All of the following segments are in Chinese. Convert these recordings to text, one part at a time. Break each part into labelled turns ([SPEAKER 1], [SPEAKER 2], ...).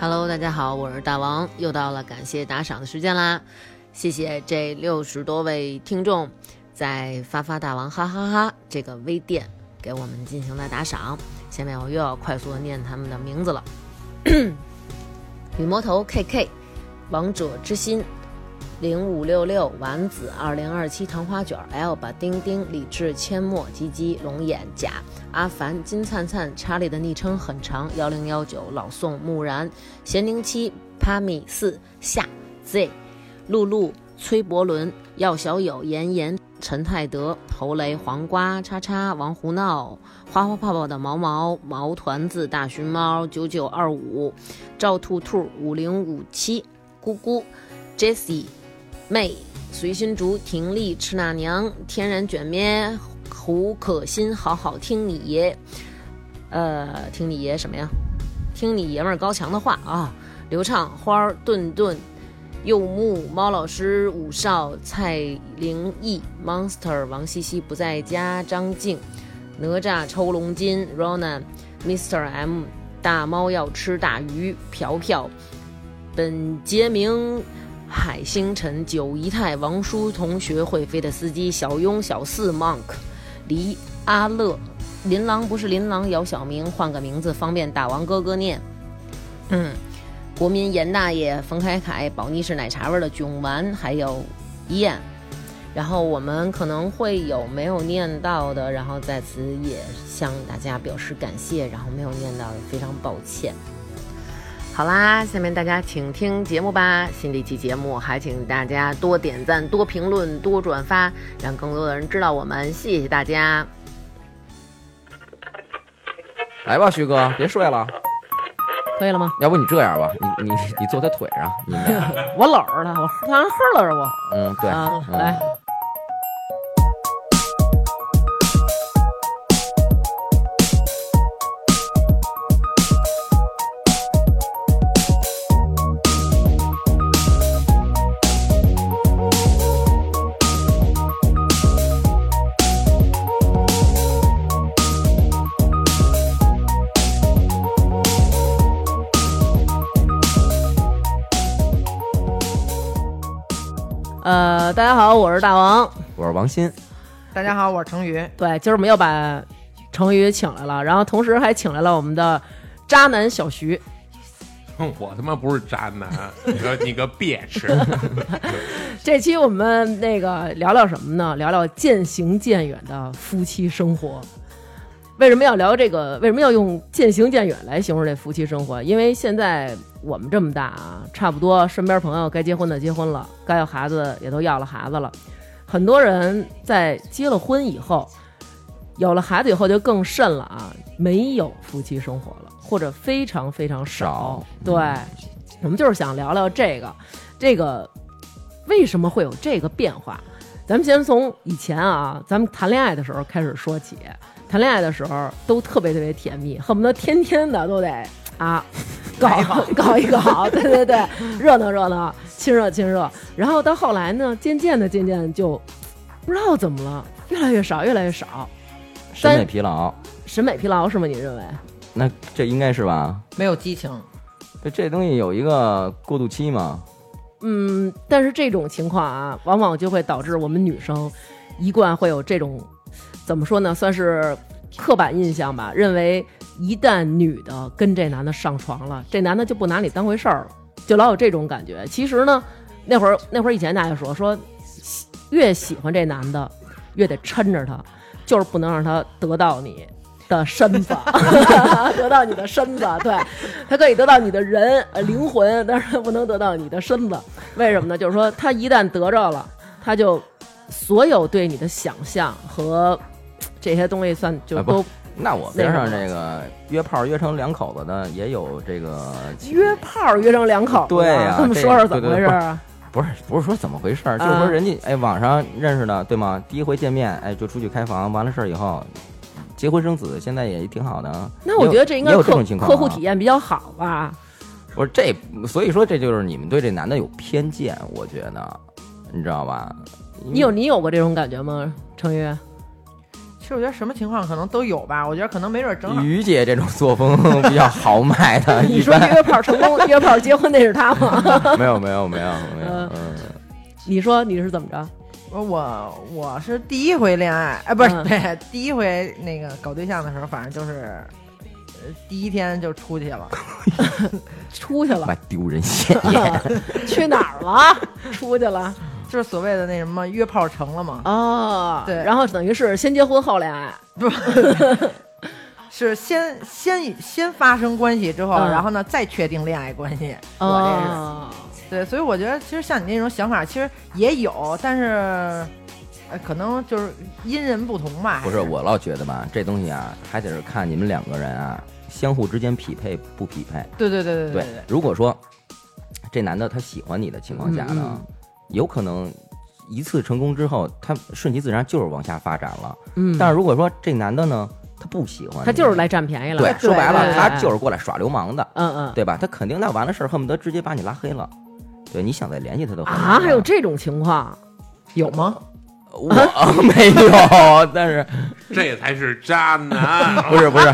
[SPEAKER 1] Hello，大家好，我是大王，又到了感谢打赏的时间啦！谢谢这六十多位听众在发发大王哈哈哈这个微店给我们进行的打赏。下面我又要快速的念他们的名字了：雨魔头 KK、王者之心、零五六六、丸子、二零二七、糖花卷、L 吧、丁丁、李智、阡陌、吉吉、龙眼、甲、阿凡、金灿灿、查理的昵称很长，幺零幺九、老宋、木然、咸宁七、帕米四、夏、Z、露露、崔伯伦、药小友、妍妍、陈泰德、侯雷、黄瓜、叉叉、王胡闹、花花泡泡的毛毛、毛团子、大熊猫、九九二五、赵兔兔、五零五七、咕咕、Jessie、妹、随心竹、婷丽、赤那娘、天然卷面、胡可欣、好好听你爷，呃，听你爷什么呀？听你爷们儿高强的话啊！刘畅、花儿、顿顿、柚木、猫老师、武少、蔡灵义、Monster、王西西不在家、张静、哪吒、抽龙筋、Ronan、Mr. M、大猫要吃大鱼、朴朴、本杰明。海星辰、九姨太、王叔同学、会飞的司机、小庸、小四、Monk、黎阿乐、琳琅不是琳琅，姚晓明换个名字方便大王哥哥念。嗯，国民严大爷、冯凯凯、宝妮是奶茶味的囧丸，还有一燕。然后我们可能会有没有念到的，然后在此也向大家表示感谢。然后没有念到，也非常抱歉。好啦，下面大家请听节目吧。新的一期节目，还请大家多点赞、多评论、多转发，让更多的人知道我们。谢谢大家。
[SPEAKER 2] 来吧，徐哥，别睡了，
[SPEAKER 1] 可以了吗？
[SPEAKER 2] 要不你这样吧，你你你坐他腿上，你们 俩，
[SPEAKER 1] 我搂着他，我当然喝了我。
[SPEAKER 2] 嗯，对，
[SPEAKER 1] 啊
[SPEAKER 2] 嗯
[SPEAKER 1] 来，呃，大家好，我是大王。
[SPEAKER 2] 我是王鑫，
[SPEAKER 3] 大家好，我是成宇。
[SPEAKER 1] 对，今儿我们又把成宇请来了，然后同时还请来了我们的渣男小徐。
[SPEAKER 4] 我他妈不是渣男，你个你个 bitch！
[SPEAKER 1] 这期我们那个聊聊什么呢？聊聊渐行渐远的夫妻生活。为什么要聊这个？为什么要用渐行渐远来形容这夫妻生活？因为现在我们这么大啊，差不多身边朋友该结婚的结婚了，该要孩子的也都要了孩子了。很多人在结了婚以后，有了孩子以后就更甚了啊，没有夫妻生活了，或者非常非常少
[SPEAKER 2] 少。
[SPEAKER 1] 对，我们就是想聊聊这个，这个为什么会有这个变化？咱们先从以前啊，咱们谈恋爱的时候开始说起。谈恋爱的时候都特别特别甜蜜，恨不得天天的都得啊，搞 搞一搞，对对对，热闹热闹，亲热亲热。然后到后来呢，渐渐的渐渐地就不知道怎么了，越来越少，越来越少。
[SPEAKER 2] 审美疲劳，
[SPEAKER 1] 审美疲劳是吗？你认为？
[SPEAKER 2] 那这应该是吧？
[SPEAKER 3] 没有激情，
[SPEAKER 2] 这这东西有一个过渡期嘛？
[SPEAKER 1] 嗯，但是这种情况啊，往往就会导致我们女生一贯会有这种怎么说呢，算是刻板印象吧，认为一旦女的跟这男的上床了，这男的就不拿你当回事儿了，就老有这种感觉。其实呢，那会儿那会儿以前大家说说，喜越喜欢这男的，越得抻着他，就是不能让他得到你。的身子， 得到你的身子，对，他可以得到你的人、呃灵魂，但是他不能得到你的身子。为什么呢？就是说，他一旦得着了，他就所有对你的想象和这些东西算就
[SPEAKER 2] 啊不
[SPEAKER 1] 都
[SPEAKER 2] 那我边上这个约炮约成两口子的也有这个情
[SPEAKER 1] 约炮约成两口子了，
[SPEAKER 2] 对呀
[SPEAKER 1] 跟我们
[SPEAKER 2] 这
[SPEAKER 1] 说说
[SPEAKER 2] 个
[SPEAKER 1] 怎
[SPEAKER 2] 对
[SPEAKER 1] 么回
[SPEAKER 2] 对
[SPEAKER 1] 事儿啊？
[SPEAKER 2] 不是不是说怎么回事儿，
[SPEAKER 1] 啊
[SPEAKER 2] 就是说人家哎网上认识的对吗？第一回见面哎就出去开房，完了事儿以后结婚生子，现在也挺好的啊。
[SPEAKER 1] 那我觉得这应该是
[SPEAKER 2] 也有这
[SPEAKER 1] 客
[SPEAKER 2] 种情况啊
[SPEAKER 1] 客户体验比较好吧？
[SPEAKER 2] 不是这，所以说这就是你们对这男的有偏见，我觉得，你知道吧？啊
[SPEAKER 1] 你有你有过这种感觉吗？程宇，
[SPEAKER 3] 其其实我觉得什么情况可能都有吧，我觉得可能没准儿正好。
[SPEAKER 2] 于姐这种作风比较豪迈的，
[SPEAKER 5] 你
[SPEAKER 2] 一
[SPEAKER 5] 说
[SPEAKER 2] 般
[SPEAKER 5] 约炮成功、约炮结婚那是他吗？
[SPEAKER 2] 没有没有没有没有，嗯，
[SPEAKER 5] 你说你是怎么着？
[SPEAKER 3] 我我我是第一回恋爱，哎，不是、
[SPEAKER 5] 嗯
[SPEAKER 3] 对，第一回那个搞对象的时候，反正就是，呃，第一天就出去了，
[SPEAKER 5] 出去了
[SPEAKER 2] 妈，丢人现眼，
[SPEAKER 5] 啊去哪儿了？出去了
[SPEAKER 3] 就是所谓的那什么约炮成 了嘛，
[SPEAKER 5] 哦，
[SPEAKER 3] 对
[SPEAKER 5] 然后等于是先结婚后恋爱，
[SPEAKER 3] 是先先先发生关系之后，
[SPEAKER 5] 嗯
[SPEAKER 3] 然后呢再确定恋爱关系。我
[SPEAKER 5] 哦，
[SPEAKER 3] 这是对，所以我觉得其实像你那种想法，其实也有，但是。呃，可能就是因人不同吧。
[SPEAKER 2] 不是，我老觉得吧，这东西啊，还得是看你们两个人啊相互之间匹配不匹配。
[SPEAKER 3] 对对对对对对，
[SPEAKER 2] 如果说这男的他喜欢你的情况下呢
[SPEAKER 5] 嗯，
[SPEAKER 2] 有可能一次成功之后，他顺其自然就是往下发展了。
[SPEAKER 5] 嗯，
[SPEAKER 2] 但是如果说这男的呢，他不喜欢你，
[SPEAKER 5] 他就是来占便宜了，
[SPEAKER 2] 对，说白
[SPEAKER 5] 对
[SPEAKER 2] 了，
[SPEAKER 5] 对
[SPEAKER 2] 他就是过来耍流氓的，
[SPEAKER 5] 嗯嗯
[SPEAKER 2] 对吧？他肯定那完了事儿，恨不得直接把你拉黑了。对，你想再联系他都很
[SPEAKER 5] 啊，
[SPEAKER 2] 难
[SPEAKER 5] 还有这种情况，
[SPEAKER 3] 有吗？
[SPEAKER 2] 我 没有，但是
[SPEAKER 4] 这才是渣男。
[SPEAKER 2] 不是不是，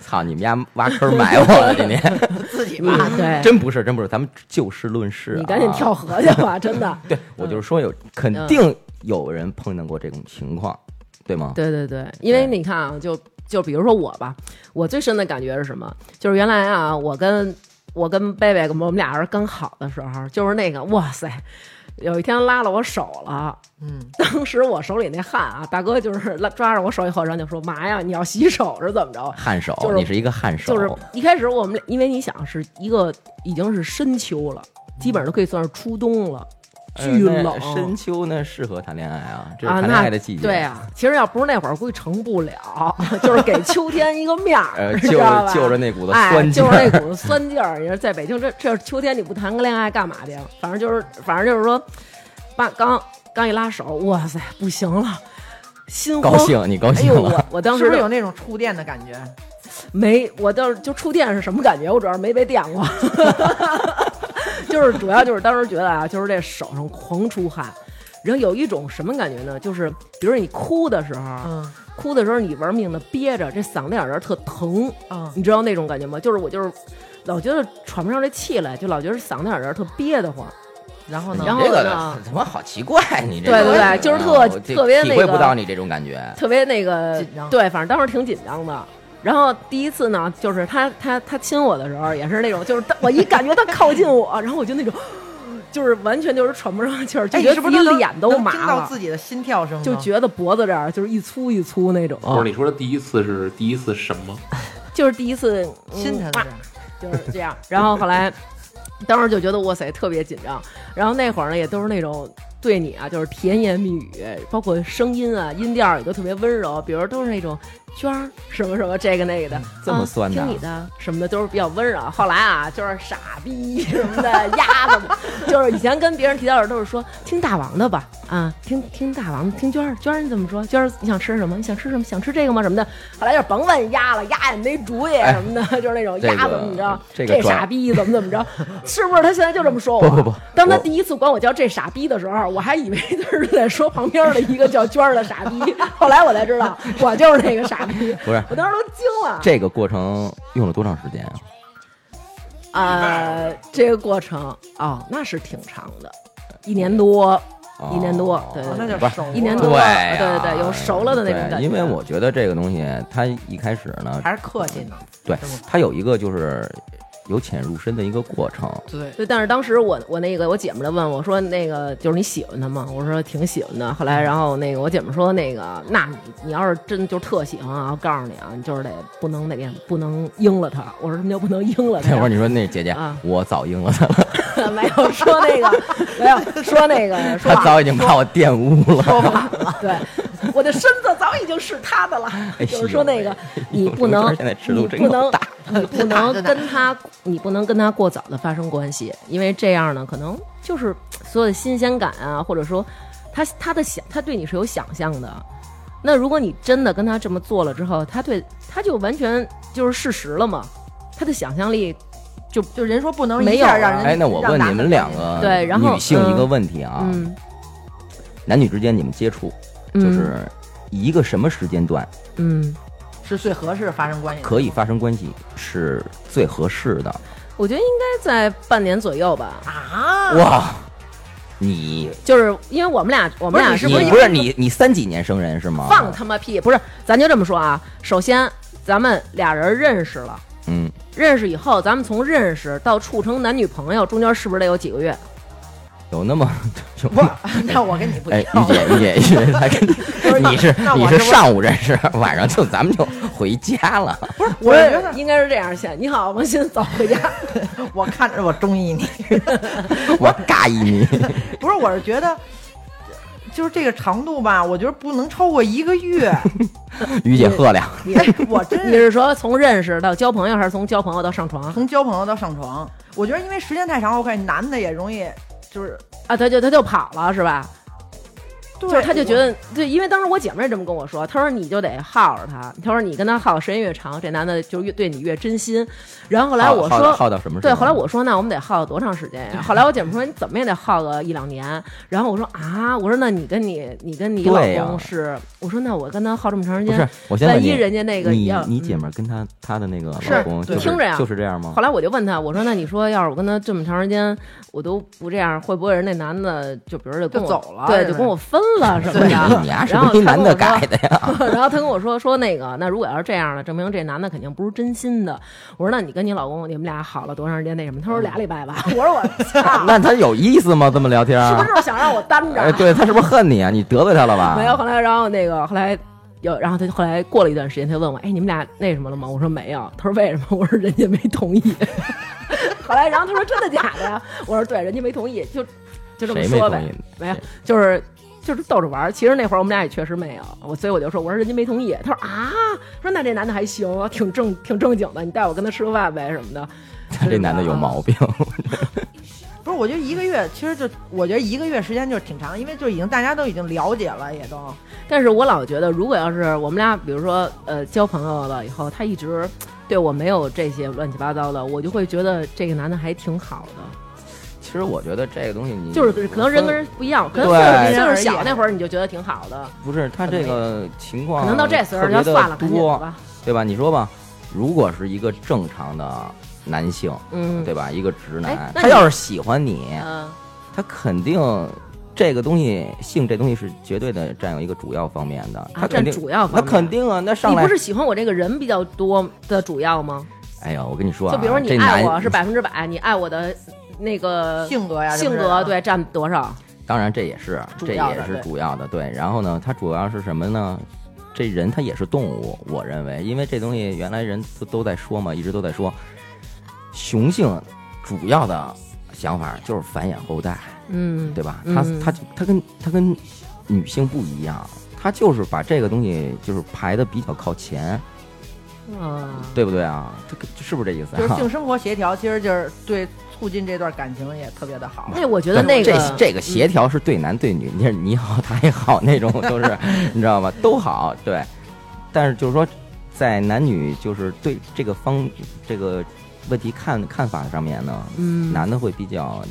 [SPEAKER 2] 操你们家挖坑埋我了， 今天
[SPEAKER 3] 自己
[SPEAKER 5] 你
[SPEAKER 3] 吧。
[SPEAKER 5] 啊对，
[SPEAKER 2] 真不是真不是，咱们就事论事、啊，
[SPEAKER 5] 你赶紧跳嗯河去吧，真的，
[SPEAKER 2] 对，我就是说有肯定有人碰见过这种情况，对吗？
[SPEAKER 5] 对对对，因为
[SPEAKER 2] 对
[SPEAKER 5] 你看啊，就就比如说我吧，我最深的感觉是什么？就是原来啊，我跟我跟贝贝，我们俩人刚好的时候，就是那个哇塞，有一天拉了我手了，
[SPEAKER 3] 嗯，
[SPEAKER 5] 当时我手里那汗啊，大哥就是拉抓着我手以后，然后就说嘛呀，你要洗手是怎么着？
[SPEAKER 2] 汗手，
[SPEAKER 5] 就是
[SPEAKER 2] 你是一个汗手，
[SPEAKER 5] 就是一开始我们俩，因为你想是一个已经是深秋了，基本上都可以算是初冬了，
[SPEAKER 2] 哎
[SPEAKER 5] 巨
[SPEAKER 2] 那
[SPEAKER 5] 冷。
[SPEAKER 2] 深秋那适合谈恋爱啊，这是
[SPEAKER 5] 啊，
[SPEAKER 2] 谈恋
[SPEAKER 5] 那
[SPEAKER 2] 爱的季节。
[SPEAKER 5] 对啊，其实要不是那会儿，估计成 不了，就是给秋天一个面
[SPEAKER 2] 呃
[SPEAKER 5] 儿，， 知
[SPEAKER 2] 就
[SPEAKER 5] 道吧？
[SPEAKER 2] 就着那股子
[SPEAKER 5] 哎，
[SPEAKER 2] 酸劲
[SPEAKER 5] 就是
[SPEAKER 2] 儿，
[SPEAKER 5] 那股子酸劲儿。你说在北京这这秋天你不谈个恋爱干嘛去？反正就是反正就是说，把刚刚一拉手，哇塞，不行了，心慌
[SPEAKER 2] 高。兴，你高
[SPEAKER 5] 哎
[SPEAKER 2] 兴
[SPEAKER 5] 呦，
[SPEAKER 2] 了。
[SPEAKER 5] 我我当
[SPEAKER 3] 是
[SPEAKER 5] 时
[SPEAKER 3] 不是
[SPEAKER 5] 就
[SPEAKER 3] 有那种触电的感觉？
[SPEAKER 5] 没，我倒是就触电是什么感觉？我主要是没被电过， 就是主要就是当时觉得啊，就是这手上狂出汗，然后有一种什么感觉呢？就是比如说你哭的时候，
[SPEAKER 3] 嗯
[SPEAKER 5] 哭的时候你玩命的憋着，这嗓子眼儿特疼，
[SPEAKER 3] 嗯
[SPEAKER 5] 你知道那种感觉吗？就是我就是老觉得喘不上这气来，就老觉得嗓子眼儿特憋得慌。
[SPEAKER 3] 然后
[SPEAKER 2] 你
[SPEAKER 3] 呢？
[SPEAKER 5] 然后
[SPEAKER 2] 嗯这个
[SPEAKER 5] 呢
[SPEAKER 2] 他妈好奇怪，你这
[SPEAKER 5] 对
[SPEAKER 2] 个
[SPEAKER 5] 对对
[SPEAKER 2] 人
[SPEAKER 5] 就是
[SPEAKER 2] 啊
[SPEAKER 5] 特
[SPEAKER 2] 我这
[SPEAKER 5] 特别
[SPEAKER 2] 体
[SPEAKER 5] 那
[SPEAKER 2] 会
[SPEAKER 5] 个
[SPEAKER 2] 不到你这种感觉。
[SPEAKER 5] 特别那个
[SPEAKER 3] 紧张
[SPEAKER 5] 对，反正当时挺紧张的。然后第一次呢，就是他他他亲我的时候，也是那种，就是他我一感觉他靠近我，然后我就那种， 就是完全就是喘不上气儿，就
[SPEAKER 3] 哎，
[SPEAKER 5] 觉得
[SPEAKER 3] 你是
[SPEAKER 5] 自
[SPEAKER 3] 不
[SPEAKER 5] 己
[SPEAKER 3] 是能
[SPEAKER 5] 脸都
[SPEAKER 3] 能
[SPEAKER 5] 麻
[SPEAKER 3] 听到
[SPEAKER 5] 了，
[SPEAKER 3] 自己的心跳声吗？
[SPEAKER 5] 就觉得脖子这儿就是一粗一粗那种，
[SPEAKER 4] 不是，你说的第一次是第一次什么？
[SPEAKER 5] 就是第一次
[SPEAKER 3] 心
[SPEAKER 5] 嗯
[SPEAKER 3] 疼
[SPEAKER 5] 哇
[SPEAKER 3] 着。
[SPEAKER 5] 就是这样。然后后来，当时就觉得哇塞，特别紧张。然后那会儿呢，也都是那种对你啊，就是甜言蜜语，包括声音啊、音调也都特别温柔。比如都是那种娟儿什么什么这个那个的，
[SPEAKER 2] 这么酸的
[SPEAKER 5] 啊、听你的什么的都是比较温柔。后来啊，就是傻逼什么的丫头，就是以前跟别人提到的时候都是说听大王的吧，啊，听听大王的，听娟儿，娟儿你怎么说？娟儿你想吃什么？你想吃什么？想吃这个吗？什么的。后来就甭问丫了，丫也没主意
[SPEAKER 2] 哎
[SPEAKER 5] 什么的，就是那种。
[SPEAKER 2] 这
[SPEAKER 5] 丫
[SPEAKER 2] 个嗯
[SPEAKER 5] 怎么着？
[SPEAKER 2] 这
[SPEAKER 5] 这
[SPEAKER 2] 个转
[SPEAKER 5] 傻逼怎么怎 么着？是不是他现在就这么说我？
[SPEAKER 2] 不不不
[SPEAKER 5] 当他
[SPEAKER 2] 我
[SPEAKER 5] 第一次管我叫这傻逼的时候，我还以为他是在说旁边的一个叫娟儿的傻逼，后来我才知道我就是那个傻逼。
[SPEAKER 2] 不是
[SPEAKER 5] 我当时都惊了。
[SPEAKER 2] 这个过程用了多长时间啊？
[SPEAKER 5] 呃，这个过程哦，那是挺长的，一年多，
[SPEAKER 2] 哦
[SPEAKER 5] 一年多，对
[SPEAKER 3] 哦
[SPEAKER 5] 对
[SPEAKER 3] 那
[SPEAKER 5] 对
[SPEAKER 3] 就
[SPEAKER 2] 不是
[SPEAKER 3] 熟了
[SPEAKER 5] 一年多
[SPEAKER 2] 对
[SPEAKER 5] 了
[SPEAKER 2] 呀
[SPEAKER 5] 对对对有熟了的那种
[SPEAKER 2] 对
[SPEAKER 5] 感觉
[SPEAKER 2] 因为我觉得这个东西，它一开始呢，
[SPEAKER 3] 还是客气呢。
[SPEAKER 2] 对
[SPEAKER 3] 是吗
[SPEAKER 2] 它有一个就是由浅入深的一个过程。
[SPEAKER 3] 对，
[SPEAKER 5] 对，但是当时我我那个我姐们儿就问我说那个就是你喜欢他吗？我说挺喜欢的。
[SPEAKER 2] 嗯
[SPEAKER 5] 后来然后那个我姐们儿说那个那你你要是真就是特喜欢啊，我告诉你啊，你就是得不能那个不能应了他。我说什么叫不能应了他
[SPEAKER 2] 那会儿
[SPEAKER 5] 呀？
[SPEAKER 2] 你说那姐姐
[SPEAKER 5] 啊，
[SPEAKER 2] 我早应了她，
[SPEAKER 5] 没有说那个没有 说那个说
[SPEAKER 2] 她早已经把我玷污了。
[SPEAKER 5] 说晚了，对，我的身子早已经是他的了。
[SPEAKER 2] 哎
[SPEAKER 5] 就是说那个
[SPEAKER 2] 呦喂
[SPEAKER 5] 你不能
[SPEAKER 2] 我觉得现在尺度真
[SPEAKER 5] 你不
[SPEAKER 2] 够
[SPEAKER 5] 能
[SPEAKER 2] 大，
[SPEAKER 5] 你不能跟他，你不能跟他过早的发生关系，因为这样呢，可能就是所有的新鲜感啊，或者说他他的想，他对你是有想象的。那如果你真的跟他这么做了之后，他对他就完全就是事实了嘛，他的想象力
[SPEAKER 3] 就人说不能
[SPEAKER 5] 没
[SPEAKER 3] 一
[SPEAKER 5] 有
[SPEAKER 3] 下
[SPEAKER 5] 啊
[SPEAKER 3] 让人
[SPEAKER 2] 哎，那我问你们两，个
[SPEAKER 5] 对然后
[SPEAKER 2] 女性一个问题啊，
[SPEAKER 5] 嗯
[SPEAKER 2] 男女之间你们接触，
[SPEAKER 5] 嗯
[SPEAKER 2] 就是以一个什么时间段
[SPEAKER 5] 嗯，
[SPEAKER 3] 是最合适发生关系的。
[SPEAKER 2] 可以发生关系是最合适的。
[SPEAKER 5] 我觉得应该在半年左右吧，嗯
[SPEAKER 3] 啊，
[SPEAKER 2] 哇，你
[SPEAKER 5] 就是因为我们俩，我们俩
[SPEAKER 3] 不是
[SPEAKER 5] 不
[SPEAKER 2] 你
[SPEAKER 5] 是
[SPEAKER 2] 不是你你三几年生人是吗？
[SPEAKER 5] 放他妈屁？不是，咱就这么说啊。首先，咱们俩人认识了，
[SPEAKER 2] 嗯，
[SPEAKER 5] 认识以后，咱们从认识到处成男女朋友，中间是不是得有几个月？
[SPEAKER 2] 有 那么有那
[SPEAKER 3] 不
[SPEAKER 2] 么。，
[SPEAKER 3] 那我跟你不一
[SPEAKER 2] 哎，
[SPEAKER 3] 样。
[SPEAKER 2] 于姐，于姐，于姐，她跟 你你是
[SPEAKER 3] 那我
[SPEAKER 2] 你
[SPEAKER 3] 是
[SPEAKER 2] 是
[SPEAKER 3] 不是
[SPEAKER 2] 上午认识，晚上就咱们就回家 了。
[SPEAKER 3] 我
[SPEAKER 5] 不
[SPEAKER 3] 是
[SPEAKER 5] 是
[SPEAKER 3] 觉得
[SPEAKER 5] 应该是这样先。你好，王鑫，走回家。
[SPEAKER 3] 我看着我中意你，
[SPEAKER 2] 我尬意你，
[SPEAKER 3] 不是，我是觉得。就是这个长度吧，我觉得不能超过一个 月。
[SPEAKER 2] 于姐喝 两，
[SPEAKER 3] 哎，我真
[SPEAKER 5] 你是说从认识到交朋友，还是从交朋友到上床
[SPEAKER 3] 从交朋友到上床，我觉得因为时间太长了，我感觉男的也容易就是，
[SPEAKER 5] 啊？他就他就跑了是吧？
[SPEAKER 3] 就
[SPEAKER 5] 就是他就觉得对，因为当时我姐妹这么跟我说，她说你就得耗着他，她说你跟他耗时间越长，这男的就越对你越真心。然后后来我
[SPEAKER 2] 耗
[SPEAKER 5] 说
[SPEAKER 2] 到，耗到什么时
[SPEAKER 5] 对，
[SPEAKER 2] 候？
[SPEAKER 5] 后来我说那我们得耗多长时间 呀？后来我姐夫说你怎么也得耗个一两年。然后我说啊，我说那你跟你你跟你老
[SPEAKER 2] 对呀
[SPEAKER 5] 公是，我说那我跟他耗这么长时
[SPEAKER 2] 不
[SPEAKER 5] 间
[SPEAKER 2] 是，，我先问
[SPEAKER 5] 万一
[SPEAKER 2] 你，
[SPEAKER 5] 人家那个
[SPEAKER 2] 你
[SPEAKER 5] 要
[SPEAKER 2] 你
[SPEAKER 5] 嗯
[SPEAKER 2] 姐们儿跟她她的那个
[SPEAKER 5] 是
[SPEAKER 2] 老公
[SPEAKER 3] 对
[SPEAKER 2] 就是
[SPEAKER 5] 听着呀
[SPEAKER 2] 就是这样吗
[SPEAKER 5] 后？来我就问他，我说：“那你说，要是我跟他这么长时间，我都不这样，会不会人那男的就比如就跟我
[SPEAKER 3] 就走了
[SPEAKER 5] 对，
[SPEAKER 3] 是
[SPEAKER 5] 就
[SPEAKER 3] 吧
[SPEAKER 5] 跟我分 了什么
[SPEAKER 2] 对
[SPEAKER 5] 的？
[SPEAKER 2] 你丫是
[SPEAKER 5] 然后
[SPEAKER 2] 一
[SPEAKER 5] 他
[SPEAKER 2] 男
[SPEAKER 5] 跟
[SPEAKER 2] 的
[SPEAKER 5] 我说
[SPEAKER 2] 改的呀？
[SPEAKER 5] 然后他跟我说说那个，那如果要是这样了，证明这男的肯定不是真心的。我说：那你跟你老公，你们俩好了多长时间？那什么？他说俩礼拜吧。我 说我操，
[SPEAKER 2] 那他有意思吗？这么聊天儿？
[SPEAKER 5] 是不是想让我单着？
[SPEAKER 2] 哎，对他是不是恨你啊？你得罪他了吧？
[SPEAKER 5] 没有，后来然后那个后来有，然后他就后来过了一段时间，他就问我，哎，你们俩那什么了吗？我说没有。他说为什么？ 我说人家没同意。后来然后他说真的假的呀？我说对，人家没同意，就就这么
[SPEAKER 2] 谁没
[SPEAKER 5] 说呗
[SPEAKER 2] 同意，？
[SPEAKER 5] 没有
[SPEAKER 2] 谁，
[SPEAKER 5] 就是。就是逗着玩儿，其实那会儿我们俩也确实没有，我所以我就说，我说人家没同意，他说啊，说那这男的还行，挺正挺正经的，你带我跟他吃个饭呗什么的。啊
[SPEAKER 2] 他 这男的有毛 病。
[SPEAKER 3] 不是，我觉得一个月其实就，我觉得一个月时间就是挺长，因为就已经大家都已经了解了，也都
[SPEAKER 5] 但是我老觉得，如果要是我们俩，比如说呃交朋友了以后，他一直对我没有这些乱七八糟的，我就会觉得这个男的还挺好的。
[SPEAKER 2] 其实我觉得这个东西你
[SPEAKER 5] 就是可能人跟人不一样，可能
[SPEAKER 2] 嗯对
[SPEAKER 5] 岁数岁
[SPEAKER 3] 因人而
[SPEAKER 5] 数
[SPEAKER 3] 异
[SPEAKER 5] 小那会儿你就觉得挺好的，
[SPEAKER 2] 不是他这个情况，
[SPEAKER 5] 可能到这岁数就算了，赶紧的
[SPEAKER 2] 多
[SPEAKER 5] 吧。
[SPEAKER 2] 对吧？你说吧，如果是一个正常的男性，
[SPEAKER 5] 嗯，
[SPEAKER 2] 对吧？一个直
[SPEAKER 5] 哎
[SPEAKER 2] 男，
[SPEAKER 5] 那
[SPEAKER 2] 他
[SPEAKER 5] 你
[SPEAKER 2] 要是喜欢你，
[SPEAKER 5] 嗯，
[SPEAKER 2] 他肯定这个东西性这东西是绝对的占有一个主要方面的，他
[SPEAKER 5] 这
[SPEAKER 2] 肯定
[SPEAKER 5] 啊主要方
[SPEAKER 2] 那
[SPEAKER 5] 面
[SPEAKER 2] 肯。定啊，那上
[SPEAKER 5] 你
[SPEAKER 2] 来
[SPEAKER 5] 不是喜欢我这个人比较多的主要吗？
[SPEAKER 2] 哎呀，我跟你说、啊，
[SPEAKER 5] 就比如说你
[SPEAKER 2] 这
[SPEAKER 5] 爱
[SPEAKER 2] 男
[SPEAKER 5] 我是，百分之百，你爱我的那个
[SPEAKER 3] 性格呀，
[SPEAKER 5] 性格，对占多少？
[SPEAKER 2] 当然这也是，
[SPEAKER 3] 主
[SPEAKER 2] 这
[SPEAKER 3] 要的
[SPEAKER 2] 也是
[SPEAKER 3] 对
[SPEAKER 2] 主要的，对。然后呢，它主要是什么呢？这人他也是动物，我认为，因为这东西原来人都都在说嘛，一直都在说，雄性主要的想法就是繁衍后代，
[SPEAKER 5] 嗯，
[SPEAKER 2] 对吧？
[SPEAKER 5] 嗯
[SPEAKER 2] 他他他跟他跟女性不一样，他就是把这个东西就是排的比较靠前，
[SPEAKER 5] 啊，
[SPEAKER 2] 对不对啊？这个是不是这意思、啊？
[SPEAKER 3] 就是性生活协调，其实就是对促进这段感情也特别的好。
[SPEAKER 5] 哎那我觉得那个嗯
[SPEAKER 2] 这这个协调是对男对女，你是你好他也好那 种，都是你知道吗？都好对，但是就是说，在男女就是对这个方这个问题看看法上面呢，
[SPEAKER 5] 嗯，
[SPEAKER 2] 男的会比较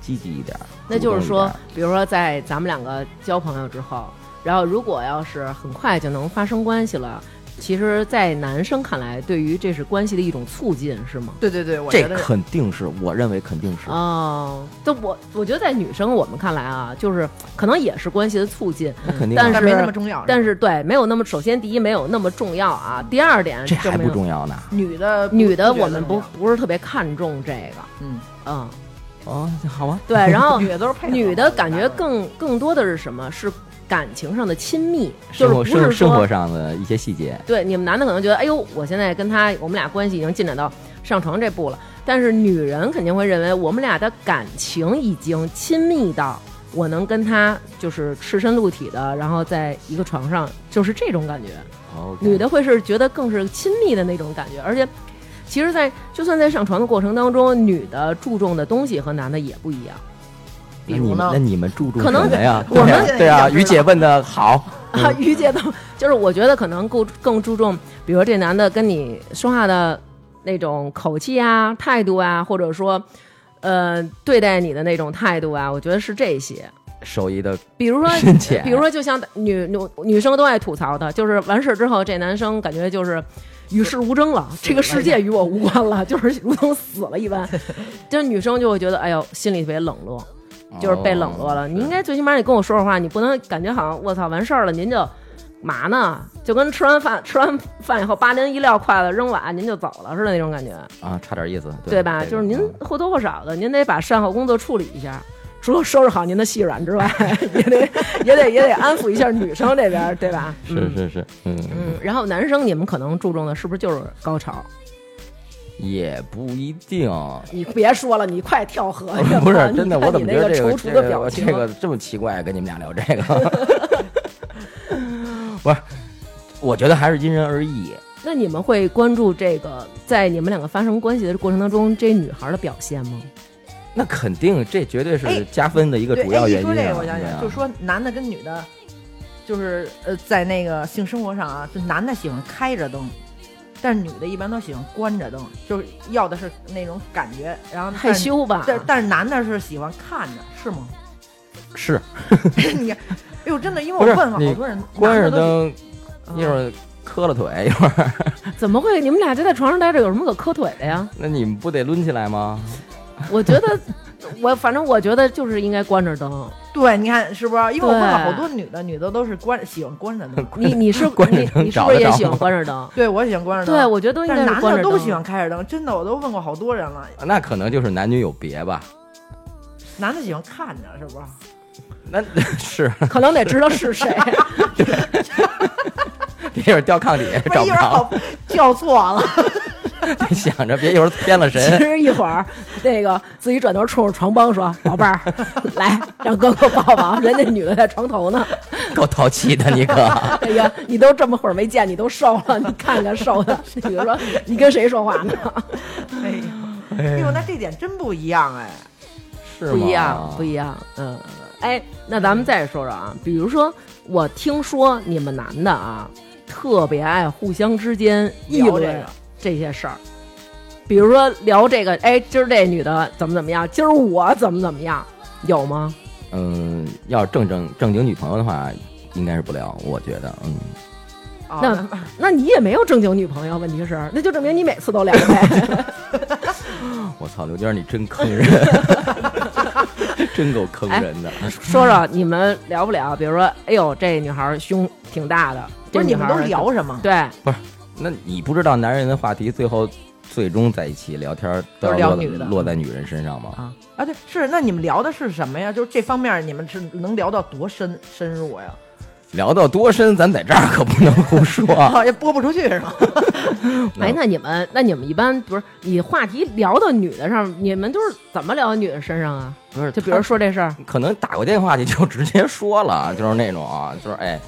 [SPEAKER 2] 积极一点儿，
[SPEAKER 5] 那就
[SPEAKER 2] 主动一
[SPEAKER 5] 是说
[SPEAKER 2] 点儿，
[SPEAKER 5] 比如说在咱们两个交朋友之后，然后如果要是很快就能发生关系了，其实，在男生看来，对于这是关系的一种促进，是吗？
[SPEAKER 3] 对对对，我觉
[SPEAKER 2] 这
[SPEAKER 3] 得
[SPEAKER 2] 肯定是我认为肯定是。
[SPEAKER 5] 哦，但我我觉得在女生我们看来啊，就是可能也是关系的促进，
[SPEAKER 2] 那肯定啊，
[SPEAKER 5] 但
[SPEAKER 3] 但没那么重要。
[SPEAKER 5] 但是对没有那么，首先第一没有那么重要啊，第二点
[SPEAKER 2] 这
[SPEAKER 5] 就
[SPEAKER 2] 还
[SPEAKER 5] 没
[SPEAKER 2] 不
[SPEAKER 5] 有
[SPEAKER 2] 重要呢。
[SPEAKER 3] 女的
[SPEAKER 5] 女的
[SPEAKER 3] 觉得
[SPEAKER 5] 我们不
[SPEAKER 3] 重
[SPEAKER 5] 不是特别看重这个，
[SPEAKER 3] 嗯，
[SPEAKER 5] 嗯，
[SPEAKER 2] 哦，好啊，
[SPEAKER 5] 对，然后
[SPEAKER 3] 要， 女的都是配合
[SPEAKER 5] 女的感觉
[SPEAKER 3] 的
[SPEAKER 5] 更更多的是什么？是感情上的亲密，
[SPEAKER 2] 生活
[SPEAKER 5] 就是不
[SPEAKER 2] 生
[SPEAKER 5] 是
[SPEAKER 2] 生活
[SPEAKER 5] 说
[SPEAKER 2] 上的一些细节，
[SPEAKER 5] 对你们男的可能觉得，哎呦，我现在跟他我们俩关系已经进展到上床这步了，但是女人肯定会认为我们俩的感情已经亲密到我能跟他就是赤身露体的，然后在一个床上，就是这种感觉。
[SPEAKER 2] 哦 OK
[SPEAKER 5] 女的会是觉得更是亲密的那种感觉，而且。其实在，就算在上床的过程当中，女的注重的东西和男的也不一样。
[SPEAKER 3] 比
[SPEAKER 2] 那
[SPEAKER 3] 如
[SPEAKER 2] 你们
[SPEAKER 3] 呢
[SPEAKER 2] 那你们注重
[SPEAKER 5] 可
[SPEAKER 2] 什
[SPEAKER 5] 能
[SPEAKER 2] 么呀？
[SPEAKER 3] 我们
[SPEAKER 2] 对啊
[SPEAKER 3] 现在
[SPEAKER 2] 对啊，
[SPEAKER 3] 也想知道
[SPEAKER 2] 于姐问的好，
[SPEAKER 5] 啊，于姐的，就是我觉得可能更更注重，比如这男的跟你说话的那种口气啊、态度啊，或者说，呃，对待你的那种态度啊，我觉得是这些。
[SPEAKER 2] 手艺的
[SPEAKER 5] 比如说
[SPEAKER 2] 深浅，
[SPEAKER 5] 比如说，就像女女女生都爱吐槽的，就是完事之后，这男生感觉就是与世无争了，这个世界与我无关了，就是如同死了一 般。就是女生就会觉得，哎呦，心里特别冷落，就是被冷落了。
[SPEAKER 2] 哦
[SPEAKER 5] 你应该最起码你跟我说说话，你不能感觉好像我操完事儿了，您就嘛呢？就跟吃完饭吃完饭以后，八您一撂筷子扔碗，您就走了似的那种感觉，
[SPEAKER 2] 啊，差点意思，
[SPEAKER 5] 对吧？
[SPEAKER 2] 这
[SPEAKER 5] 就
[SPEAKER 2] 个
[SPEAKER 5] 是您
[SPEAKER 2] 嗯
[SPEAKER 5] 或多或少的，您得把善后工作处理一下。除了收拾好您的细软之外， 也得也得也得安抚一下女生这边，对吧？
[SPEAKER 2] 是
[SPEAKER 5] 嗯
[SPEAKER 2] 是是，嗯，
[SPEAKER 5] 嗯，然后男生你们可能注重的是不是就是高潮？
[SPEAKER 2] 也不一定。
[SPEAKER 5] 你别说了，你快跳河去 吧！
[SPEAKER 2] 不是
[SPEAKER 5] 你
[SPEAKER 2] 真的，
[SPEAKER 5] 哎看
[SPEAKER 2] 我怎
[SPEAKER 5] 你
[SPEAKER 2] 么
[SPEAKER 5] 那
[SPEAKER 2] 觉得这
[SPEAKER 5] 踌
[SPEAKER 2] 个
[SPEAKER 5] 躇的表情？
[SPEAKER 2] 这个这么奇怪？跟你们俩聊这个，不是，我觉得还是因人而异。
[SPEAKER 5] 那你们会关注这个在你们两个发生关系的过程当中，这女孩的表现吗？
[SPEAKER 2] 那肯定，这绝对
[SPEAKER 3] 哎
[SPEAKER 2] 是加分的一个
[SPEAKER 3] 对，
[SPEAKER 2] 主要
[SPEAKER 3] 哎
[SPEAKER 2] 原因、
[SPEAKER 3] 一说
[SPEAKER 2] 啊。
[SPEAKER 3] 这个，我想
[SPEAKER 2] 对啊
[SPEAKER 3] 想，就说男的跟女的，就是呃，在那个性生活上啊，就男的喜欢开着灯，但是女的一般都喜欢关着灯，就是要的是那种感觉，然后
[SPEAKER 5] 害。羞吧？
[SPEAKER 3] 但是但但是男的是喜欢看着，是吗？
[SPEAKER 2] 是
[SPEAKER 3] 你看，哎呦，真的，因为
[SPEAKER 2] 不
[SPEAKER 3] 我
[SPEAKER 2] 是
[SPEAKER 3] 问了
[SPEAKER 2] 你
[SPEAKER 3] 好多人，
[SPEAKER 2] 关着
[SPEAKER 3] 男的都嗯
[SPEAKER 2] 灯，一会儿磕了腿，一会儿，
[SPEAKER 5] 怎么会？你们俩就在床上待着，有什么可磕腿的呀？
[SPEAKER 2] 那你们不得抡起来吗？
[SPEAKER 5] 我觉得， 我反正我觉得就是应该关着灯。
[SPEAKER 3] 对，你看是不是？因为我问了
[SPEAKER 5] 对
[SPEAKER 3] 好多女的，女的都是关喜欢关着灯，
[SPEAKER 5] 你你是
[SPEAKER 2] 关着
[SPEAKER 5] 你
[SPEAKER 2] 灯
[SPEAKER 5] 你是
[SPEAKER 2] 找
[SPEAKER 5] 不是
[SPEAKER 2] 得
[SPEAKER 5] 也
[SPEAKER 2] 着
[SPEAKER 5] 喜欢
[SPEAKER 2] 吗
[SPEAKER 5] 关着灯？
[SPEAKER 3] 对我喜欢关着灯。
[SPEAKER 5] 对，我觉得都应
[SPEAKER 3] 但
[SPEAKER 5] 该
[SPEAKER 3] 是
[SPEAKER 5] 是
[SPEAKER 3] 男
[SPEAKER 5] 关
[SPEAKER 3] 的
[SPEAKER 5] 着灯。
[SPEAKER 3] 都喜欢开着灯，真的，我都问过好多人了，
[SPEAKER 2] 那可能就是男女有别吧。
[SPEAKER 3] 男的喜欢看着，是不是？
[SPEAKER 2] 那 是
[SPEAKER 5] 可能得知道是 谁。
[SPEAKER 2] 别一会儿掉炕底下
[SPEAKER 3] 不
[SPEAKER 2] 哎找不
[SPEAKER 3] 是一会儿
[SPEAKER 2] 着
[SPEAKER 3] 好， 叫错了。
[SPEAKER 2] 想着别一会儿偏了
[SPEAKER 5] 其
[SPEAKER 2] 神。
[SPEAKER 5] 实一会儿，那个自己转头冲着床帮说：“宝贝儿， 来，让哥哥抱抱。”人家女的在床头呢。
[SPEAKER 2] 够淘气的你可，
[SPEAKER 5] 那个，你都这么会儿没见，你都瘦了，你看看瘦的。 那个说：“你跟谁说话呢
[SPEAKER 3] 哎呦，哎呦，那这点真不一样哎。
[SPEAKER 2] 是？”吗
[SPEAKER 5] 不一样，不一样。嗯，哎，那咱们再说说啊，比如说，我听说你们男的啊，特别爱互相之间议
[SPEAKER 3] 聊这
[SPEAKER 5] 论
[SPEAKER 3] 个
[SPEAKER 5] 这些事儿。比如说聊这个，哎，今儿这女的怎么怎么样，今儿我怎么怎么样，有吗？
[SPEAKER 2] 嗯，要是正正正经女朋友的话，应该是不聊，我觉得，嗯，
[SPEAKER 3] 啊
[SPEAKER 5] 那那你也没有正经女朋友，问题是，那就证明你每次都聊 呗。
[SPEAKER 2] 我操，刘娟你真坑人， 真够坑人的。
[SPEAKER 5] 说说你们聊不聊？比如说，哎呦，这女孩儿胸挺大的，
[SPEAKER 3] 不
[SPEAKER 5] 这
[SPEAKER 3] 是你
[SPEAKER 5] 女
[SPEAKER 3] 们
[SPEAKER 5] 孩
[SPEAKER 3] 都
[SPEAKER 5] 儿
[SPEAKER 3] 聊什么？
[SPEAKER 5] 对，
[SPEAKER 2] 那你不知道男人的话题最后最终在一起聊天都
[SPEAKER 3] 都
[SPEAKER 2] 要
[SPEAKER 3] 是聊
[SPEAKER 2] 落
[SPEAKER 3] 女的
[SPEAKER 2] 落在女人身上吗？
[SPEAKER 3] 啊啊，对，是那你们聊的是什么呀？就是这方面你们是能聊到多深深入呀？
[SPEAKER 2] 聊到多深，咱在这儿可不能胡说。
[SPEAKER 3] 啊，也播不出去是吗？
[SPEAKER 2] 嗯
[SPEAKER 5] 哎，那你们那你们一般不是你话题聊到女的上，你们都是怎么聊到女的身上啊？
[SPEAKER 2] 不是，
[SPEAKER 5] 就比如说这事儿，
[SPEAKER 2] 可能打过电话你就直接说了，就是那种啊，就是哎，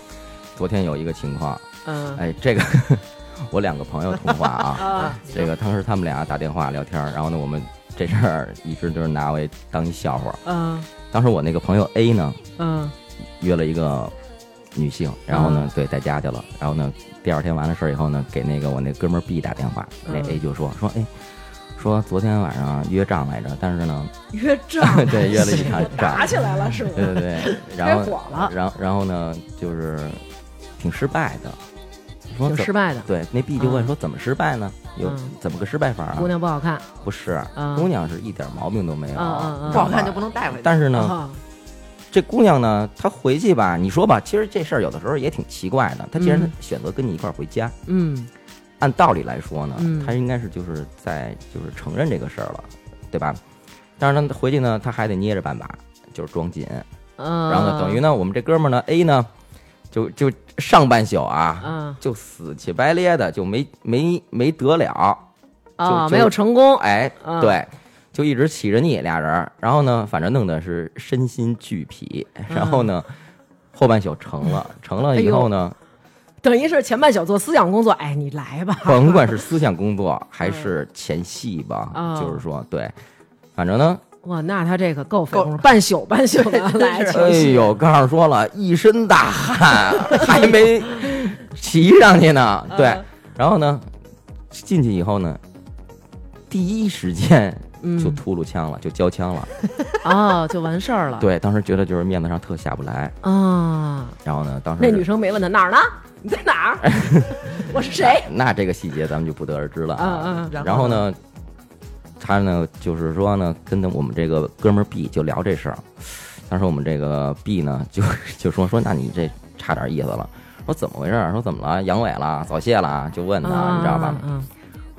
[SPEAKER 2] 昨天有一个情况，
[SPEAKER 5] 嗯
[SPEAKER 2] 哎，这个 我两个朋友通话啊，
[SPEAKER 5] 啊，
[SPEAKER 2] 这个当时他们俩打电话聊天儿，然后呢，我们这事儿一直就是拿为当一笑话。
[SPEAKER 5] 嗯
[SPEAKER 2] 当时我那个朋友 A 呢
[SPEAKER 5] 嗯
[SPEAKER 2] 约了一个女性，然后呢，对，在家去了，然后呢，第二天完了事儿以后呢，给那个我那哥们儿 B 打电话，那
[SPEAKER 5] 嗯
[SPEAKER 2] A 就说说哎。说昨天晚上约账来着，但是呢，
[SPEAKER 5] 约账
[SPEAKER 2] 对，约了一场账，
[SPEAKER 5] 打起来了是吗？
[SPEAKER 2] 对对 对，然
[SPEAKER 5] 开火
[SPEAKER 2] 后
[SPEAKER 5] 了
[SPEAKER 2] 然后然后呢，就是挺失败的，说
[SPEAKER 5] 挺
[SPEAKER 2] 怎
[SPEAKER 5] 失败的，
[SPEAKER 2] 对，那 B 就问
[SPEAKER 5] 嗯
[SPEAKER 2] 说怎么失败呢？有
[SPEAKER 5] 嗯
[SPEAKER 2] 怎么个失败法啊
[SPEAKER 5] 姑？娘不好看
[SPEAKER 2] 不是啊
[SPEAKER 5] 嗯，
[SPEAKER 2] 姑娘是一点毛病都没有，
[SPEAKER 5] 嗯嗯嗯
[SPEAKER 2] 你知
[SPEAKER 3] 不
[SPEAKER 2] 道
[SPEAKER 3] 好看
[SPEAKER 2] 吧
[SPEAKER 3] 就不能带回去。
[SPEAKER 2] 但是呢，
[SPEAKER 5] 啊，
[SPEAKER 2] 这姑娘呢，她回去吧，你说吧，其实这事儿有的时候也挺奇怪的。她既然
[SPEAKER 5] 嗯
[SPEAKER 2] 选择跟你一块儿回家，
[SPEAKER 5] 嗯
[SPEAKER 2] 按道理来说呢
[SPEAKER 5] 嗯，
[SPEAKER 2] 她应该是就是在就是承认这个事儿了，对吧？但是呢，回去呢，她还得捏着半把，就是装紧。
[SPEAKER 5] 嗯，
[SPEAKER 2] 然后呢，等于呢，我们这哥们儿呢，A 呢，就就上半宿啊，
[SPEAKER 5] 嗯
[SPEAKER 2] 就死乞白咧的，就没没没得了。
[SPEAKER 5] 啊
[SPEAKER 2] 就
[SPEAKER 5] 没有成功，
[SPEAKER 2] 哎
[SPEAKER 5] 啊，
[SPEAKER 2] 对，就一直起着腻俩人儿，然后呢，反正弄的是身心俱疲，
[SPEAKER 5] 嗯
[SPEAKER 2] 然后呢，后半宿成了，成
[SPEAKER 5] 哎
[SPEAKER 2] 了以后呢，
[SPEAKER 5] 等于是前半宿做思想工作，哎，你来吧，
[SPEAKER 2] 甭管是思想工作还是前戏吧，
[SPEAKER 5] 嗯
[SPEAKER 2] 就是说对，反正呢，
[SPEAKER 5] 哇，那他这个够费
[SPEAKER 3] 够
[SPEAKER 5] 工夫，半宿半宿 的来
[SPEAKER 2] 哎
[SPEAKER 5] 情绪，
[SPEAKER 2] 呦，告诉说了一身大汗，还没骑上去呢，
[SPEAKER 5] 嗯
[SPEAKER 2] 对，然后呢，进去以后呢，第一时间
[SPEAKER 5] 嗯，
[SPEAKER 2] 就秃噜枪了，就交枪了。
[SPEAKER 5] 哦，就完事儿了。
[SPEAKER 2] 对，当时觉得就是面子上特下不来。
[SPEAKER 5] 啊，
[SPEAKER 2] 然后呢，当时
[SPEAKER 5] 那女生没问他哪儿呢？你在哪 儿？我是谁？
[SPEAKER 2] 那这个细节咱们就不得而知了
[SPEAKER 5] 啊啊！
[SPEAKER 2] 然后？呢，他呢就是说呢，跟我们这个哥们儿 B 就聊这事儿。当时我们这个 B 呢就就说说，那你这差点意思了。说怎么回事儿？说怎么了？阳痿了？早泄了？就问他，你知道吧？
[SPEAKER 5] 嗯，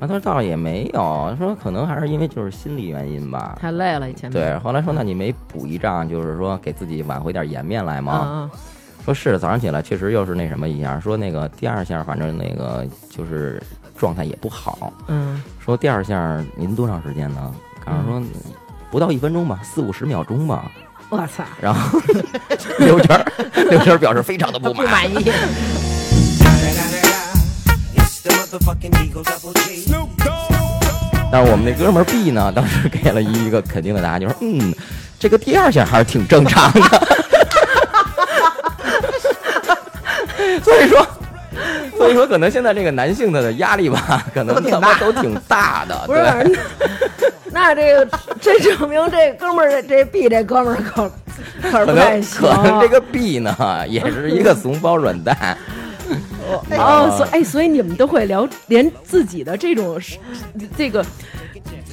[SPEAKER 2] 啊，他说倒也没有，说可能还是因为就是心理原因吧。
[SPEAKER 5] 太累了，以前
[SPEAKER 2] 对，后来说那你没补一仗，就是说给自己挽回点颜面来
[SPEAKER 5] 啊
[SPEAKER 2] 吗？
[SPEAKER 5] 啊，
[SPEAKER 2] 说是，早上起来确实又是那什么一下，说那个第二下反正那个就是状态也不好。
[SPEAKER 5] 嗯
[SPEAKER 2] 说第二下您多长时间呢？告诉说不到一分钟吧，四五十秒钟吧。
[SPEAKER 5] 我操，
[SPEAKER 2] 然后 刘娟儿，刘娟儿表示非常的不
[SPEAKER 5] 不
[SPEAKER 2] 满。
[SPEAKER 5] 满意。
[SPEAKER 6] It's the motherfucking Eagle Double G.
[SPEAKER 2] 但是我们那哥们儿 B 呢， 当时给了一个肯定的答案，就说嗯，这个第二下还是挺正常的。 所以说，所以说可能现在这个男性的压力 吧，可能他妈都挺大的。
[SPEAKER 5] 不是
[SPEAKER 2] 对，
[SPEAKER 5] 那这个这证明这哥们儿这这 B 这哥们儿可可
[SPEAKER 2] 可
[SPEAKER 5] 是不太
[SPEAKER 2] 能
[SPEAKER 5] 行
[SPEAKER 2] 可。能这个 B 呢， 也是一个怂包软 蛋。
[SPEAKER 5] 哦，所哎，所以你们都会聊，连自己的这种是这个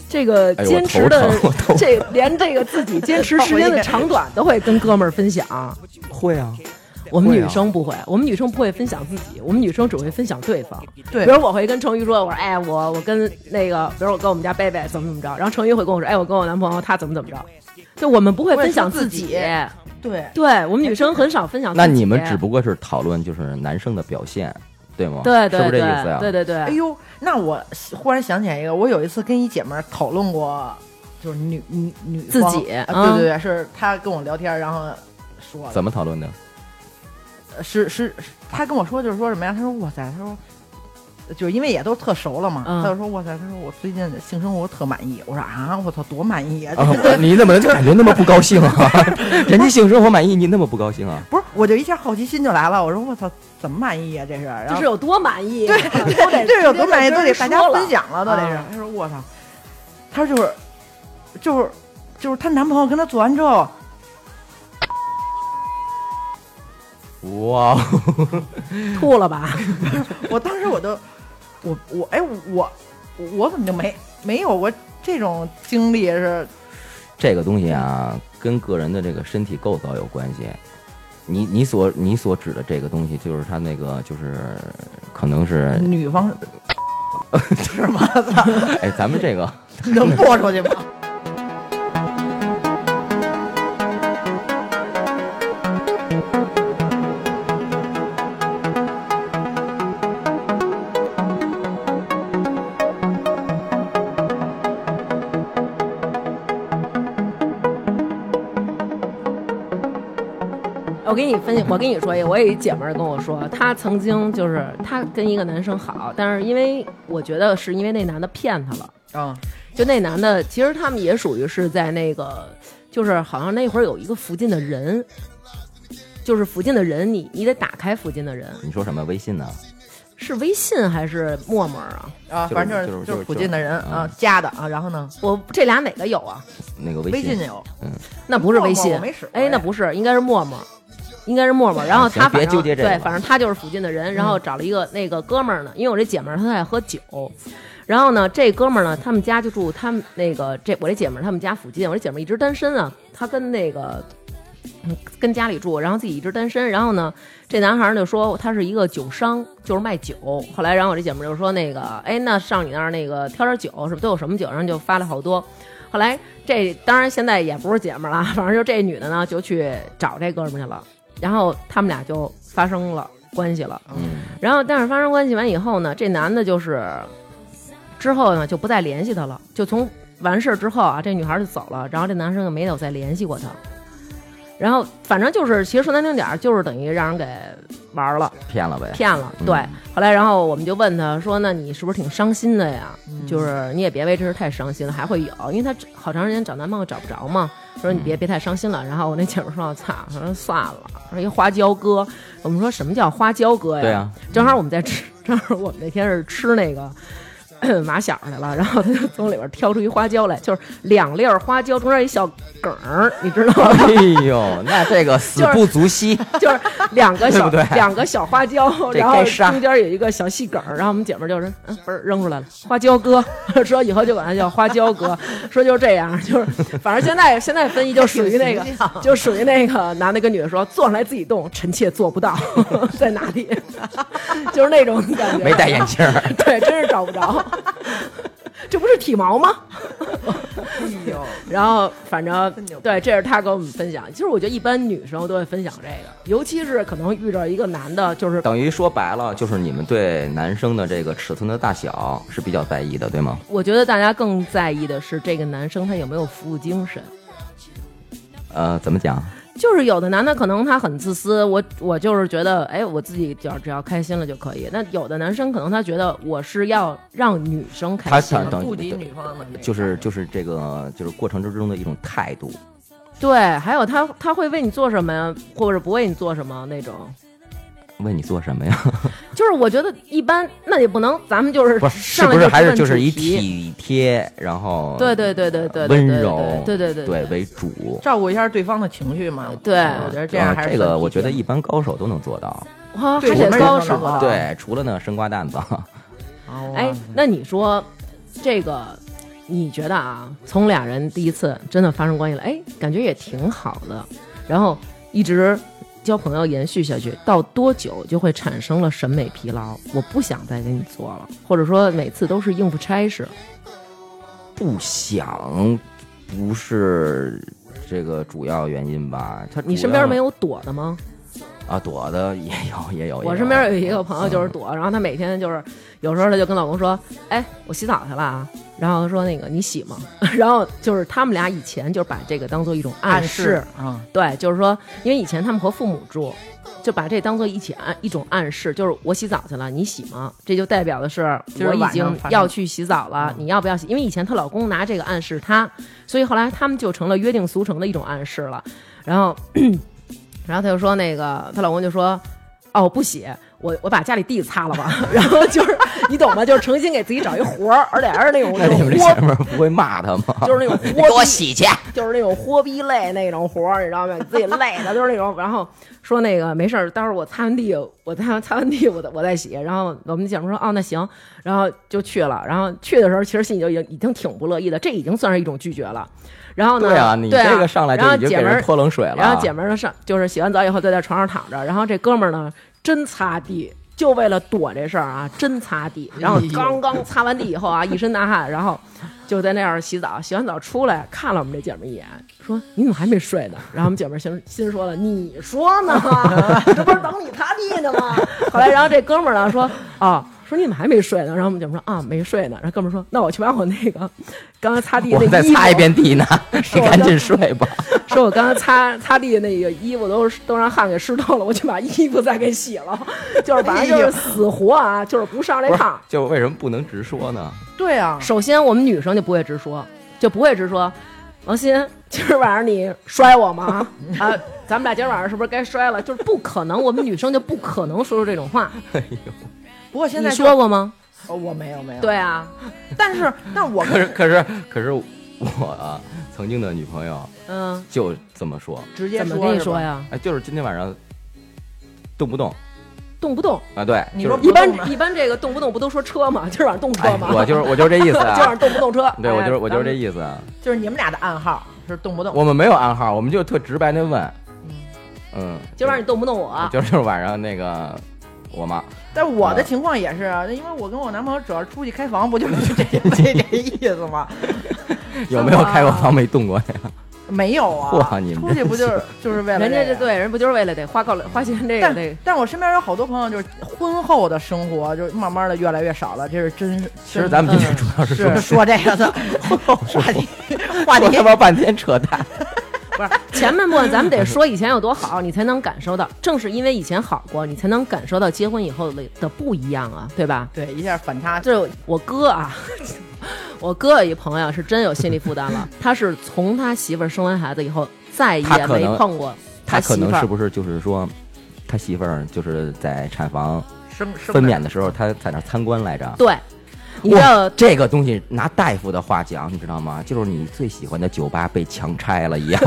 [SPEAKER 5] 这个
[SPEAKER 2] 哎呦
[SPEAKER 5] 坚持的
[SPEAKER 2] 我头疼我头疼
[SPEAKER 5] 这连这个自己坚持时间的长短都会跟哥们儿分享。
[SPEAKER 2] 会啊，
[SPEAKER 5] 我们
[SPEAKER 2] 会啊
[SPEAKER 5] 女生不会，我们女生不会分享自己，我们女生只会分享对方。
[SPEAKER 3] 对
[SPEAKER 5] 比如我会跟程昱说，我说哎，我我跟那个，比如我跟我们家贝贝怎么怎么着，然后程昱会跟我说，哎，我跟我男朋友他怎么怎么着。就我们不会分享自己，
[SPEAKER 3] 不会说对，
[SPEAKER 5] 对我们女生很少分享自
[SPEAKER 2] 那
[SPEAKER 5] 己。
[SPEAKER 2] 你们只不过是讨论就是男生的表现，对吗？
[SPEAKER 5] 对对
[SPEAKER 2] 是不
[SPEAKER 5] 对
[SPEAKER 2] 是这意思啊呀、
[SPEAKER 5] 对对对，
[SPEAKER 3] 哎呦，那我忽然想起来一个，我有一次跟一姐们儿讨论过，就是女女女
[SPEAKER 5] 自
[SPEAKER 3] 方
[SPEAKER 5] 己
[SPEAKER 3] 啊
[SPEAKER 5] 嗯
[SPEAKER 3] 对对对，是她跟我聊天，然后说的
[SPEAKER 2] 怎么讨论的？
[SPEAKER 3] 是是是，他跟我说就是说什么呀？他说哇塞，他说就是因为也都特熟了嘛，
[SPEAKER 5] 嗯
[SPEAKER 3] 他就说哇塞，他说我最近性生活特满意。我说啊，我操，多满意啊！
[SPEAKER 5] 哦
[SPEAKER 2] 啊，我你怎么能感觉那么不高兴啊？ 人家性生活满意，你那么不高兴啊？
[SPEAKER 3] 不是，我就一下好奇心就来了，我说我操，怎么满意啊？这是，然
[SPEAKER 5] 就
[SPEAKER 3] 后
[SPEAKER 5] 是有多满意，对，都得
[SPEAKER 3] 这有多满意
[SPEAKER 5] 直接跟
[SPEAKER 3] 都得
[SPEAKER 5] 人
[SPEAKER 3] 大家
[SPEAKER 5] 说了
[SPEAKER 3] 分享了，都得是
[SPEAKER 5] 啊。
[SPEAKER 3] 他说我操，他说就是就是就是她男朋友跟她做完之后，
[SPEAKER 2] 哇，
[SPEAKER 5] 吐了吧？
[SPEAKER 3] 我当时我都我我哎我我怎么就没没有过这种经历是？
[SPEAKER 2] 这个东西啊，跟个人的这个身体构造有关系。你你所你所指的这个东西，就是它那个就是可能是
[SPEAKER 3] 女 方是吗？嗯
[SPEAKER 2] 哎，咱们这个
[SPEAKER 3] 能播出去吗？
[SPEAKER 5] 我给你分析，我跟你说一个，我有一姐们儿跟我说，她曾经就是她跟一个男生好，但是因为我觉得是因为那男的骗她了，
[SPEAKER 3] 啊，
[SPEAKER 5] 就那男的其实他们也属于是在那个，就是好像那会儿有一个附近的人，就是附近的人，你你得打开附近的人，
[SPEAKER 2] 你说什么微信呢？
[SPEAKER 5] 是微信还是陌陌啊？
[SPEAKER 3] 啊，
[SPEAKER 2] 就是
[SPEAKER 3] 反正
[SPEAKER 2] 就是是
[SPEAKER 3] 就
[SPEAKER 2] 就
[SPEAKER 3] 是
[SPEAKER 2] 是
[SPEAKER 3] 附近的人
[SPEAKER 2] 嗯
[SPEAKER 3] 啊加的啊，然后呢，
[SPEAKER 5] 我这俩哪个有啊？
[SPEAKER 2] 那个微
[SPEAKER 3] 微
[SPEAKER 2] 信
[SPEAKER 3] 信也有，
[SPEAKER 5] 那不是微信，
[SPEAKER 3] 陌陌我没使过
[SPEAKER 5] 哎，那不是，应该是陌陌，应该是陌陌。然后
[SPEAKER 2] 哎
[SPEAKER 5] 他
[SPEAKER 2] 行
[SPEAKER 5] 反
[SPEAKER 2] 别
[SPEAKER 5] 正
[SPEAKER 2] 纠结这个嗯
[SPEAKER 5] 对，
[SPEAKER 2] 了
[SPEAKER 5] 反正他就是附近的人，然后找了一个那个哥们儿呢，因为我这姐们儿她爱喝酒，然后呢，这哥们儿呢，他们家就住他们那个这我这姐们儿他们家附近，我这姐们儿一直单身啊，她跟那个。嗯跟家里住，然后自己一直单身，然后呢，这男孩儿就说他是一个酒商，就是卖酒。后来，然后我这姐们儿就说那个，哎，那上你那儿那个挑点酒，什么都有什么酒，然后就发了好多。后来这当然现在也不是姐们儿了，反正就这女的呢就去找这哥们儿去了，然后他们俩就发生了关系了。
[SPEAKER 2] 嗯，
[SPEAKER 5] 然后但是发生关系完以后呢，这男的就是之后呢就不再联系她了，就从完事儿之后啊，这女孩儿就走了，然后这男生就没有再联系过她。然后反正就是，其实说难听点儿，就是等于让人给玩儿了。
[SPEAKER 2] 骗了呗。
[SPEAKER 5] 骗了。
[SPEAKER 2] 嗯
[SPEAKER 5] 对，后来然后我们就问他说：“那你是不是挺伤心的呀？
[SPEAKER 2] 嗯
[SPEAKER 5] 就是你也别为这事太伤心了，还会有，因为他好长时间找男朋友找不着嘛。”说你别别太伤心了。然后我那姐们儿说：“我操，说算了。”说一花椒哥，我们说什么叫花椒哥呀？
[SPEAKER 2] 对啊，
[SPEAKER 5] 正好我们在吃，正好我们那天是吃那个。 马小去了，然后他就从里边挑出一花椒来，就是两粒儿花椒中间一小梗儿，你知道吗？
[SPEAKER 2] 哎呦，那这个死不足惜，
[SPEAKER 5] 就是两个小
[SPEAKER 2] 对不对
[SPEAKER 5] 两个小花椒，
[SPEAKER 2] 这
[SPEAKER 5] 然后
[SPEAKER 2] 该杀
[SPEAKER 5] 中间有一个小细梗儿，然后我们姐们儿就是嗯，不是扔出来了，花椒哥， 说以后就管他叫花椒哥， 说就这样，就是反正现在现在分析就属于 那个
[SPEAKER 3] 挺形象，
[SPEAKER 5] 就属于那个男的跟女的说坐上来自己动，臣妾做不到， 在哪里， 就是那种感觉，
[SPEAKER 2] 没戴眼镜儿，
[SPEAKER 5] 对，真是找不着。 这不是体毛吗？
[SPEAKER 3] 哎呦，
[SPEAKER 5] 然后反正
[SPEAKER 3] 真牛逼
[SPEAKER 5] 对，这是他给我们分享。其实我觉得一般女生都会分享这个，尤其是可能遇着一个男的，就是
[SPEAKER 2] 等于说白了就是你们对男生的这个尺寸的大小是比较在意的，对吗？
[SPEAKER 5] 我觉得大家更在意的是这个男生他有没有服务精神。
[SPEAKER 2] 呃，怎么讲？
[SPEAKER 5] 就是有的男的可能他很自私，我我就是觉得，哎，我自己只要只要开心了就可以。那有的男生可能他觉得我是要让女生开
[SPEAKER 2] 他
[SPEAKER 5] 心，
[SPEAKER 2] 想等
[SPEAKER 3] 顾及女方的那个
[SPEAKER 2] 就是就是这个就是过程之中的一种态度，
[SPEAKER 5] 对，还有他他会为你做什么呀，或者不为你做什么那种。
[SPEAKER 2] 问你做什么呀？
[SPEAKER 5] 就是我觉得一般，那也不能，咱们就是
[SPEAKER 2] 不是 是
[SPEAKER 5] 上来
[SPEAKER 2] 不是还是
[SPEAKER 5] 问
[SPEAKER 2] 就是
[SPEAKER 5] 主
[SPEAKER 2] 以
[SPEAKER 5] 题
[SPEAKER 2] 体贴，然后
[SPEAKER 5] 对对对对对对
[SPEAKER 2] 温柔
[SPEAKER 5] 对对对
[SPEAKER 2] 对为主。
[SPEAKER 3] 照顾一下对方的情绪嘛。
[SPEAKER 5] 对
[SPEAKER 3] 我觉得这样
[SPEAKER 2] 呃
[SPEAKER 3] 还是
[SPEAKER 2] 这
[SPEAKER 3] 很
[SPEAKER 2] 个，
[SPEAKER 3] 体
[SPEAKER 2] 我觉得
[SPEAKER 3] 贴
[SPEAKER 2] 一般高手都能做到。
[SPEAKER 5] 哇，
[SPEAKER 3] 对
[SPEAKER 5] 还
[SPEAKER 3] 我
[SPEAKER 5] 得
[SPEAKER 3] 们
[SPEAKER 5] 高
[SPEAKER 3] 也能做
[SPEAKER 5] 手
[SPEAKER 3] 到啊
[SPEAKER 2] 对，除了那生瓜蛋子，
[SPEAKER 3] 啊我
[SPEAKER 5] 哎，那你说这个，你觉得啊，从俩人第一次真的发生关系了，哎，感觉也挺好的，然后一直交朋友延续下去，到多久就会产生了审美疲劳？我不想再跟你做了，或者说每次都是应付差事，
[SPEAKER 2] 不想不是这个主要原因吧？他
[SPEAKER 5] 你
[SPEAKER 2] 主
[SPEAKER 5] 身边
[SPEAKER 2] 要
[SPEAKER 5] 没有躲的吗？
[SPEAKER 2] 啊？躲的也有也有。嗯
[SPEAKER 5] 我
[SPEAKER 2] 也
[SPEAKER 5] 身边有一个朋友就是躲，然后她每天就是有时候她就跟老公说：“哎，我洗澡去了啊。”然后说那个你洗吗？ 然后就是他们俩以前就把这个当做一种
[SPEAKER 3] 暗
[SPEAKER 5] 示
[SPEAKER 3] 示啊，
[SPEAKER 5] 对，就是说，因为以前他们和父母住，就把这当做一起暗一种暗示，就是我洗澡去了，你洗吗？这就代表的是
[SPEAKER 3] 今儿
[SPEAKER 5] 我已
[SPEAKER 3] 晚上
[SPEAKER 5] 经
[SPEAKER 3] 发生嗯
[SPEAKER 5] 要去洗澡了，你要不要洗？因为以前她老公拿这个暗示她，所以后来他们就成了约定俗成的一种暗示了。然后， 然后她就说那个，她老公就说，哦，我不洗。我我把家里地擦了吧， 然后就是你懂吗？就是诚心给自己找一活儿，而且还是那种
[SPEAKER 2] 那
[SPEAKER 5] 那
[SPEAKER 2] 你
[SPEAKER 5] 种
[SPEAKER 2] 们这
[SPEAKER 5] 豁
[SPEAKER 2] 前面不会骂他吗？
[SPEAKER 5] 就是那 种
[SPEAKER 2] 你
[SPEAKER 5] 豁
[SPEAKER 2] 给我
[SPEAKER 5] 逼
[SPEAKER 2] 洗去。
[SPEAKER 5] 就是那种豁逼累那种活儿，你知道吗？你自己累的，就是那种。然后说那个没事儿，待会儿我擦完地，我擦完擦完地，我再我再洗。然后我们姐们说哦，那行，然后就去了。然后去的时候，其实心里就已经已经挺不乐意的，这已经算是一种拒绝了。然后呢，
[SPEAKER 2] 对啊，你
[SPEAKER 5] 对
[SPEAKER 2] 这个上来
[SPEAKER 5] 然
[SPEAKER 2] 就
[SPEAKER 5] 后
[SPEAKER 2] 已经
[SPEAKER 5] 姐
[SPEAKER 2] 给
[SPEAKER 5] 们
[SPEAKER 2] 人
[SPEAKER 5] 儿
[SPEAKER 2] 泼冷水了。
[SPEAKER 5] 然后姐们儿呢上就是洗完澡以后就在床上躺着，然后这哥们儿呢真擦地，就为了躲这事儿啊，真擦 地。然
[SPEAKER 2] 哎
[SPEAKER 5] 后刚刚擦完地以后啊，一身大汗，然后就在那儿洗澡，洗完澡出来看了我们这姐们儿一眼，说你怎么还没睡呢？然后我们姐们儿心心说了，你说 呢？这不是等你擦地呢吗？后来然后这哥们儿呢说啊。说你怎么还没睡呢？然后我们姐们儿说啊没睡呢。然后哥们儿说那我去把我那个刚刚擦地那
[SPEAKER 2] 我再
[SPEAKER 5] 衣服
[SPEAKER 2] 擦一遍地 呢，你
[SPEAKER 5] 我
[SPEAKER 2] 赶
[SPEAKER 5] 的
[SPEAKER 2] 紧睡吧。
[SPEAKER 5] 说我刚才擦 擦地那个衣服都都让汗给湿透了，我去把衣服再给洗了，就是
[SPEAKER 3] 哎
[SPEAKER 5] 反正就是死活啊，就是不上这
[SPEAKER 2] 不是
[SPEAKER 5] 趟。
[SPEAKER 2] 就为什么不能直说呢？
[SPEAKER 3] 对啊，
[SPEAKER 5] 首先，我们女生就不会直说，就不会直说，王鑫，今儿晚上你摔我吗？ 啊，咱们俩今儿晚上是不是该摔了？就是不可能，我们女生就不可能说出这种话。
[SPEAKER 2] 哎
[SPEAKER 3] 不过 现在
[SPEAKER 5] 你
[SPEAKER 3] 就
[SPEAKER 5] 说过吗？
[SPEAKER 3] 哦我没有没有，
[SPEAKER 5] 对啊，
[SPEAKER 3] 但是但我
[SPEAKER 2] 可是可是可是我啊曾经的女朋友
[SPEAKER 5] 嗯，
[SPEAKER 2] 就这么说，
[SPEAKER 3] 直接
[SPEAKER 5] 怎么跟你
[SPEAKER 3] 是吧
[SPEAKER 5] 说？呀？
[SPEAKER 2] 哎，就是今天晚上动不动
[SPEAKER 5] 动不动，
[SPEAKER 2] 啊？对，
[SPEAKER 3] 你
[SPEAKER 2] 就是
[SPEAKER 3] 说
[SPEAKER 5] 一
[SPEAKER 3] 不动吗
[SPEAKER 5] 般一般这个动不动不都说车吗？今儿晚上动车
[SPEAKER 2] 哎，
[SPEAKER 5] 吗？
[SPEAKER 2] 我就是我就是这意思
[SPEAKER 5] 今儿晚
[SPEAKER 2] 啊
[SPEAKER 5] 上。动不动车？
[SPEAKER 2] 对，我就是
[SPEAKER 5] 哎
[SPEAKER 2] 我就是
[SPEAKER 5] 咱
[SPEAKER 2] 这
[SPEAKER 5] 们
[SPEAKER 2] 意思啊。
[SPEAKER 3] 就是你们俩的暗号是动不动
[SPEAKER 2] 我们没有暗号，我们就特直白的问，嗯，
[SPEAKER 5] 今儿晚上你啊动不动我？
[SPEAKER 2] 就是就是晚上那个我妈，
[SPEAKER 3] 但我的
[SPEAKER 2] 啊
[SPEAKER 3] 情况也是，啊，因为我跟我男朋友主要出去开房，不就是这这这意思吗？
[SPEAKER 2] 有没有开过房没动 过呀？
[SPEAKER 3] 没有啊
[SPEAKER 2] 嚯你，们
[SPEAKER 3] 出去不就是就是为了
[SPEAKER 5] 人家这
[SPEAKER 3] 个。
[SPEAKER 5] 对人不就是为了得花高花钱这个
[SPEAKER 3] 但
[SPEAKER 5] 这个？
[SPEAKER 3] 但我身边有好多朋友，就是婚后的生活就是慢慢的越来越少了，这是真。
[SPEAKER 2] 其实咱们今天主要是说
[SPEAKER 3] 是说这个的话题， 话
[SPEAKER 2] 说
[SPEAKER 3] 题
[SPEAKER 2] 他妈半天扯淡，
[SPEAKER 5] 不是前半部 分咱们得说以前有多好，你才能感受到。正是因为以前好过，你才能感受到结婚以后的的不一样啊，对吧？
[SPEAKER 3] 对一下反差，
[SPEAKER 5] 就是我哥啊， 我哥有一朋友是真有心理负担了， 他是从他媳妇儿生完孩子以后再也
[SPEAKER 2] 他可
[SPEAKER 5] 没
[SPEAKER 2] 能
[SPEAKER 5] 碰过
[SPEAKER 2] 他可
[SPEAKER 5] 媳
[SPEAKER 2] 能
[SPEAKER 5] 妇儿
[SPEAKER 2] 是。不是就是说。他媳妇儿就是在产房
[SPEAKER 3] 生生
[SPEAKER 2] 分
[SPEAKER 3] 的
[SPEAKER 2] 娩的时候，他在那儿参观来着。
[SPEAKER 5] 对，你知道
[SPEAKER 2] 这个东西拿大夫的话讲，你知道吗？就是你最喜欢的酒吧被强拆了 一样，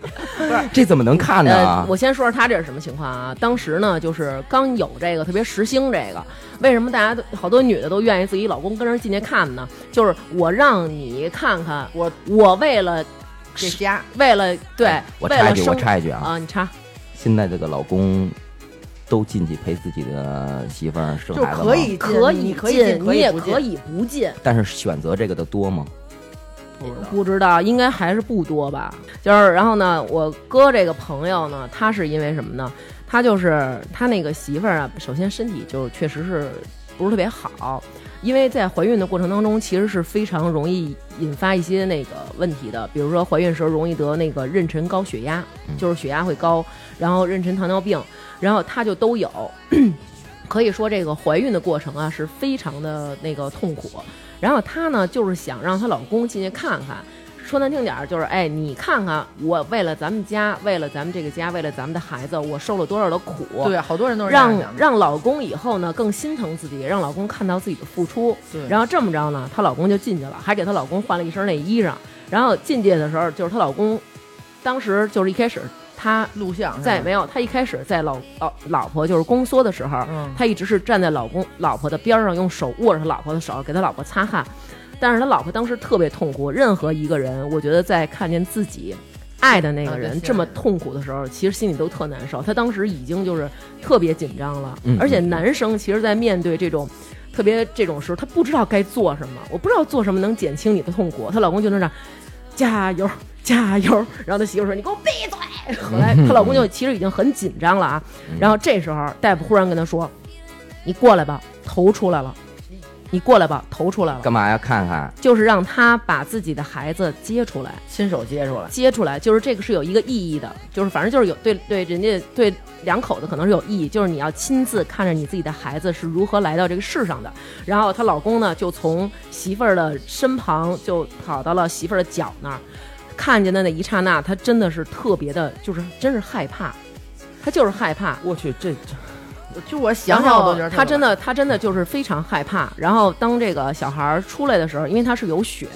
[SPEAKER 2] 这怎么能看啊呢？
[SPEAKER 5] 呃，我先说说他这是什么情况啊？当时呢，就是刚有这个特别时兴这个，为什么大家都好多女的都愿意自己老公跟着进去看呢？就是我让你看看，
[SPEAKER 3] 我
[SPEAKER 5] 我为了
[SPEAKER 3] 这家
[SPEAKER 5] 为了对，
[SPEAKER 2] 哎我
[SPEAKER 5] 为
[SPEAKER 2] 插一
[SPEAKER 5] 了
[SPEAKER 2] 句，我
[SPEAKER 5] 生
[SPEAKER 2] 插一句啊，
[SPEAKER 5] 啊，你插
[SPEAKER 2] 现在这个老公都进去陪自己的媳妇儿生
[SPEAKER 3] 就
[SPEAKER 2] 孩子吗
[SPEAKER 3] 可以进
[SPEAKER 5] 可
[SPEAKER 3] 你
[SPEAKER 5] 以
[SPEAKER 3] 可以进，
[SPEAKER 5] 你也
[SPEAKER 3] 不
[SPEAKER 5] 可
[SPEAKER 3] 进。
[SPEAKER 5] 以不进，
[SPEAKER 2] 但是选择这个的多吗？
[SPEAKER 5] 不知道，应该还是不多吧。就是，然后呢，我哥这个朋友呢，他是因为什么呢？他就是他那个媳妇儿啊，首先身体就确实是不是特别好，因为在怀孕的过程当中，其实是非常容易引发一些那个问题的，比如说怀孕时候容易得那个妊娠高血压，就是血压会高，然后妊娠糖尿病， 然后他就都有。可以说，这个怀孕的过程啊，是非常的那个痛苦。然后她呢，就是想让她老公进去看看。说难听点儿，就是哎，你看看我为了咱们家，为了咱们这个家，为了咱们的孩子，我受了多少的苦。
[SPEAKER 3] 对，好多人都是这样
[SPEAKER 5] 让
[SPEAKER 3] 想的
[SPEAKER 5] 让老公以后呢更心疼自己，让老公看到自己的付出。
[SPEAKER 3] 对
[SPEAKER 5] 然后这么着呢，她老公就进去了，还给她老公换了一身内衣裳。然后进去的时候，就是她老公，当时就是一开始她
[SPEAKER 3] 录像是吧
[SPEAKER 5] 在没有，她一开始在老老老婆就是宫缩的时候，
[SPEAKER 3] 嗯
[SPEAKER 5] 她一直是站在老公老婆的边上，用手握着她老婆的手，给她老婆擦汗。但是她老婆当时特别痛苦，任何一个人，我觉得在看见自己爱的那个
[SPEAKER 3] 啊对
[SPEAKER 5] 人
[SPEAKER 3] 是
[SPEAKER 5] 这么痛苦的时候，其实心里都特难受。她当时已经就是特别紧张了，
[SPEAKER 2] 嗯
[SPEAKER 5] 而且
[SPEAKER 2] 嗯
[SPEAKER 5] 男生其实，在面对这种。特别这种时候，她不知道该做什么，我不知道做什么能减轻你的痛苦。她老公就那样，加油，加油！然后她媳妇说：“你给我闭嘴！”后来她老公就其实已经很紧张了啊。然后这时候大夫忽然跟她说：“你过来吧，头出来了，你过来吧，头出来了。
[SPEAKER 2] 干嘛呀？看看”
[SPEAKER 5] 就是让她把自己的孩子接出来，
[SPEAKER 3] 亲手接出来，
[SPEAKER 5] 接出来，就是这个是有一个意义的，就是反正就是有对对人家对两口子可能是有意义，就是你要亲自看着你自己的孩子是如何来到这个世上的。然后她老公呢，就从媳妇儿的身旁就跑到了媳妇儿的脚那儿，看见的那一刹那，她真的是特别的，就是真是害怕，她就是害怕。
[SPEAKER 2] 我去，这
[SPEAKER 3] 我就我
[SPEAKER 5] 然
[SPEAKER 3] 想想我
[SPEAKER 5] 后
[SPEAKER 3] 都觉得
[SPEAKER 5] 她真
[SPEAKER 3] 的
[SPEAKER 5] 的，她真的就是非常害怕。然后当这个小孩儿出来的时候，因为他是有血，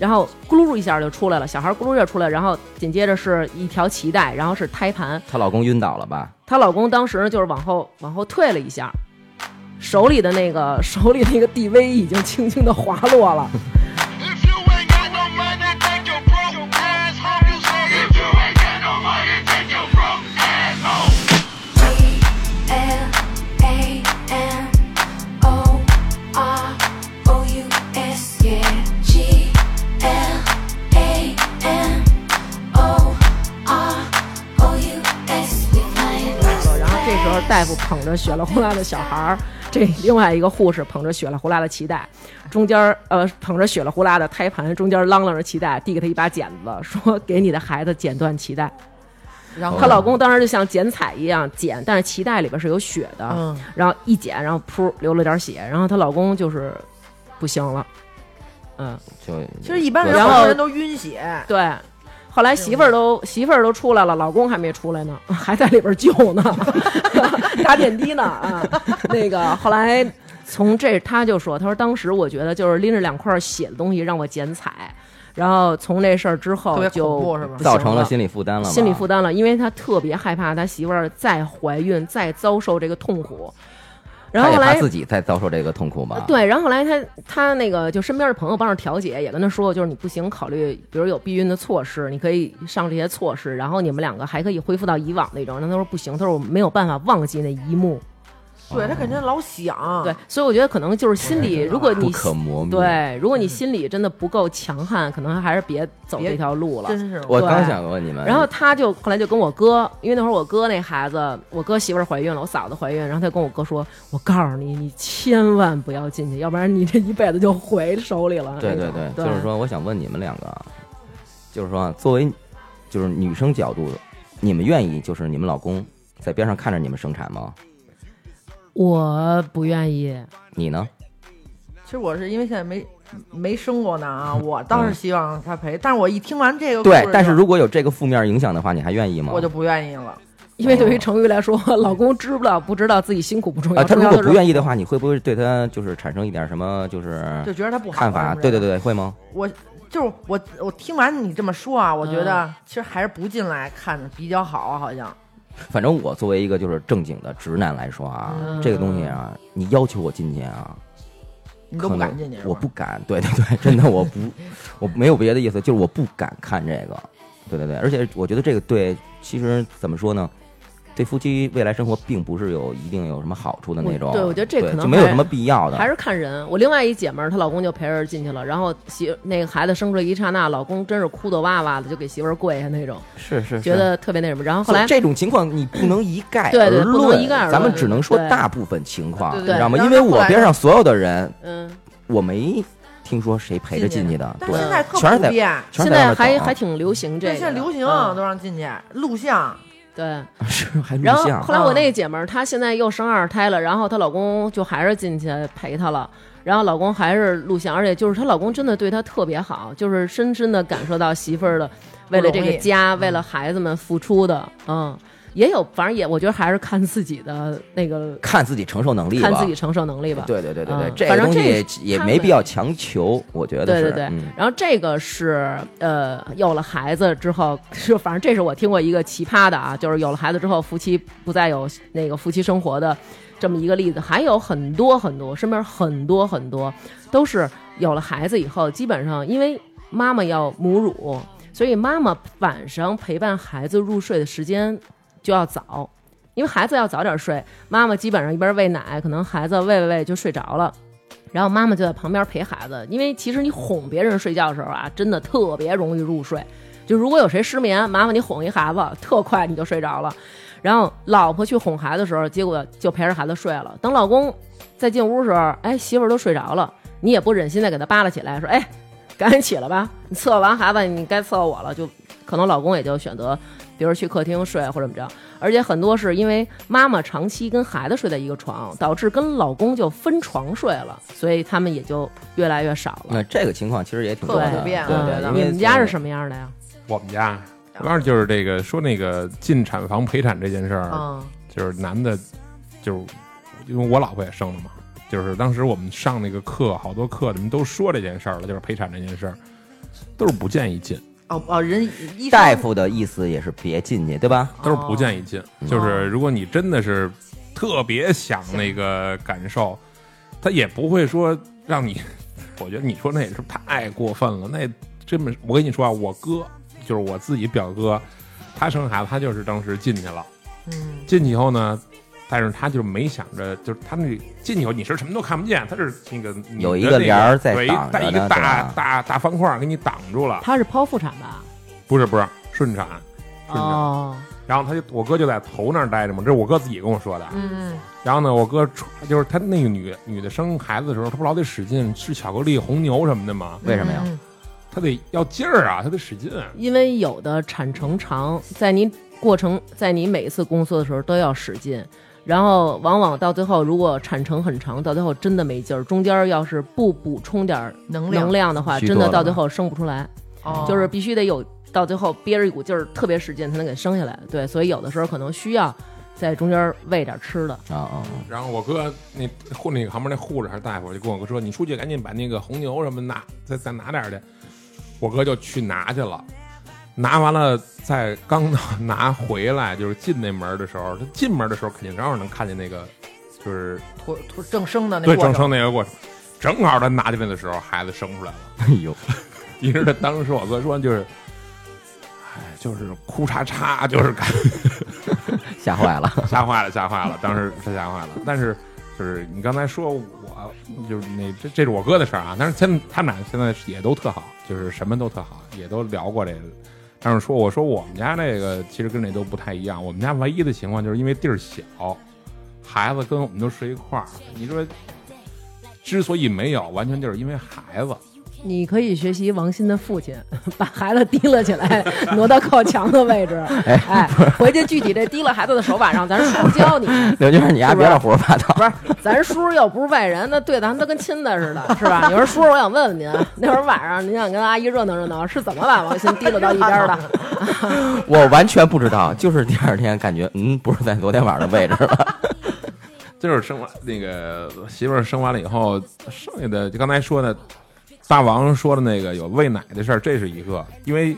[SPEAKER 5] 然后咕噜一下就出来了，小孩咕噜一下出来，然后紧接着是一条脐带，然后是胎盘。
[SPEAKER 2] 她老公晕倒了吧？
[SPEAKER 5] 她老公当时呢就是往后往后退了一下，手里的那个手里那个 DV 已经轻轻的滑落了。
[SPEAKER 7] If you ain't got no money, take your broke ass home. You say if you ain't got no money, take your broke ass home.
[SPEAKER 8] G-L-A-N-O-R-O-U-S, yeah. G-L-A-N-O-R-O-U-S, we flying.
[SPEAKER 5] 然后这时候大夫捧着血了呼啦的小孩儿，这另外一个护士捧着血了呼啦的脐带，中间儿呃捧着血了呼啦的胎盘，中间儿啷啷着脐带，递给她一把剪子，说给你的孩子剪断脐带。
[SPEAKER 3] 然后
[SPEAKER 5] 她老公当时就像剪彩一样剪，但是脐带里边是有血的，
[SPEAKER 3] 嗯
[SPEAKER 5] 然后一剪，然后噗流了点血，然后她老公就是不行了，嗯，
[SPEAKER 2] 就
[SPEAKER 3] 其实一般人
[SPEAKER 5] 然后
[SPEAKER 3] 好多人都晕血，
[SPEAKER 5] 对。后来媳妇儿都媳妇儿都出来了，老公还没出来呢，还在里边救呢， 打点滴呢啊。那个后来从这他就说，他说当时我觉得就是拎着两块血的东西让我剪彩，然后从这事儿之
[SPEAKER 3] 特
[SPEAKER 5] 后
[SPEAKER 3] 别恐怖
[SPEAKER 5] 就是
[SPEAKER 3] 吧
[SPEAKER 5] 不行
[SPEAKER 2] 造成了心理负担了吧，
[SPEAKER 5] 心理负担了，因为他特别害怕他媳妇儿再怀孕再遭受这个痛苦。然后
[SPEAKER 2] 她也
[SPEAKER 5] 后来
[SPEAKER 2] 怕自己再遭受这个痛苦吧？
[SPEAKER 5] 对，然后后来他他那个就身边的朋友帮着调解，也跟他说，就是你不行，考虑比如有避孕的措施，你可以上这些措施，然后你们两个还可以恢复到以往那种。那他说不行，他说我没有办法忘记那一幕。
[SPEAKER 3] 对他肯定老想，
[SPEAKER 5] 对，，所以我觉得可能就是心理，如果
[SPEAKER 2] 不
[SPEAKER 5] 你
[SPEAKER 2] 可磨灭。，
[SPEAKER 5] 对，如果你心里真的不够强悍，可能还是别走
[SPEAKER 3] 别
[SPEAKER 5] 这条路了。
[SPEAKER 3] 真是
[SPEAKER 2] 我
[SPEAKER 5] 对
[SPEAKER 2] 刚想问你们，
[SPEAKER 5] 然后他就后来就跟我哥，因为那会儿我哥那孩子，我哥媳妇儿怀孕了，我嫂子怀孕，然后他跟我哥说：“我告诉你，你千万不要进去，要不然你这一辈子就回手里了。”
[SPEAKER 2] 对
[SPEAKER 5] 那
[SPEAKER 2] 对
[SPEAKER 5] 种
[SPEAKER 2] 对，
[SPEAKER 5] 对，
[SPEAKER 2] 就是，说，我想问你们两个啊，就是说，啊作为就是女生角度，你们愿意就是你们老公在边上看着你们生产吗？
[SPEAKER 5] 我不愿意，
[SPEAKER 2] 你呢？
[SPEAKER 3] 其实我是因为现在没没生过呢啊，我倒
[SPEAKER 2] 嗯
[SPEAKER 3] 是希望他陪，但是我一听完这个故事
[SPEAKER 2] 对，但是如果有这个负面影响的话，你还愿意吗？
[SPEAKER 3] 我就不愿意了，
[SPEAKER 5] 因为对于成语来说，老公知不了不知道自己辛苦不重要，
[SPEAKER 2] 啊，他
[SPEAKER 5] 重
[SPEAKER 2] 如
[SPEAKER 5] 要
[SPEAKER 2] 果
[SPEAKER 5] 的是
[SPEAKER 2] 不愿意的话，你会不会对他就是产生一点什么就是
[SPEAKER 3] 就觉得他不
[SPEAKER 2] 嗯
[SPEAKER 3] 好
[SPEAKER 2] 看法？
[SPEAKER 3] 是不是
[SPEAKER 2] 对对对，会吗？
[SPEAKER 3] 我就是我，我听完你这么说啊，我觉
[SPEAKER 2] 嗯
[SPEAKER 3] 得其实还是不进来看比较好啊，好像
[SPEAKER 2] 反正我作为一个就是正经的直男来说啊，
[SPEAKER 5] 嗯
[SPEAKER 2] 这个东西啊，你要求我进去啊，
[SPEAKER 3] 你
[SPEAKER 2] 可
[SPEAKER 3] 都不
[SPEAKER 2] 能
[SPEAKER 3] 敢进去是吧，
[SPEAKER 2] 我不敢。对对对，真的我 不，我没有别的意思，就是我不敢看这个。对对对，而且我觉得这个对，其实怎么说呢？对夫妻未来生活并不是有一定有什么好处的那种，
[SPEAKER 5] 我对我觉得这可能
[SPEAKER 2] 对就没有
[SPEAKER 5] 还
[SPEAKER 2] 什么必要的，
[SPEAKER 5] 还是看人。我另外一姐们儿，她老公就陪着进去了，然后媳那个孩子生出来一刹那，老公真是哭得哇哇的，就给媳妇儿跪下那种，
[SPEAKER 2] 是是
[SPEAKER 5] 觉得特别那什么。然后后来
[SPEAKER 2] 这种情况你不能一概
[SPEAKER 5] 对对
[SPEAKER 2] 而
[SPEAKER 5] 不能
[SPEAKER 2] 论
[SPEAKER 5] 一概而论
[SPEAKER 2] 咱们只能说
[SPEAKER 5] 对
[SPEAKER 2] 大部分情况，
[SPEAKER 3] 对
[SPEAKER 2] 你
[SPEAKER 3] 对
[SPEAKER 2] 知道吗？
[SPEAKER 3] 对
[SPEAKER 2] 因为我边上所有的人，
[SPEAKER 5] 嗯，
[SPEAKER 2] 我没听说谁陪着进去的，
[SPEAKER 3] 但
[SPEAKER 2] 对
[SPEAKER 3] 是，现在特
[SPEAKER 2] 全是
[SPEAKER 3] 普
[SPEAKER 2] 在
[SPEAKER 3] 遍，
[SPEAKER 2] 全
[SPEAKER 5] 现
[SPEAKER 2] 是在
[SPEAKER 5] 在
[SPEAKER 2] 外
[SPEAKER 5] 还
[SPEAKER 2] 面等
[SPEAKER 5] 还挺流行这
[SPEAKER 3] 对，
[SPEAKER 5] 个，
[SPEAKER 3] 现在流行
[SPEAKER 2] 啊
[SPEAKER 5] 嗯
[SPEAKER 3] 都让进去录像，
[SPEAKER 5] 对。
[SPEAKER 2] 是还录
[SPEAKER 5] 然后
[SPEAKER 2] 像
[SPEAKER 5] 后来我那个姐们儿，她现在又生二胎了，然后她老公就还是进去陪她了，然后老公还是录像，而且就是她老公真的对她特别好，就是深深的感受到媳妇儿的为了这个家、为了孩子们付出的，嗯，也有，反正也我觉得还是看自己的那个
[SPEAKER 2] 看自己承受能力吧，
[SPEAKER 5] 看自己承受能力吧。
[SPEAKER 2] 对对对对对，
[SPEAKER 5] 嗯
[SPEAKER 2] 这个
[SPEAKER 5] 反正
[SPEAKER 2] 东西
[SPEAKER 5] 这
[SPEAKER 2] 也
[SPEAKER 5] 是
[SPEAKER 2] 也
[SPEAKER 5] 他
[SPEAKER 2] 没
[SPEAKER 5] 们
[SPEAKER 2] 必要强求，我觉得
[SPEAKER 5] 对
[SPEAKER 2] 是，
[SPEAKER 5] 对对，
[SPEAKER 2] 嗯
[SPEAKER 5] 然后这个是呃，有了孩子之后，是反正这是我听过一个奇葩的啊，就是有了孩子之后，夫妻不再有那个夫妻生活的这么一个例子，还有很多很多，身边很多很多都是有了孩子以后，基本上因为妈妈要母乳，所以妈妈晚上陪伴孩子入睡的时间就要早，因为孩子要早点睡，妈妈基本上一边喂奶，可能孩子喂喂喂就睡着了。然后妈妈就在旁边陪孩子，因为其实你哄别人睡觉的时候啊，真的特别容易入睡。就如果有谁失眠，麻烦你哄一孩子，特快你就睡着了。然后老婆去哄孩子的时候，结果就陪着孩子睡了。等老公再进屋的时候，哎，媳妇儿都睡着了，你也不忍心再给她扒拉起来，说，哎，赶紧起来吧，你伺候完孩子，你该伺候我了。就可能老公也就选择，比如去客厅睡或者怎么着。而且很多是因为妈妈长期跟孩子睡在一个床，导致跟老公就分床睡了，所以他们也就越来越少了。
[SPEAKER 2] 那这个情况其实也挺多的，
[SPEAKER 3] 特别
[SPEAKER 2] 对
[SPEAKER 3] 普遍
[SPEAKER 2] 对对，
[SPEAKER 3] 嗯
[SPEAKER 5] 你
[SPEAKER 2] 因为
[SPEAKER 5] 们家是什么样的呀？
[SPEAKER 4] 我们
[SPEAKER 3] 啊
[SPEAKER 4] 家主要就是这个说那个进产房陪产这件事儿，
[SPEAKER 3] 嗯，
[SPEAKER 4] 就是男的，就是因为我老婆也生了嘛，就是当时我们上那个课，好多课里面都说这件事儿了，就是陪产这件事儿，都是不建议进，
[SPEAKER 3] 哦哦，人医生
[SPEAKER 2] 大夫的意思也是别进去，对吧？
[SPEAKER 4] 都是不建议
[SPEAKER 2] 哦
[SPEAKER 4] 进。就是如果你真的是特别想那个感受，他也不会说让你， 我觉得你说那也是太过分了，那根本我跟你说啊，我哥就是我自己表哥，他生孩子他就是当时进去了。
[SPEAKER 3] 嗯，
[SPEAKER 4] 进去以后呢，但是他就没想着，就是他那进去以后你是什么都看不见，他是那个你
[SPEAKER 2] 有一
[SPEAKER 4] 的
[SPEAKER 2] 个
[SPEAKER 4] 那
[SPEAKER 2] 帘儿在
[SPEAKER 4] 对一
[SPEAKER 2] 挡
[SPEAKER 4] 大
[SPEAKER 2] 着
[SPEAKER 4] 一
[SPEAKER 2] 呢
[SPEAKER 4] 个
[SPEAKER 2] 对
[SPEAKER 4] 大
[SPEAKER 2] 吧
[SPEAKER 4] 大大方块儿给你挡住了，
[SPEAKER 5] 她是剖腹产吧？
[SPEAKER 4] 不是不是顺产，顺产。
[SPEAKER 5] 哦，
[SPEAKER 4] 然后他就我哥就在头那儿待着嘛，这是我哥自己跟我说的。
[SPEAKER 3] 嗯，
[SPEAKER 4] 然后呢，我哥出就是他那个女女的生孩子的时候，他不老得使劲吃巧克力、红牛什么的吗？
[SPEAKER 2] 为什么呀？
[SPEAKER 3] 嗯
[SPEAKER 4] 他得要劲儿啊，他得使劲啊。
[SPEAKER 5] 因为有的产程长，在你过程，在你每一次宫缩的时候都要使劲，然后往往到最后，如果产程很长，到最后真的没劲儿，中间要是不补充点儿
[SPEAKER 3] 能量
[SPEAKER 5] 能量的话，
[SPEAKER 2] 虚
[SPEAKER 5] 真
[SPEAKER 2] 脱
[SPEAKER 5] 的
[SPEAKER 2] 了
[SPEAKER 5] 到
[SPEAKER 2] 嘛
[SPEAKER 5] 最后生不出来。
[SPEAKER 3] 哦
[SPEAKER 5] 就是必须得有到最后憋着一股劲儿，特别使劲才能给生下来。对，所以有的时候可能需要在中间喂点吃的。
[SPEAKER 2] 啊啊，啊
[SPEAKER 4] 然后我哥那护那个旁边那护士还是大夫就跟我哥说：“你出去赶紧把那个红牛什么拿再再拿点儿去。”我哥就去拿去了，拿完了再刚到拿回来，就是进那门的时候，他进门的时候肯定正好能看见那个，就是
[SPEAKER 3] 土土正生的那
[SPEAKER 4] 对
[SPEAKER 3] 过
[SPEAKER 4] 正
[SPEAKER 3] 程
[SPEAKER 4] 生那个过程。正好他拿进来的时候，孩子生出来了。
[SPEAKER 2] 哎呦，
[SPEAKER 4] 因为他当时我哥说就是，哎，就是哭叉叉，就是感
[SPEAKER 2] 吓坏了，
[SPEAKER 4] 吓坏了，吓坏了，当时他吓坏了。但是就是你刚才说我就是那这这是我哥的事儿啊，但是现在他们俩现在也都特好，就是什么都特好，也都聊过这个。但是说我说我们家那个其实跟这都不太一样，我们家唯一的情况就是因为地儿小，孩子跟我们都睡一块儿。你说之所以没有，完全就是因为孩子。
[SPEAKER 5] 你可以学习王鑫的父亲， 把孩子提了起来，挪到靠墙的位置。哎，回去具体这提了孩子的手法上，咱叔教你。
[SPEAKER 2] 刘娟，你丫别老胡说八道。
[SPEAKER 5] 不是，咱叔又不是外人，那对咱都跟亲的似的，是吧？你说叔，我想问问您，那会儿晚上您想跟阿姨热闹热闹，是怎么把王鑫提溜到一边的？
[SPEAKER 2] 我完全不知道，就是第二天感觉嗯，不是在昨天晚上的位置了。
[SPEAKER 4] 就是生完那个媳妇儿生完了以后，剩下的就刚才说的，大王说的那个有喂奶的事儿，这是一个，因为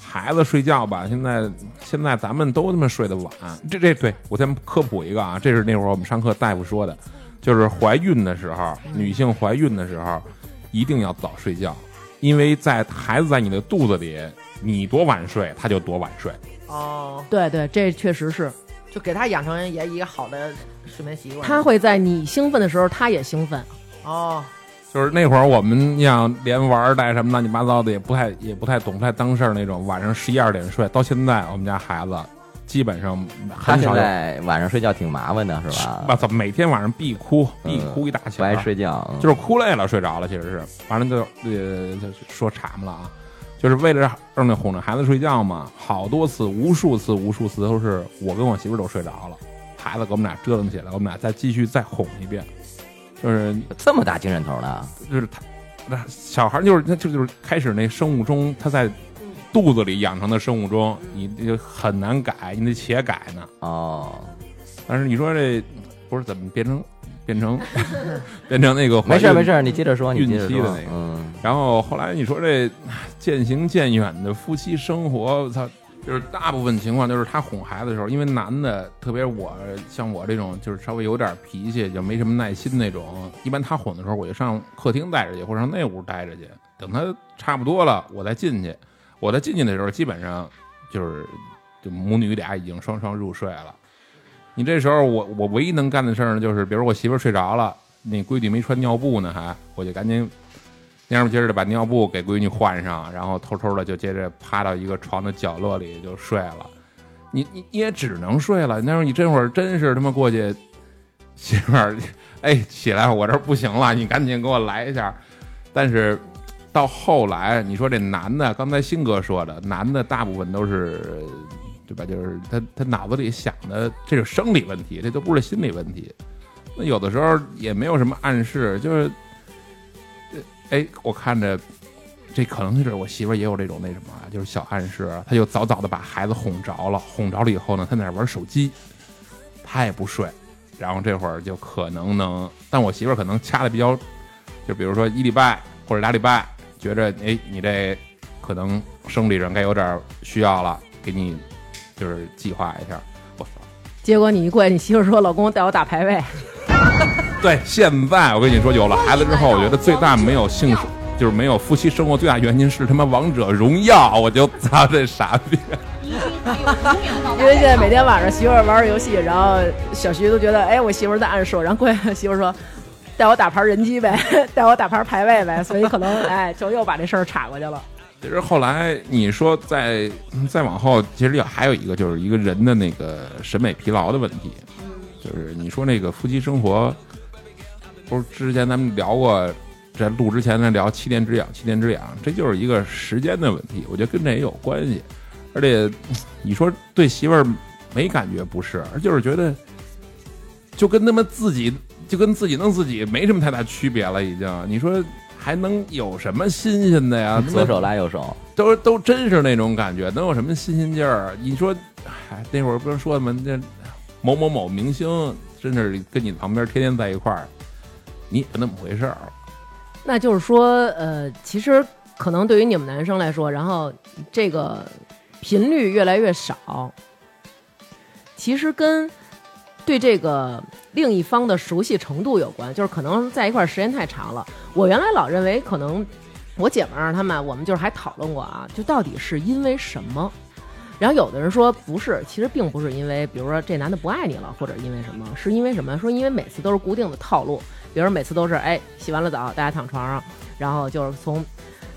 [SPEAKER 4] 孩子睡觉吧，现在现在咱们都他妈睡得晚，这这对我先科普一个啊，这是那会儿我们上课大夫说的，就是怀孕的时候，女性怀孕的时候一定要早睡觉，因为在孩子在你的肚子里，你多晚睡，他就多晚睡。
[SPEAKER 3] 哦，
[SPEAKER 5] 对对，这确实是，
[SPEAKER 3] 就给他养成也一个好的睡眠习惯。
[SPEAKER 5] 他会在你兴奋的时候，他也兴奋。
[SPEAKER 3] 哦，
[SPEAKER 4] 就是那会儿我们你想连玩儿带什么乱七八糟的也不太也不太懂不太当事儿那种，晚上十一二点睡，到现在我们家孩子基本上
[SPEAKER 2] 他
[SPEAKER 4] 很
[SPEAKER 2] 现
[SPEAKER 4] 少有。
[SPEAKER 2] 在晚上睡觉挺麻烦的，是
[SPEAKER 4] 我
[SPEAKER 2] 吧？
[SPEAKER 4] 操，每天晚上必哭必
[SPEAKER 2] 嗯
[SPEAKER 4] 哭一大
[SPEAKER 2] 不
[SPEAKER 4] 宿、
[SPEAKER 2] 爱睡觉，嗯
[SPEAKER 4] 就是哭累了睡着了，其实是，完了就呃就说岔嘛了啊，就是为了让让那哄着孩子睡觉嘛，好多次无数次无数次都是我跟我媳妇儿都睡着了，孩子给我们俩折腾起来，我们俩再继续再哄一遍，就是
[SPEAKER 2] 这么大精神头呢？
[SPEAKER 4] 就是他，那小孩儿就是他就就是开始那生物钟，他在肚子里养成的生物钟，你就很难改，你得且改呢。
[SPEAKER 2] 哦，
[SPEAKER 4] 但是你说这不是怎么变成变成变成那个怀
[SPEAKER 2] 没
[SPEAKER 4] 孕
[SPEAKER 2] 事儿没事。儿，你接着说，你接着
[SPEAKER 4] 孕期的
[SPEAKER 2] 说
[SPEAKER 4] 那，个
[SPEAKER 2] 嗯，
[SPEAKER 4] 然后后来你说这渐行渐远的夫妻生活，我操！就是大部分情况就是他哄孩子的时候，因为男的，特别我像我这种就是稍微有点脾气，就没什么耐心那种，一般他哄的时候，我就上客厅待着去，或者上那屋待着去，等他差不多了，我再进去。我在进去的时候，基本上就是就母女俩已经双双入睡了。你这时候我我唯一能干的事儿呢，就是比如我媳妇儿睡着了，那闺女没穿尿布呢，还我就赶紧蔫不接着的把尿布给闺女换上，然后偷偷的就接着趴到一个床的角落里就睡了。你你你也只能睡了。那时候你这会儿真是他妈过去，媳妇儿，哎，起来，我这儿不行了，你赶紧给我来一下。但是到后来，你说这男的，刚才新哥说的，男的大部分都是，对吧？就是他他脑子里想的，这是生理问题，这都不是心理问题。那有的时候也没有什么暗示，就是，呃哎，我看着。这可能是我媳妇儿也有这种那什么啊，就是小暗示，她就早早的把孩子哄着了，哄着了以后呢，她在那玩手机，她也不睡，然后这会儿就可能能，但我媳妇儿可能掐的比较，就比如说一礼拜或者俩礼拜，觉着哎你这可能生理上该有点需要了，给你就是计划一下。我操！
[SPEAKER 5] 结果你一跪，你媳妇说：“老公，带我打排位。
[SPEAKER 4] 对，现在我跟你说，有了孩子之后，我觉得最大没有性生，就是没有夫妻生活最大原因是他妈王者荣耀，我就 操这傻逼。
[SPEAKER 5] 因为现在每天晚上媳妇儿玩儿游戏，然后小徐都觉得：“哎，我媳妇儿在暗示我。”然后跪，媳妇儿说：“带我打盘人机呗， 带我打盘排位呗。”所以可能哎，就又把这事儿岔过去了。
[SPEAKER 4] 其实后来你说再再往后，其实有还有一个就是一个人的那个审美疲劳的问题，就是你说那个夫妻生活，不是之前咱们聊过，在录之前呢聊七年之痒，七年之痒，这就是一个时间的问题，我觉得跟这也有关系。而且你说对媳妇儿没感觉不是，而就是觉得就跟他们自己就跟自己弄自己没什么太大区别了，已经。你说还能有什么新鲜的呀？
[SPEAKER 2] 左手拉右手，
[SPEAKER 4] 都都真是那种感觉，能有什么新鲜劲儿？啊你说，哎，那会儿不是说吗？那某某某明星真是跟你旁边天天在一块儿，你也不那么回事儿。
[SPEAKER 5] 那就是说，呃，其实可能对于你们男生来说，然后这个频率越来越少，其实跟对这个另一方的熟悉程度有关，就是可能在一块儿时间太长了。我原来老认为可能我姐们儿她们，我们就是还讨论过啊，就到底是因为什么。然后有的人说不是，其实并不是因为，比如说这男的不爱你了，或者因为什么，是因为什么？说因为每次都是固定的套路，比如说每次都是哎洗完了澡，大家躺床上，然后就是从，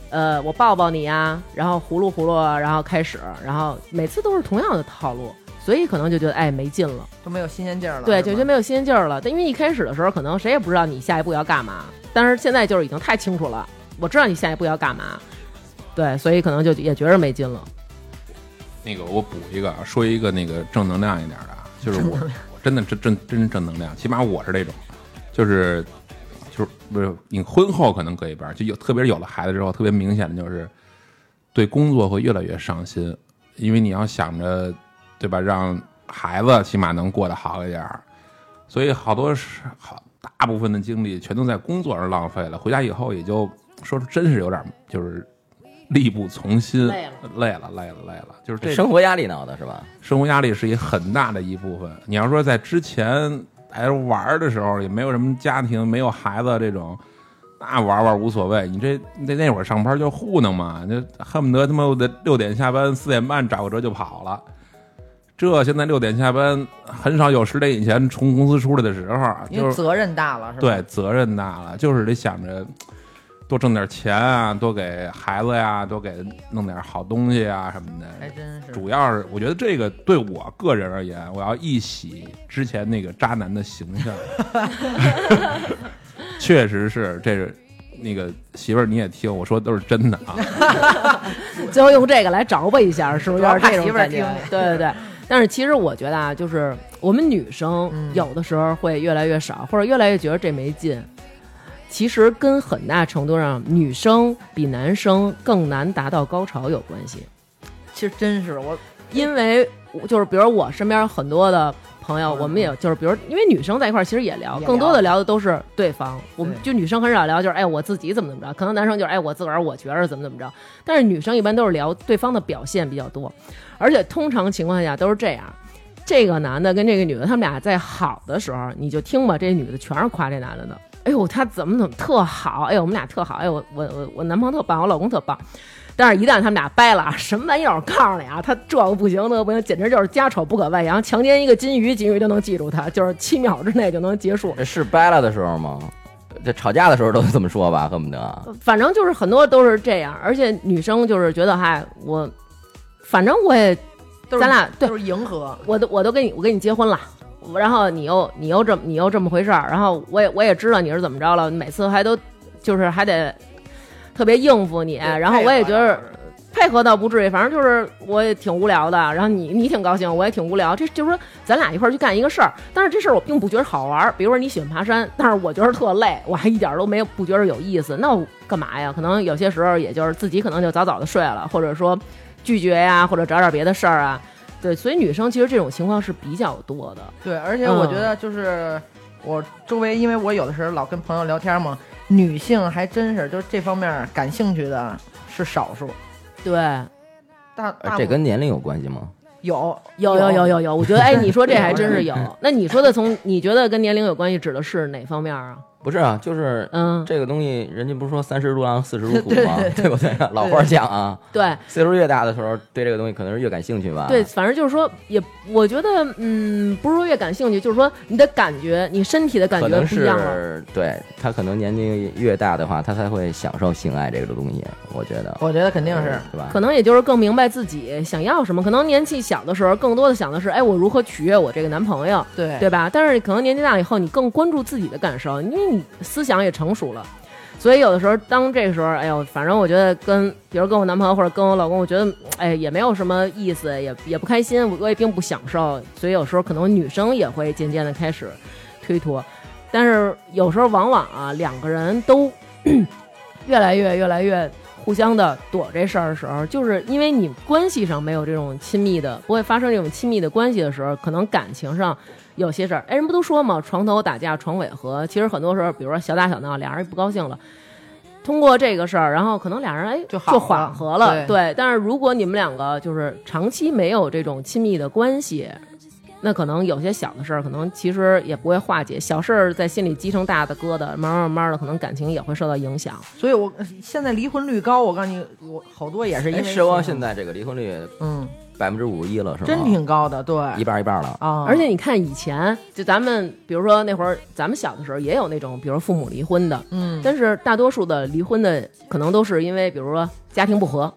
[SPEAKER 5] 呃我抱抱你呀、然后呼噜呼噜啊，然后开始，然后每次都是同样的套路，所以可能就觉得哎没劲了。
[SPEAKER 3] 都没有新鲜劲儿了。
[SPEAKER 5] 对，
[SPEAKER 3] 是
[SPEAKER 5] 就
[SPEAKER 3] 吗
[SPEAKER 5] 觉得没有新鲜劲儿了。但因为一开始的时候，可能谁也不知道你下一步要干嘛，但是现在就是已经太清楚了，我知道你下一步要干嘛，对，所以可能就也觉着没劲了。
[SPEAKER 4] 那个我补一个，啊说一个那个正能量一点的，啊，就是我我真的真真真正能量，起码我是这种，就是就是不是你婚后可能搁一边儿，就有特别是有了孩子之后，特别明显的就是对工作会越来越上心。因为你要想着，对吧？让孩子起码能过得好一点儿，所以好多是好大部分的精力全都在工作上浪费了，回家以后也就说真是有点儿就是力不从心，
[SPEAKER 5] 累了
[SPEAKER 4] 累了，累了，累了，就是这
[SPEAKER 2] 生活压力闹的是吧？
[SPEAKER 4] 生活压力是一很大的一部分。你要说在之前大家玩儿的时候，也没有什么家庭，没有孩子这种，那玩儿玩儿无所谓。你这那那会儿上班就糊弄嘛，那恨不得他妈的六点下班，四点半找个车就跑了。这现在六点下班，很少有十点以前从公司出来的时候，
[SPEAKER 3] 因
[SPEAKER 4] 就
[SPEAKER 3] 为
[SPEAKER 4] 是
[SPEAKER 3] 责任大了，是吧？
[SPEAKER 4] 对，责任大了，就是得想着多挣点钱啊，多给孩子呀、多给弄点好东西啊什么的。
[SPEAKER 3] 还真是。
[SPEAKER 4] 主要是我觉得这个对我个人而言，我要一洗之前那个渣男的形象， 确实是，这是那个媳妇儿你也听我说都是真的啊，
[SPEAKER 5] 最后用这个来着吧一下，是不是有点这种感
[SPEAKER 3] 主
[SPEAKER 5] 觉
[SPEAKER 3] 要怕媳妇儿听？见
[SPEAKER 5] 对对对。但是其实我觉得啊，就是我们女生
[SPEAKER 3] 嗯
[SPEAKER 5] 有的时候会越来越少，或者越来越觉得这没劲。其实跟很大程度上，女生比男生更难达到高潮有关系。
[SPEAKER 3] 其实真是我，
[SPEAKER 5] 因为我就是比如我身边很多的朋友，我们也就是比如因为女生在一块儿其实也聊，
[SPEAKER 3] 也
[SPEAKER 5] 更多的聊的都是对方，我们
[SPEAKER 3] 对
[SPEAKER 5] 就女生很少聊，就是哎我自己怎么怎么着，可能男生就是哎我自个儿我觉着怎么怎么着，但是女生一般都是聊对方的表现比较多，而且通常情况下都是这样。这个男的跟这个女的，他们俩在好的时候，你就听吧，这女的全是夸这男的的。哎呦，他怎么怎么特好，哎呦，我们俩特好，哎呦，我我我我男朋友特棒，我老公特棒。但是，一旦他们俩掰了啊，什么玩意儿？我告诉你啊，他这个不行，那个不行，简直就是家丑不可外扬。强奸一个金鱼，金鱼就能记住他，就是七秒之内就能结束。
[SPEAKER 2] 这是掰了的时候吗？这吵架的时候都这么说吧，恨不得。啊
[SPEAKER 5] 反正就是很多都是这样，而且女生就是觉得，嗨，我反正我也
[SPEAKER 3] 都是
[SPEAKER 5] 咱俩对
[SPEAKER 3] 都是迎合，
[SPEAKER 5] 我都我都跟你我跟你结婚了，然后你又你又这么你又这么回事儿，然后我也我也知道你是怎么着了，每次还都就是还得特别应付你，然后我也觉得配合倒不至于，反正就是我也挺无聊的，然后你你挺高兴，我也挺无聊，这就是说咱俩一块儿去干一个事儿，但是这事儿我并不觉得好玩儿，比如说你喜欢爬山，但是我觉得特累，我还一点儿都没有不觉得有意思，那我干嘛呀？可能有些时候也就是自己可能就早早的睡了，或者说拒绝呀、或者找点别的事儿啊。对，所以女生其实这种情况是比较多的。
[SPEAKER 3] 对，而且我
[SPEAKER 5] 嗯
[SPEAKER 3] 觉得就是我周围，因为我有的时候老跟朋友聊天嘛，女性还真是就是这方面感兴趣的是少数，
[SPEAKER 5] 对，
[SPEAKER 3] 大
[SPEAKER 2] 呃
[SPEAKER 3] 大
[SPEAKER 2] 这
[SPEAKER 3] 部
[SPEAKER 2] 跟年龄有关系吗？
[SPEAKER 3] 有
[SPEAKER 5] 有有有有有，我觉得哎，你说这还真是有。 那你说的从你觉得跟年龄有关系，指的是哪方面啊？
[SPEAKER 2] 不是啊，就是
[SPEAKER 5] 嗯，
[SPEAKER 2] 这个东西，人家不是说三十如狼，四十 如虎
[SPEAKER 3] 对
[SPEAKER 2] 吗
[SPEAKER 3] 对？
[SPEAKER 2] 对不对？老话讲啊，
[SPEAKER 5] 对
[SPEAKER 2] 岁数越大的时候，对这个东西可能是越感兴趣吧。
[SPEAKER 5] 对，反正就是说，也我觉得，嗯，不是说越感兴趣，就是说你的感觉，你身体的感
[SPEAKER 2] 可
[SPEAKER 5] 觉
[SPEAKER 2] 能
[SPEAKER 5] 不一样了。
[SPEAKER 2] 是对他可能年龄越大的话，他才会享受性爱这个东西。我觉得
[SPEAKER 3] 我觉得肯定是
[SPEAKER 2] 嗯。对吧？
[SPEAKER 5] 可能也就是更明白自己想要什么。可能年纪小的时候，更多的想的是，哎，我如何取悦我这个男朋友，
[SPEAKER 3] 对
[SPEAKER 5] 对吧？但是可能年纪大以后，你更关注自己的感受，因为你思想也成熟了。所以有的时候，当这个时候，哎呦，反正我觉得跟，比如跟我男朋友或者跟我老公，我觉得，哎，也没有什么意思，也也不开心，我我也并不享受。所以有时候可能女生也会渐渐的开始推脱，但是有时候往往啊，两个人都越来越越来越互相的躲这事儿的时候，就是因为你关系上没有这种亲密的，不会发生这种亲密的关系的时候，可能感情上有些事儿，哎，人不都说嘛，床头打架床尾和。其实很多时候，比如说小打小闹，俩人不高兴了。通过这个事儿，然后可能俩人哎
[SPEAKER 3] 就好了
[SPEAKER 5] 就缓和了，
[SPEAKER 3] 对
[SPEAKER 5] 对。但是如果你们两个就是长期没有这种亲密的关系，那可能有些小的事儿，可能其实也不会化解，小事儿在心里积成大的疙瘩，慢慢慢慢的，可能感情也会受到影响。
[SPEAKER 3] 所以我现在离婚率高，我告诉你，我好多也是因
[SPEAKER 2] 哎，
[SPEAKER 3] 为
[SPEAKER 2] 是光现在这个离婚率
[SPEAKER 3] 嗯，
[SPEAKER 2] 百分之五十一了，是吗？
[SPEAKER 3] 真挺高的，对
[SPEAKER 2] 一半儿一半儿了。
[SPEAKER 3] 啊，
[SPEAKER 5] 而且你看以前，就咱们比如说那会儿，咱们小的时候也有那种，比如父母离婚的，
[SPEAKER 3] 嗯，
[SPEAKER 5] 但是大多数的离婚的可能都是因为，比如说家庭不和，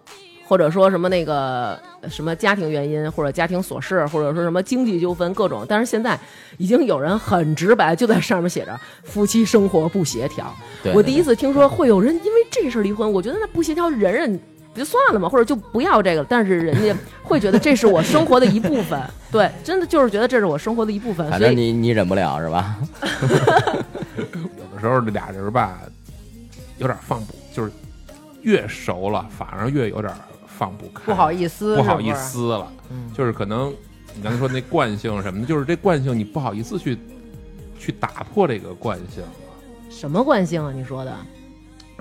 [SPEAKER 5] 或者说什么那个什么家庭原因，或者家庭琐事，或者说什么经济纠纷各种。但是现在已经有人很直白，就在上面写着夫妻生活不协调。
[SPEAKER 2] 对
[SPEAKER 5] 我第一次听说会有人因为这事儿离婚，我觉得那不协调，忍忍就算了嘛，或者就不要这个了。但是人家会觉得这是我生活的一部分， 对，真的就是觉得这是我生活的一部分。
[SPEAKER 2] 反
[SPEAKER 5] 所
[SPEAKER 2] 正
[SPEAKER 5] 以
[SPEAKER 2] 你你忍不了是吧？
[SPEAKER 4] 有的时候这俩人吧，有点放不，就是越熟了，反而越有点放不开，
[SPEAKER 3] 不好意思，
[SPEAKER 4] 不好
[SPEAKER 3] 是
[SPEAKER 4] 意
[SPEAKER 3] 是，
[SPEAKER 4] 思了，
[SPEAKER 3] 嗯
[SPEAKER 4] 就是可能你刚才说那惯性什么的，就是这惯性你不好意思去去打破这个惯性。
[SPEAKER 5] 什么惯性啊？你说的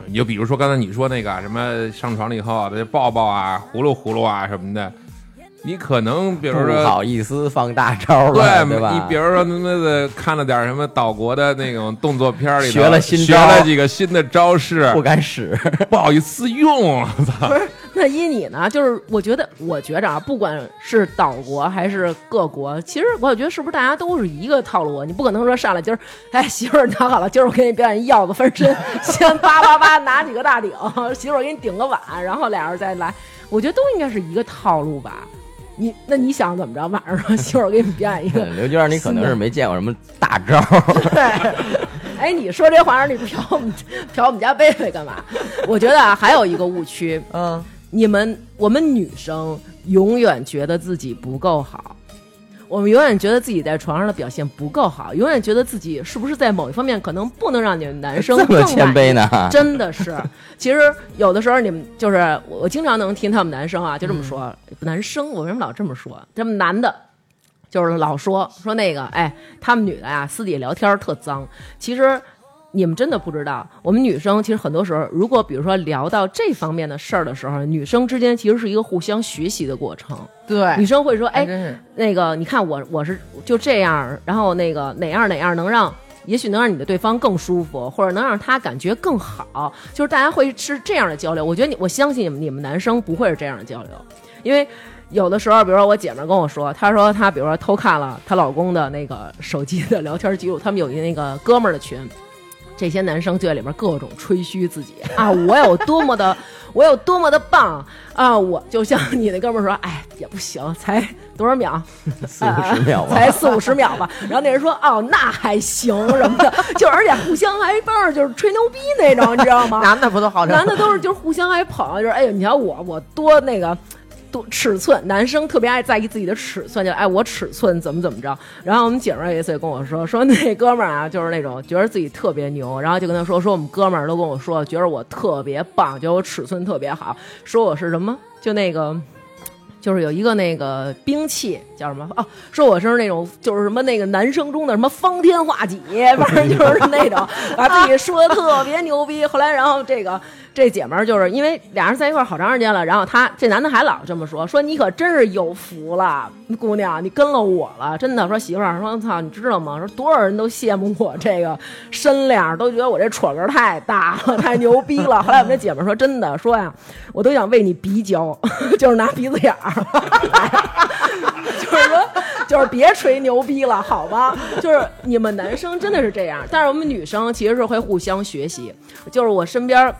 [SPEAKER 4] 你就比如说刚才你说那个什么上床了以后啊，这抱抱啊、呼噜呼噜啊什么的，你可能比如
[SPEAKER 2] 不
[SPEAKER 4] 说
[SPEAKER 2] 好意思放大招了，
[SPEAKER 4] 对，
[SPEAKER 2] 吧？
[SPEAKER 4] 你比如说他妈的看了点什么岛国的那种动作片里头
[SPEAKER 2] 学了新
[SPEAKER 4] 学
[SPEAKER 2] 招
[SPEAKER 4] 了几个新的招式
[SPEAKER 2] 不，敢使，
[SPEAKER 4] 不好意思用，
[SPEAKER 5] 不是？那依你呢？就是我觉得，我觉着啊，不管是岛国还是各国，其实我觉得是不是大家都是一个套路啊？你不可能说上来今儿，哎，媳妇儿拿好了，今儿我给你表演一鹞子翻身， 先叭叭叭拿几个大顶，媳妇儿我给你顶个碗，然后俩人再来。我觉得都应该是一个套路吧。你那你想怎么着？晚上说媳妇儿我给你表演一个
[SPEAKER 2] 刘娟，你可能是没见过什么大招，
[SPEAKER 5] 对，哎，你说这话，你瞟我们瞟我们家贝贝干嘛？我觉得啊，还有一个误区，
[SPEAKER 3] 嗯，
[SPEAKER 5] 你们我们女生永远觉得自己不够好，我们永远觉得自己在床上的表现不够好，永远觉得自己是不是在某一方面可能不能让你们男生
[SPEAKER 2] 这么
[SPEAKER 5] 更
[SPEAKER 2] 谦
[SPEAKER 5] 满意
[SPEAKER 2] 卑呢？
[SPEAKER 5] 真的是， 其实有的时候你们就是我，我经常能听他们男生啊，就这么说，男生我为什么老这么说？他们男的，就是老说说那个，哎，他们女的呀、私底下聊天儿特脏。其实你们真的不知道，我们女生其实很多时候，如果比如说聊到这方面的事儿的时候，女生之间其实是一个互相学习的过程。女
[SPEAKER 3] 对，
[SPEAKER 5] 生会说，哎
[SPEAKER 3] 还，真是
[SPEAKER 5] 那个，你看我我是就这样，然后那个哪样哪样能让，也许能让你的对方更舒服，或者能让他感觉更好，就是大家会是这样的交流。我觉得你，我相信你们你们男生不会是这样的交流，因为有的时候，比如说我姐们儿跟我说，她说她比如说偷看了她老公的那个手机的聊天记录，他们有一个那个哥们儿的群，这些男生就在里面各种吹嘘自己啊，我有多么的，我有多么的棒啊！我就像你那哥们儿说，哎，也不行，才多少秒，
[SPEAKER 2] 四五十秒吧，
[SPEAKER 5] 才四五十秒吧。然后那人说，哦，那还行什么的，就而且互相还帮着就是吹牛逼那种，你知 道吗？
[SPEAKER 3] 男的不都好
[SPEAKER 5] 男的都是就是互相爱捧，就是哎呦，你瞧我我多那个多尺寸，男生特别爱在意自己的尺寸，就哎我尺寸怎么怎么着。然后我们姐们儿有一次也跟我说，说那哥们儿啊，就是那种觉得自己特别牛，然后就跟他说，说我们哥们儿都跟我说，觉得我特别棒，觉得我尺寸特别好，说我是什么就那个。就是有一个那个兵器叫什么哦，说我是那种就是什么那个男生中的什么方天画戟，反正就是那种，把自己说的特别牛逼。后来然后这个这姐们儿就是因为俩人在一块儿好长时间了，然后她这男的还老这么说，说你可真是有福了，姑娘，你跟了我了，真的。说媳妇儿，说操，你知道吗？说多少人都羡慕我这个身量，都觉得我这戳根儿太大了， 太牛逼了。后来我们这姐们儿说，真的，说呀，我都想为你鼻交， 就是拿鼻子眼儿， 就是说，就是别吹牛逼了，好吗？就是你们男生真的是这样，但是我们女生其实是会互相学习。就是我身边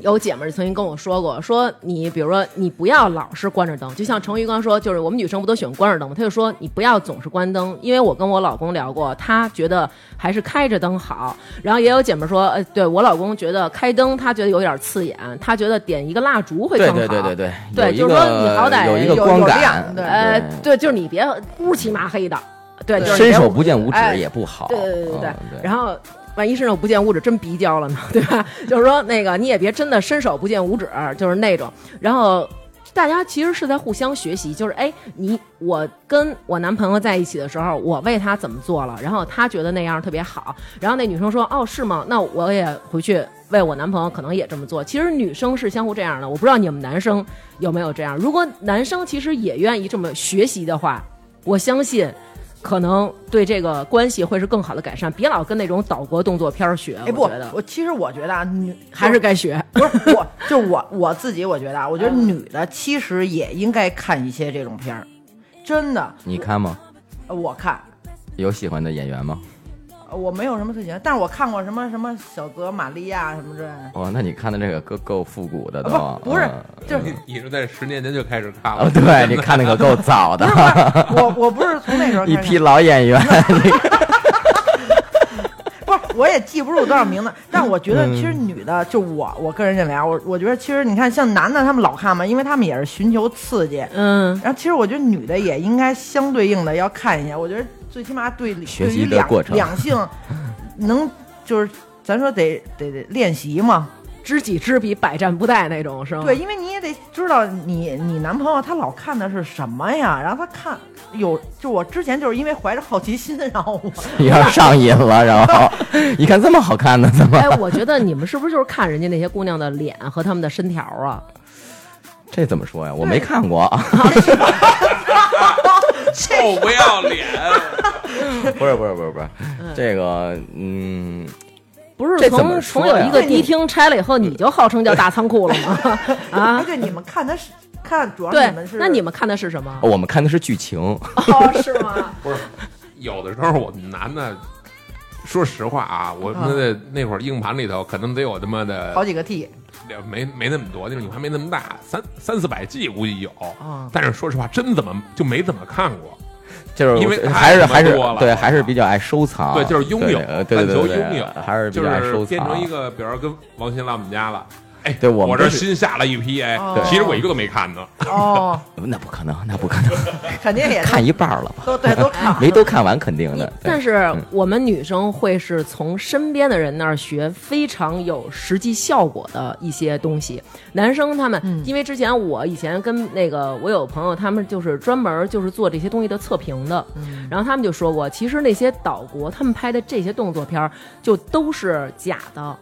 [SPEAKER 5] 有姐们儿曾经跟我说过，说你比如说你不要老是关着灯，就像程昱刚说，就是我们女生不都喜欢关着灯吗？她就说你不要总是关灯，因为我跟我老公聊过，他觉得还是开着灯好。然后也有姐们儿说，呃，对我老公觉得开灯他觉得有点刺眼，他觉得点一个蜡烛会更
[SPEAKER 2] 对
[SPEAKER 5] 好。
[SPEAKER 2] 对对对对，
[SPEAKER 5] 对
[SPEAKER 2] 有一
[SPEAKER 5] 就是
[SPEAKER 2] 个
[SPEAKER 5] 说你好歹
[SPEAKER 2] 有一个
[SPEAKER 3] 有
[SPEAKER 2] 光
[SPEAKER 3] 有
[SPEAKER 2] 感，
[SPEAKER 3] 量对
[SPEAKER 5] 呃，对，就是你别乌漆麻黑的，对，就是
[SPEAKER 2] 伸
[SPEAKER 5] 别
[SPEAKER 2] 手
[SPEAKER 5] 乌
[SPEAKER 2] 不见五指
[SPEAKER 5] 哎
[SPEAKER 2] 也不好，
[SPEAKER 5] 对对对对对。
[SPEAKER 2] 嗯对
[SPEAKER 5] 然后万一伸手不见五指，真鼻交了呢，对吧？ 就是说那个你也别真的伸手不见五指，就是那种。然后大家其实是在互相学习，就是哎，你我跟我男朋友在一起的时候，我为他怎么做了，然后他觉得那样特别好，然后那女生说哦是吗？那我也回去。为我男朋友可能也这么做，其实女生是相互这样的，我不知道你们男生有没有这样。如果男生其实也愿意这么学习的话，我相信可能对这个关系会是更好的改善。别老跟那种岛国动作片儿学，
[SPEAKER 3] 哎不
[SPEAKER 5] 我觉，得
[SPEAKER 3] 我其实我觉得啊，女
[SPEAKER 5] 还是该学。
[SPEAKER 3] 不是我，就是我我自己，我觉得啊，我觉得女的其实也应该看一些这种片儿，真的，
[SPEAKER 2] 你看吗？
[SPEAKER 3] 呃我看。
[SPEAKER 2] 有喜欢的演员吗？
[SPEAKER 3] 呃我没有什么特喜欢，但是我看过什么什么小泽玛利亚什么之类的，
[SPEAKER 2] 哦，那你看的这个够够复古的都，
[SPEAKER 3] 啊不不是
[SPEAKER 2] 嗯
[SPEAKER 3] 就是
[SPEAKER 4] 你你是在十年前就开始看
[SPEAKER 2] 哦
[SPEAKER 4] 了，，
[SPEAKER 2] 对，你看的可够早的，
[SPEAKER 3] 我我不是从那时候开
[SPEAKER 2] 一
[SPEAKER 3] 始
[SPEAKER 2] 批老演员，
[SPEAKER 3] 不是，我也记不住多少名字，但我觉得其实女的，就我我个人认为啊，我我觉得其实你看像男的他们老看嘛，因为他们也是寻求刺激，
[SPEAKER 5] 嗯，
[SPEAKER 3] 然后其实我觉得女的也应该相对应的要看一下，我觉得最起码对
[SPEAKER 2] 学习
[SPEAKER 3] 对于
[SPEAKER 2] 的
[SPEAKER 3] 两
[SPEAKER 2] 过程
[SPEAKER 3] 两性能就是咱说得得得练习嘛，
[SPEAKER 5] 知己知彼，百战不殆那种是吗？嗯
[SPEAKER 3] 对，，因为你也得知道你你男朋友他老看的是什么呀？然后他看有，就我之前就是因为怀着好奇心，然后我
[SPEAKER 2] 有点上瘾了，然后 一看这么好看的，怎么
[SPEAKER 5] 哎，我觉得你们是不是就是看人家那些姑娘的脸和她们的身条啊？
[SPEAKER 2] 这怎么说呀？我没看过，啊
[SPEAKER 9] 臭不要脸！
[SPEAKER 2] 不是不是不是不是，这个嗯，
[SPEAKER 5] 不是
[SPEAKER 2] 这怎
[SPEAKER 5] 从
[SPEAKER 2] 么说
[SPEAKER 5] 从
[SPEAKER 2] 呀
[SPEAKER 5] 有一个迪厅拆了以后，你就号称叫大仓库了 吗？啊
[SPEAKER 3] 哎，，对你们看他是看，主要
[SPEAKER 5] 对
[SPEAKER 3] 你们，是
[SPEAKER 5] 那你们看的是什么？
[SPEAKER 2] 哦我们看的是剧 情，
[SPEAKER 3] 哦是吗？
[SPEAKER 4] 有的时候我们男的，说实话啊，我他妈的那会儿硬盘里头可能得有他妈
[SPEAKER 2] 哦
[SPEAKER 4] 的
[SPEAKER 3] 好几个 T，
[SPEAKER 4] 两呃没没那么多，就是你还没那么大，三三四百 G 估计有。
[SPEAKER 3] 啊
[SPEAKER 4] 但是说实话，真怎么就没怎么看过。
[SPEAKER 2] 就是
[SPEAKER 4] 因为太
[SPEAKER 2] 还是还是
[SPEAKER 4] 他妈多了
[SPEAKER 2] 对，还是比较爱收藏，
[SPEAKER 4] 对，就是拥有，
[SPEAKER 2] 呃对
[SPEAKER 4] 探
[SPEAKER 2] 对
[SPEAKER 4] 求
[SPEAKER 2] 对对
[SPEAKER 4] 拥有，
[SPEAKER 2] 对，还是比
[SPEAKER 4] 就
[SPEAKER 2] 较爱收
[SPEAKER 4] 是变成
[SPEAKER 2] 藏
[SPEAKER 4] 一。个，比如说跟王鑫来我们家了。哎，
[SPEAKER 2] 对我们
[SPEAKER 4] 这
[SPEAKER 2] 这是
[SPEAKER 4] 新下了一批哎
[SPEAKER 3] 哦，
[SPEAKER 4] 其实我一个都没看呢。
[SPEAKER 3] 哦，
[SPEAKER 2] 那不可能，那不可能，
[SPEAKER 3] 肯定也
[SPEAKER 2] 看一半了吧？
[SPEAKER 3] 都对都看完
[SPEAKER 2] 没都看完肯定
[SPEAKER 5] 你
[SPEAKER 2] 的。哎嗯对
[SPEAKER 5] 但是我们女生会是从身边的人那儿学非常有实际效果的一些东西。男生他们，因为之前我以前跟那个我有朋友，他们就是专门就是做这些东西的测评的，然后他们就说过，其实那些岛国他们拍的这些动作片儿就都是假的，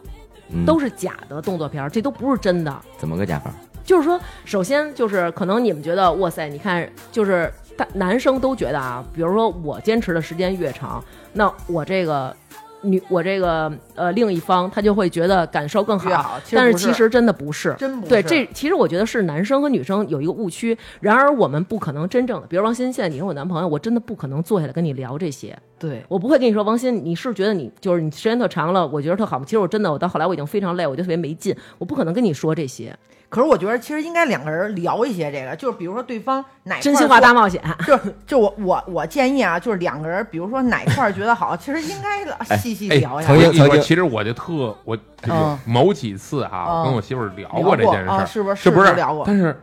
[SPEAKER 2] 嗯
[SPEAKER 5] 都是假的动作片儿，这都不是真的。
[SPEAKER 2] 怎么个加法？
[SPEAKER 5] 就是说，首先就是可能你们觉得，哇塞，你看，就是大男生都觉得啊，比如说我坚持的时间越长，那我这个女，我这个呃另一方，他就会觉得感受更好。
[SPEAKER 3] 越好其实
[SPEAKER 5] 但是
[SPEAKER 3] 不是
[SPEAKER 5] 其实真的不是，
[SPEAKER 3] 真不
[SPEAKER 5] 对
[SPEAKER 3] 是
[SPEAKER 5] 这其实我觉得是男生和女生有一个误区。然而我们不可能真正的，比如王鑫，现在你是我男朋友，我真的不可能坐下来跟你聊这些。
[SPEAKER 3] 对
[SPEAKER 5] 我不会跟你说，王鑫，你是觉得你就是你时间特长了，我觉得特好吗？其实我真的，我到后来我已经非常累，我就特别没劲，我不可能跟你说这些
[SPEAKER 3] 可是我觉得其实应该两个人聊一些这个，就是比如说对方哪块儿
[SPEAKER 5] 真心话大
[SPEAKER 3] 说
[SPEAKER 5] 冒险。
[SPEAKER 3] 就是就我我我建议啊，就是两个人，比如说哪块儿觉得好，其实应该
[SPEAKER 5] 哎
[SPEAKER 3] 细细聊呀。
[SPEAKER 2] 曾经
[SPEAKER 4] 哎我跟你
[SPEAKER 2] 曾
[SPEAKER 4] 说，
[SPEAKER 2] 经
[SPEAKER 4] 其实我就特我就
[SPEAKER 3] 嗯
[SPEAKER 4] 有某几次哈，
[SPEAKER 3] 嗯
[SPEAKER 4] 我跟我媳妇儿聊
[SPEAKER 3] 聊过
[SPEAKER 4] 过这件事
[SPEAKER 3] 啊
[SPEAKER 4] 儿，
[SPEAKER 3] 是不是
[SPEAKER 4] 这不
[SPEAKER 3] 是
[SPEAKER 4] 是
[SPEAKER 3] 不是聊过
[SPEAKER 4] 但是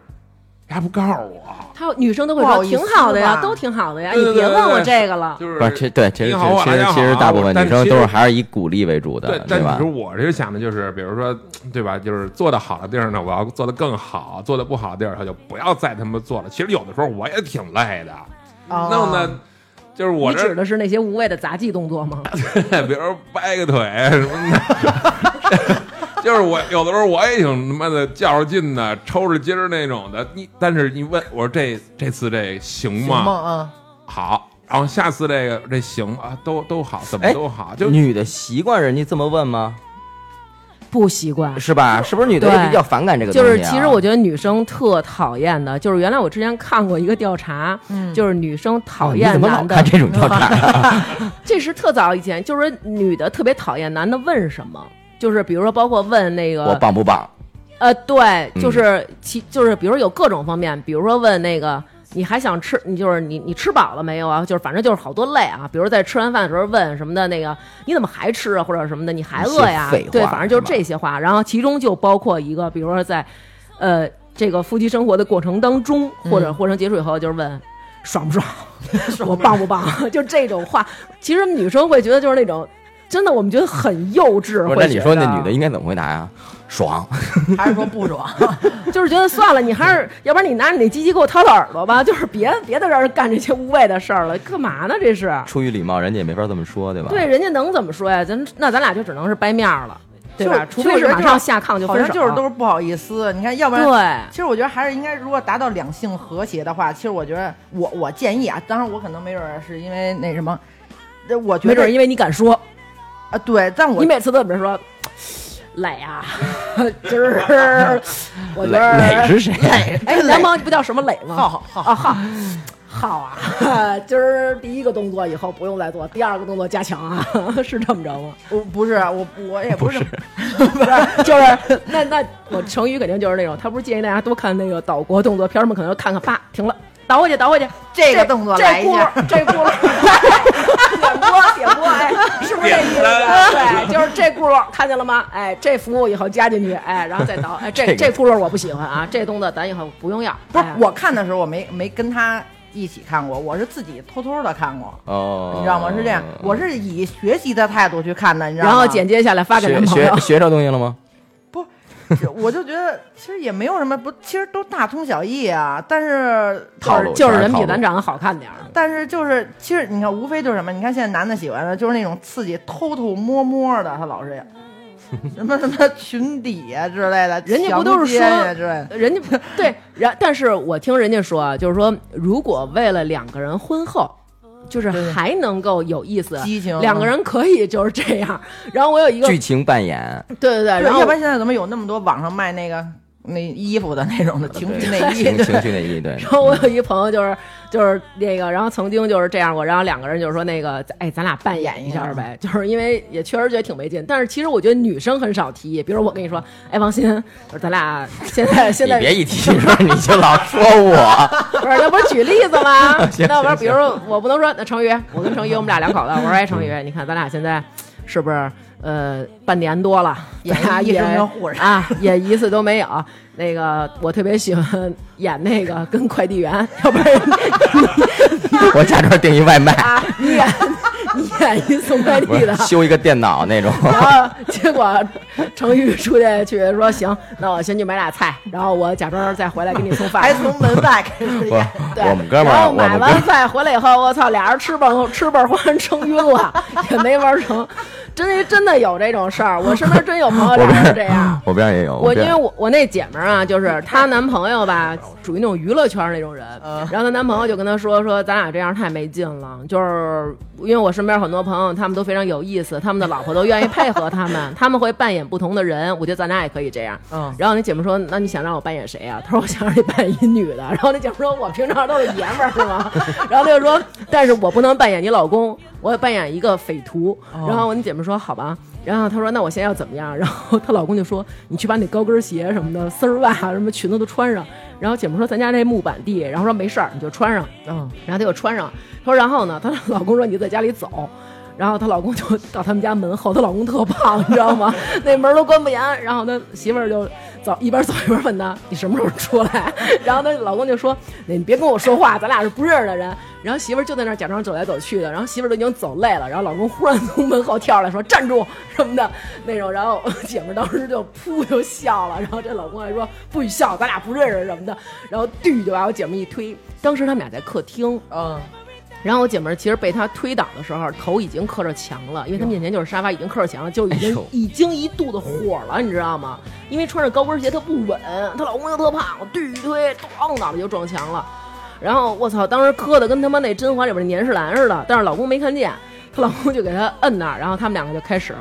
[SPEAKER 4] 她不啊告诉我，
[SPEAKER 5] 他女生都会
[SPEAKER 3] 不好
[SPEAKER 5] 说
[SPEAKER 3] 意思
[SPEAKER 5] 挺好的呀
[SPEAKER 3] 吧，
[SPEAKER 5] 都挺好的呀，
[SPEAKER 4] 对对
[SPEAKER 5] 你别
[SPEAKER 4] 对对
[SPEAKER 5] 问我
[SPEAKER 4] 对
[SPEAKER 5] 这个
[SPEAKER 3] 啊
[SPEAKER 5] 了。
[SPEAKER 4] 就是
[SPEAKER 2] 不是，其对，其实
[SPEAKER 4] 你
[SPEAKER 2] 其
[SPEAKER 4] 好我
[SPEAKER 2] 实其
[SPEAKER 4] 大
[SPEAKER 2] 实
[SPEAKER 4] 家
[SPEAKER 2] 其实
[SPEAKER 4] 好
[SPEAKER 2] 大部分
[SPEAKER 4] 但
[SPEAKER 2] 女生
[SPEAKER 4] 其
[SPEAKER 2] 都是
[SPEAKER 4] 实
[SPEAKER 2] 还是以鼓励为主的
[SPEAKER 4] 对，，但你
[SPEAKER 2] 吧
[SPEAKER 4] 说？我这想的就是，比如说，对吧？就是做的好的地儿呢，我要做的更好；做的不好的地儿，他就不要再他妈做了。其实有的时候我也挺累的，
[SPEAKER 3] 啊
[SPEAKER 4] 弄的就是我
[SPEAKER 5] 你指
[SPEAKER 4] 这，
[SPEAKER 5] 的是那些无谓的杂技动作吗？
[SPEAKER 4] 比如说掰个腿什么的， 就是我有的时候我也挺他妈的较着劲的，抽着筋儿那种的。你但是你问我说这这次这行
[SPEAKER 3] 行
[SPEAKER 4] 吗？
[SPEAKER 3] 吗？啊，
[SPEAKER 4] 好，然后下次这个这行吗啊，都都好，怎么
[SPEAKER 2] 哎
[SPEAKER 4] 都好，就
[SPEAKER 2] 女的习惯人家这么问吗？
[SPEAKER 5] 不习惯。
[SPEAKER 2] 是吧？是不是女的
[SPEAKER 5] 对
[SPEAKER 2] 也比较反感这个东
[SPEAKER 5] 就
[SPEAKER 2] 西啊？
[SPEAKER 5] 是，其实我觉得女生特讨厌的，就是原来我之前看过一个调查，就是女生讨
[SPEAKER 2] 哦嗯你
[SPEAKER 5] 厌
[SPEAKER 2] 怎么老
[SPEAKER 5] 男的，
[SPEAKER 2] 看这种调查 啊？
[SPEAKER 5] 这是特早以前，就是说女的特别讨厌男的问什么，就是比如说包括问那
[SPEAKER 2] 我
[SPEAKER 5] 个
[SPEAKER 2] 棒不棒？
[SPEAKER 5] 呃，对，
[SPEAKER 2] 嗯
[SPEAKER 5] 就是其就是比如有各种方面，比如说问那个你还想吃，你就是你你吃饱了没有啊？就是反正就是好多类啊，比如在吃完饭的时候问什么的那个你怎么还吃啊，或者什么的你还饿呀
[SPEAKER 2] 一些废话？
[SPEAKER 5] 对，反正就是这些话。然后其中就包括一个，比如说在呃这个夫妻生活的过程当中，或
[SPEAKER 2] 嗯
[SPEAKER 5] 者过程结束以后，就是问。爽 不爽？我棒不棒？ 就这种话，其实女生会觉得就是那种，真的我们觉得很幼稚。
[SPEAKER 2] 不是，
[SPEAKER 5] 会
[SPEAKER 2] 那你
[SPEAKER 5] 觉
[SPEAKER 2] 说
[SPEAKER 5] 得
[SPEAKER 2] 那女的应该怎么回答呀？ 爽，
[SPEAKER 3] 嗯还是说不 爽？
[SPEAKER 5] 就是觉得算了，你还是要不然你拿着你那鸡鸡给我掏掏耳朵吧，就是别别在这儿干这些无谓的事儿了，干嘛呢？这是
[SPEAKER 2] 出于礼貌，人家也没法这么说，对吧？
[SPEAKER 5] 对，人家能怎么说呀？咱那咱俩就只能是掰面儿了，对吧？除
[SPEAKER 3] 就
[SPEAKER 5] 非是马上下炕就
[SPEAKER 3] 好
[SPEAKER 5] 分
[SPEAKER 3] 像
[SPEAKER 5] 手，
[SPEAKER 3] 就是都是不好意思。你看，要不然
[SPEAKER 5] 对
[SPEAKER 3] 其实我觉得还是应该，如果达到两性和谐的话，其实我觉得我我建议啊，当然我可能没准儿是因为那什么，呃我觉
[SPEAKER 5] 没准儿
[SPEAKER 3] 得
[SPEAKER 5] 因为你敢说，
[SPEAKER 3] 啊对，但我
[SPEAKER 5] 你每次都怎么说？磊啊，今 儿我觉
[SPEAKER 2] 磊
[SPEAKER 5] 得
[SPEAKER 2] 磊是谁啊？
[SPEAKER 5] 哎，
[SPEAKER 3] 真磊
[SPEAKER 5] 梁邦不叫什么磊吗？
[SPEAKER 3] 好好
[SPEAKER 5] 啊好，好啊！ 今儿第一个动作以后不用再做，第二个动作加强啊， 是这么着吗？
[SPEAKER 3] 我不是啊我我也不是
[SPEAKER 5] 就是那那我成语肯定就是那种，他不是建议大家多看那个岛国动作片儿吗？可能看看啪停了，倒回去倒回去，
[SPEAKER 3] 这
[SPEAKER 5] 这
[SPEAKER 3] 个动作
[SPEAKER 5] 这
[SPEAKER 3] 来一
[SPEAKER 5] 轱
[SPEAKER 3] 下
[SPEAKER 5] 辘这轱辘， 点拨点拨，哎，是不是这意思？对，就是这轱辘看见了吗？哎，这服务以后加进去，哎，然后再倒，哎，这
[SPEAKER 2] 这
[SPEAKER 5] 这
[SPEAKER 2] 个
[SPEAKER 5] 轱辘我不喜欢啊，这动作咱以后不用要。
[SPEAKER 3] 不是
[SPEAKER 5] 哎
[SPEAKER 3] 我看的时候我没没跟他一起看过，我是自己偷偷的看过，
[SPEAKER 2] 哦，
[SPEAKER 3] 你知道吗？是这样，我是以学习的态度去看的，你知道
[SPEAKER 5] 然
[SPEAKER 3] 吗？
[SPEAKER 5] 后剪接下来发给
[SPEAKER 2] 学
[SPEAKER 5] 男朋友
[SPEAKER 2] 学。学着东西了吗？
[SPEAKER 3] 不， 这我就觉得其实也没有什么不，其实都大同小异啊。但是
[SPEAKER 2] 套路
[SPEAKER 5] 就是
[SPEAKER 2] 全
[SPEAKER 5] 人
[SPEAKER 2] 套
[SPEAKER 5] 比
[SPEAKER 2] 路
[SPEAKER 5] 咱长得好看点儿。
[SPEAKER 3] 但是就是，其实你看，无非就是什么？你看现在男的喜欢的就是那种刺激、偷偷摸摸的，他老是也什么什么裙底啊之类的，
[SPEAKER 5] 人家不都是说
[SPEAKER 3] 强奸啊之类的？
[SPEAKER 5] 人家不对，然但是我听人家说啊，就是说，如果为了两个人婚后，就是
[SPEAKER 3] 对
[SPEAKER 5] 还能够有意思，
[SPEAKER 3] 激情啊
[SPEAKER 5] 两个人可以就是这样。然后我有一个，
[SPEAKER 2] 剧情扮 演，
[SPEAKER 5] 对对对，
[SPEAKER 3] 对，
[SPEAKER 5] 然后
[SPEAKER 3] 要不然现在怎么有那么多网上卖那个那衣服的那种的情趣内衣？
[SPEAKER 2] 情情
[SPEAKER 3] 对
[SPEAKER 2] 绪内衣，对。
[SPEAKER 5] 然后我有一朋友就是就是那个，然后曾经就是这样过，然后两个人就是说那个，哎，咱俩扮演一下呗，就是因为也确实觉得挺没劲，但是其实我觉得女生很少提，比如我跟你说，哎，王鑫，我说咱俩现在现
[SPEAKER 2] 你
[SPEAKER 5] 在
[SPEAKER 2] 别一提说你就老说 我，
[SPEAKER 5] 不是，那不是举例子 吗？
[SPEAKER 2] 行
[SPEAKER 5] 那我说，
[SPEAKER 2] 行嗯
[SPEAKER 5] 比如说我不能说那成宇，我跟成宇我们俩两口子，我说哎，成宇，你看咱俩现在是不是呃半年多了，
[SPEAKER 3] 演
[SPEAKER 5] 咱俩
[SPEAKER 3] 一
[SPEAKER 5] 也
[SPEAKER 3] 生的护士
[SPEAKER 5] 啊，也一次都没有。那个我特别喜欢演那个跟快递员，要不然
[SPEAKER 2] 我假装订一外卖，
[SPEAKER 5] 啊，你演你演一送快
[SPEAKER 2] 我
[SPEAKER 5] 递的。
[SPEAKER 2] 修一个电脑那种。
[SPEAKER 5] 然后结果成宇出去去说行，那我先去买俩菜，然后我假装再回来给你送饭。
[SPEAKER 3] 还从门外开始
[SPEAKER 2] 我
[SPEAKER 3] 演。
[SPEAKER 5] 对，
[SPEAKER 2] 我们哥们
[SPEAKER 5] 然
[SPEAKER 2] 儿，
[SPEAKER 5] 后
[SPEAKER 2] 我们
[SPEAKER 5] 买
[SPEAKER 2] 哥
[SPEAKER 5] 完饭回来以后，我操，俩人吃蹦吃蹦欢撑晕了，也没玩成。真真的有这种事儿，我身边真有朋友
[SPEAKER 2] 我
[SPEAKER 5] 俩
[SPEAKER 2] 边
[SPEAKER 5] 人这样。
[SPEAKER 2] 我边也有。
[SPEAKER 5] 我因
[SPEAKER 2] 边
[SPEAKER 5] 为我我那姐们儿啊，就是她男朋友吧，属于那种娱乐圈儿那种人。然后她男朋友就跟她说说，咱俩这样太没劲了。就是因为我身边很多朋友，他们都非常有意思，他们的老婆都愿意配合他们，他们会扮演不同的人。我觉得咱俩也可以这样。
[SPEAKER 3] 嗯
[SPEAKER 5] 然后那姐们儿说，那你想让我扮演谁啊？她说我想让你扮演一女的。然后那姐们儿说，我平常都是爷们儿是吗？然后她就说，但是我不能扮演你老公，我也扮演一个匪徒。然后我那姐们儿说，好吧。然后她说：“那我现在要怎么样？”然后她老公就说：“你去把你高跟鞋什么的、丝儿袜啊什么裙子都穿上。”然后姐们说：“咱家这木板地。”然后说：“没事儿，你就穿上。”
[SPEAKER 3] 嗯，
[SPEAKER 5] 然后她就穿上。她说：“然后呢？”她老公说：“你在家里走。”然后她老公就到他们家门后，她老公特胖，你知道吗？ 那门都关不严。然后她媳妇儿就走一边走一边问他：“你什么时候出来？” 然后她老公就说：“那你别跟我说话，咱俩是不认识的人。”然后媳妇儿就在那儿假装走来走去的，然后媳妇儿都已经走累了，然后老公忽然从门后跳出来说：“站住！”什么的那种，然后我姐们儿当时就噗就笑了，然后这老公还说：“不许笑，咱俩不认识什么的。”然后嘟就把我姐们儿一推，当时他们俩在客厅，
[SPEAKER 3] 嗯，
[SPEAKER 5] 然后我姐们儿其实被他推倒的时候，头已经磕着墙了，因为他面前就是沙发，已经磕着墙了，就已
[SPEAKER 2] 哎
[SPEAKER 5] 经
[SPEAKER 2] 呦
[SPEAKER 5] 已经一肚子火了，你知道吗？因为穿着高跟鞋她不稳，她老公又特胖，我一推咣脑袋就撞墙了。然后我操，当时磕的跟他妈那《甄嬛》里边那年世兰似的，但是老公没看见，她老公就给她摁那儿，然后他们两个就开始。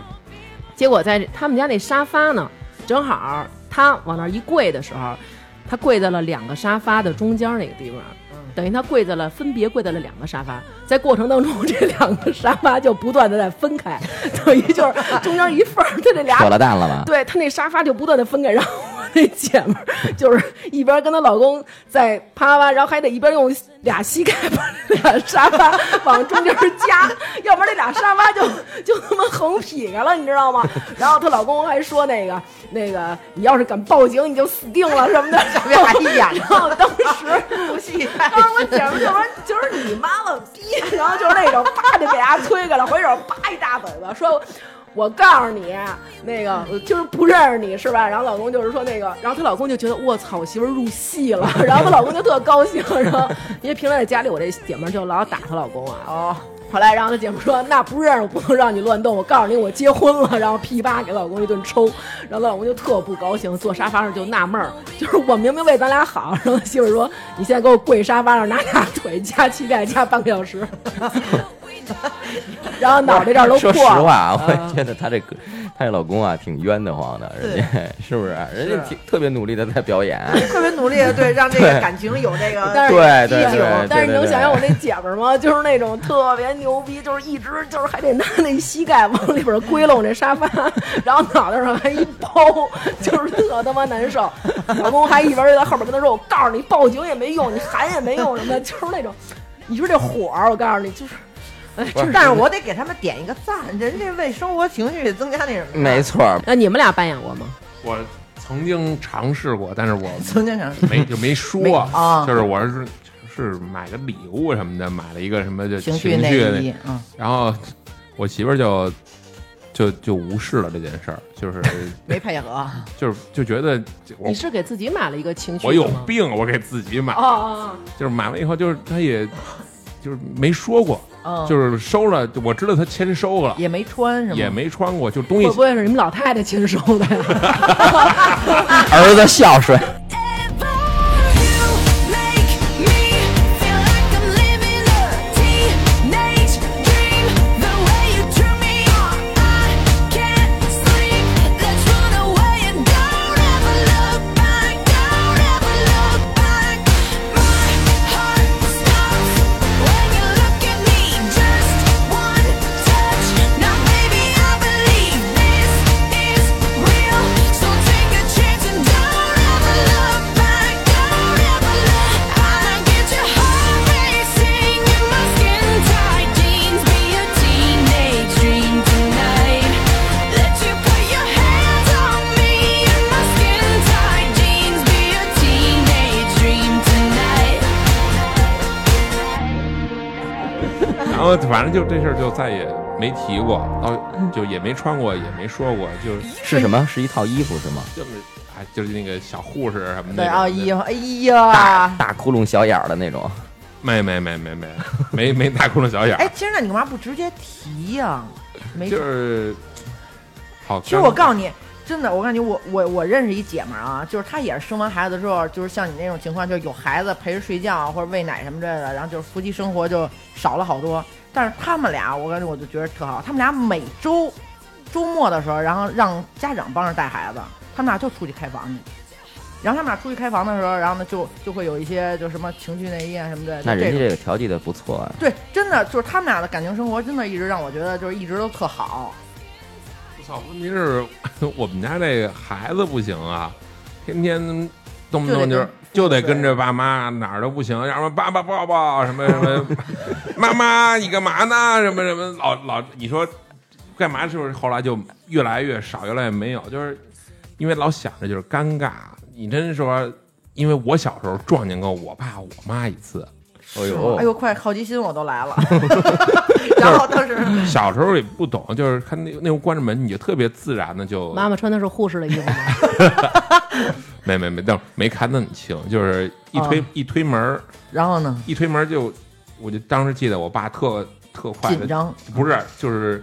[SPEAKER 5] 结果在他们家那沙发呢，正好她往那儿一跪的时候，她跪在了两个沙发的中间那个地方，等于她跪在了分别跪在了两个沙发，在过程当中这两个沙发就不断的在分开，等于就是中间一缝儿，她 这俩
[SPEAKER 2] 扯了蛋了吧？
[SPEAKER 5] 对她那沙发就不断的分开，然后我那姐们儿就是一边跟她老公在啪啪，然后还得一边用俩膝盖把这俩沙发往中间夹，要不然那俩沙发就就他妈横劈开了，你知道吗？然后她老公还说那个那个，你要是敢报警你就死定了什么的，
[SPEAKER 3] 这边还演
[SPEAKER 5] 然后当时。
[SPEAKER 3] 入戏 太
[SPEAKER 5] 当时啊我姐们就说：“就是你妈了逼！”然后就是那种啪就给他推开了，回手啪一大嘴巴，说：“我告诉你，那个我就是不认识你是吧？”然后老公就是说那个，然后她老公就觉得我操，我媳妇儿入戏了， 然后她老公就特高兴，然后因为平常在家里我这姐们儿就老打她老公啊，
[SPEAKER 3] 哦，
[SPEAKER 5] 后来，然后她姐夫说：“那不认识，我不能让你乱动。我告诉你，我结婚了。”然后噼啪给老公一顿抽，然后她老公就特不高兴，坐沙发上就纳闷儿，就是我明明为咱俩好，然后媳妇说：“你现在给我跪沙发上，拿俩腿夹膝盖夹半个小时。”然后 脑袋这儿都
[SPEAKER 2] 说
[SPEAKER 5] 破
[SPEAKER 2] 实
[SPEAKER 5] 了。
[SPEAKER 2] 话啊，我觉得她这个她这老公啊挺冤得慌的，人家是不是？人家挺特别努力的在表 演，
[SPEAKER 3] 特别努力的对，让这个
[SPEAKER 2] 对
[SPEAKER 3] 感情有这个
[SPEAKER 5] 但是
[SPEAKER 2] 对对
[SPEAKER 5] 一直
[SPEAKER 2] 对对
[SPEAKER 5] 但是你
[SPEAKER 2] 对
[SPEAKER 5] 能
[SPEAKER 2] 对
[SPEAKER 5] 想象我那姐们儿吗？就是那种特别牛逼，就是一直就是还得拿那膝盖往里边归拢这沙发，然后脑袋上还一包，就是特他妈难受。老公还一边在后边跟她说：“我告诉你，报警也没用，你喊也没用什么，就是那种，你说这火儿，我告诉你，就是，哎，真是。
[SPEAKER 3] 但是我得给他们点一个赞，人家为生活情趣增加那什么。
[SPEAKER 2] 没错儿。
[SPEAKER 5] 那你们俩扮演过吗？
[SPEAKER 4] 我曾经尝试过，但是我
[SPEAKER 3] 曾 经想，
[SPEAKER 4] 没就没说，
[SPEAKER 3] 啊
[SPEAKER 4] 就是我是是买个礼物什么的，买了一个什么就
[SPEAKER 3] 情
[SPEAKER 4] 绪
[SPEAKER 3] 内衣，嗯，
[SPEAKER 4] 然后我媳妇儿就就就无视了这件事儿，就是
[SPEAKER 3] 没配合，啊
[SPEAKER 4] 就是就觉得我
[SPEAKER 5] 你是给自己买了一个情趣
[SPEAKER 4] 我有
[SPEAKER 5] 的吗
[SPEAKER 4] 病，我给自己买，
[SPEAKER 5] 哦哦
[SPEAKER 4] 就是买了以后就是他也就是没说过，
[SPEAKER 3] 嗯，
[SPEAKER 4] 就是收了，我知道他签收了，
[SPEAKER 3] 也没穿是吗？
[SPEAKER 4] 也没穿过，就东
[SPEAKER 5] 哦，
[SPEAKER 4] 西
[SPEAKER 5] 会不会是你们老太太亲手的呀？
[SPEAKER 2] 儿子孝顺，
[SPEAKER 7] So take a chance and don't ever look back, don't ever look back. Get your heart racing in my skin tight jeans. Be a teenage dream tonight. Let you put your hands on me in my skin tight jeans. Be a teenage dream tonight.
[SPEAKER 4] 然后反正就这事儿就再也没提过，到就也没穿过，也没说过，就是
[SPEAKER 2] 是什么？是一套衣服是吗？
[SPEAKER 4] 就是哎，就是那个小护士什么的
[SPEAKER 3] 对啊，哎呦，哎
[SPEAKER 2] 大
[SPEAKER 5] 啊
[SPEAKER 3] 呀，
[SPEAKER 2] 大窟窿小眼儿的那种，
[SPEAKER 4] 没没没没没没没大窟窿小眼
[SPEAKER 3] 哎，
[SPEAKER 4] 儿，
[SPEAKER 3] 其实那你干嘛不直接提呀、没
[SPEAKER 4] 就
[SPEAKER 3] 事。
[SPEAKER 4] 是好。
[SPEAKER 3] 其实我告诉你，真的，我感觉我我我认识一姐们儿啊，就是她也是生完孩子之后，就是像你那种情况，就是有孩子陪着睡觉啊或者喂奶什么之类的，然后就是夫妻生活就少了好多。但是他们俩，我感觉我就觉得特好，他们俩每周周末的时候，然后让家长帮着带孩子，他们俩就出去开房去。然后他们俩出去开房的时候，然后呢就就会有一些就什么情趣内衣啊什么的，
[SPEAKER 2] 那
[SPEAKER 3] 就这
[SPEAKER 2] 人家这
[SPEAKER 3] 种
[SPEAKER 2] 个调剂的不错啊。
[SPEAKER 3] 对，真的就是他们俩的感情生活，真的一直让我觉得就是一直都特好。
[SPEAKER 4] 我操，问题是 我们家这个孩子不行啊，天天动不动就是就
[SPEAKER 3] 就得跟
[SPEAKER 4] 得跟着爸妈哪儿都不行，要么爸爸抱抱什么什么， 妈妈你干嘛呢？什么什么老老你说干嘛？就是后来就越来越少，越来越没有，就是因为老想着就是尴尬。你真说，因为我小时候撞见过我爸我妈一次，
[SPEAKER 2] 哎
[SPEAKER 3] 哎呦，快，好奇心我都 来了。然后当时
[SPEAKER 4] 小时候也不懂，就是看那那屋关着门，你就特别自然的就
[SPEAKER 5] 妈妈穿的是护士的衣 服吗？
[SPEAKER 4] 没没没，但没看得很清，就是一推、
[SPEAKER 3] 啊
[SPEAKER 4] 一推门儿，
[SPEAKER 3] 然后呢？
[SPEAKER 4] 一推门儿就，我就当时记得我爸特特快
[SPEAKER 3] 紧
[SPEAKER 4] 的，
[SPEAKER 3] 张，
[SPEAKER 4] 不是就是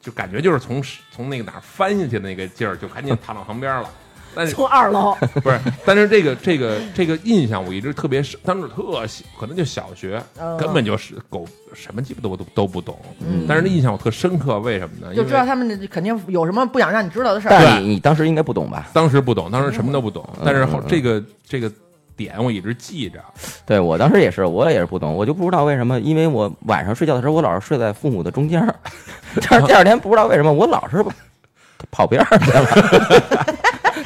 [SPEAKER 4] 就感觉就是从从那个哪儿翻下去那个劲儿，就赶紧躺到旁边了。但是
[SPEAKER 5] 从二楼，
[SPEAKER 4] 不是，但是这个这个这个印象我一直特别深，当时特小，可能就小学，
[SPEAKER 3] 嗯
[SPEAKER 4] 根本就是狗什么鸡巴都都都不懂。
[SPEAKER 3] 嗯
[SPEAKER 4] 但是那印象我特深刻，为什么呢？因
[SPEAKER 3] 就
[SPEAKER 4] 为
[SPEAKER 3] 知道他们肯定有什么不想让你知道的事儿。
[SPEAKER 2] 但你你当时应该不懂吧？
[SPEAKER 4] 当时不懂，当时什么都不懂，但是后
[SPEAKER 2] 嗯嗯
[SPEAKER 4] 这个这个点我一直记着。
[SPEAKER 2] 对我当时也是，我也是不懂，我就不知道为什么，因为我晚上睡觉的时候，我老是睡在父母的中间儿， 但是第二天不知道为什么，我老是跑边儿去了，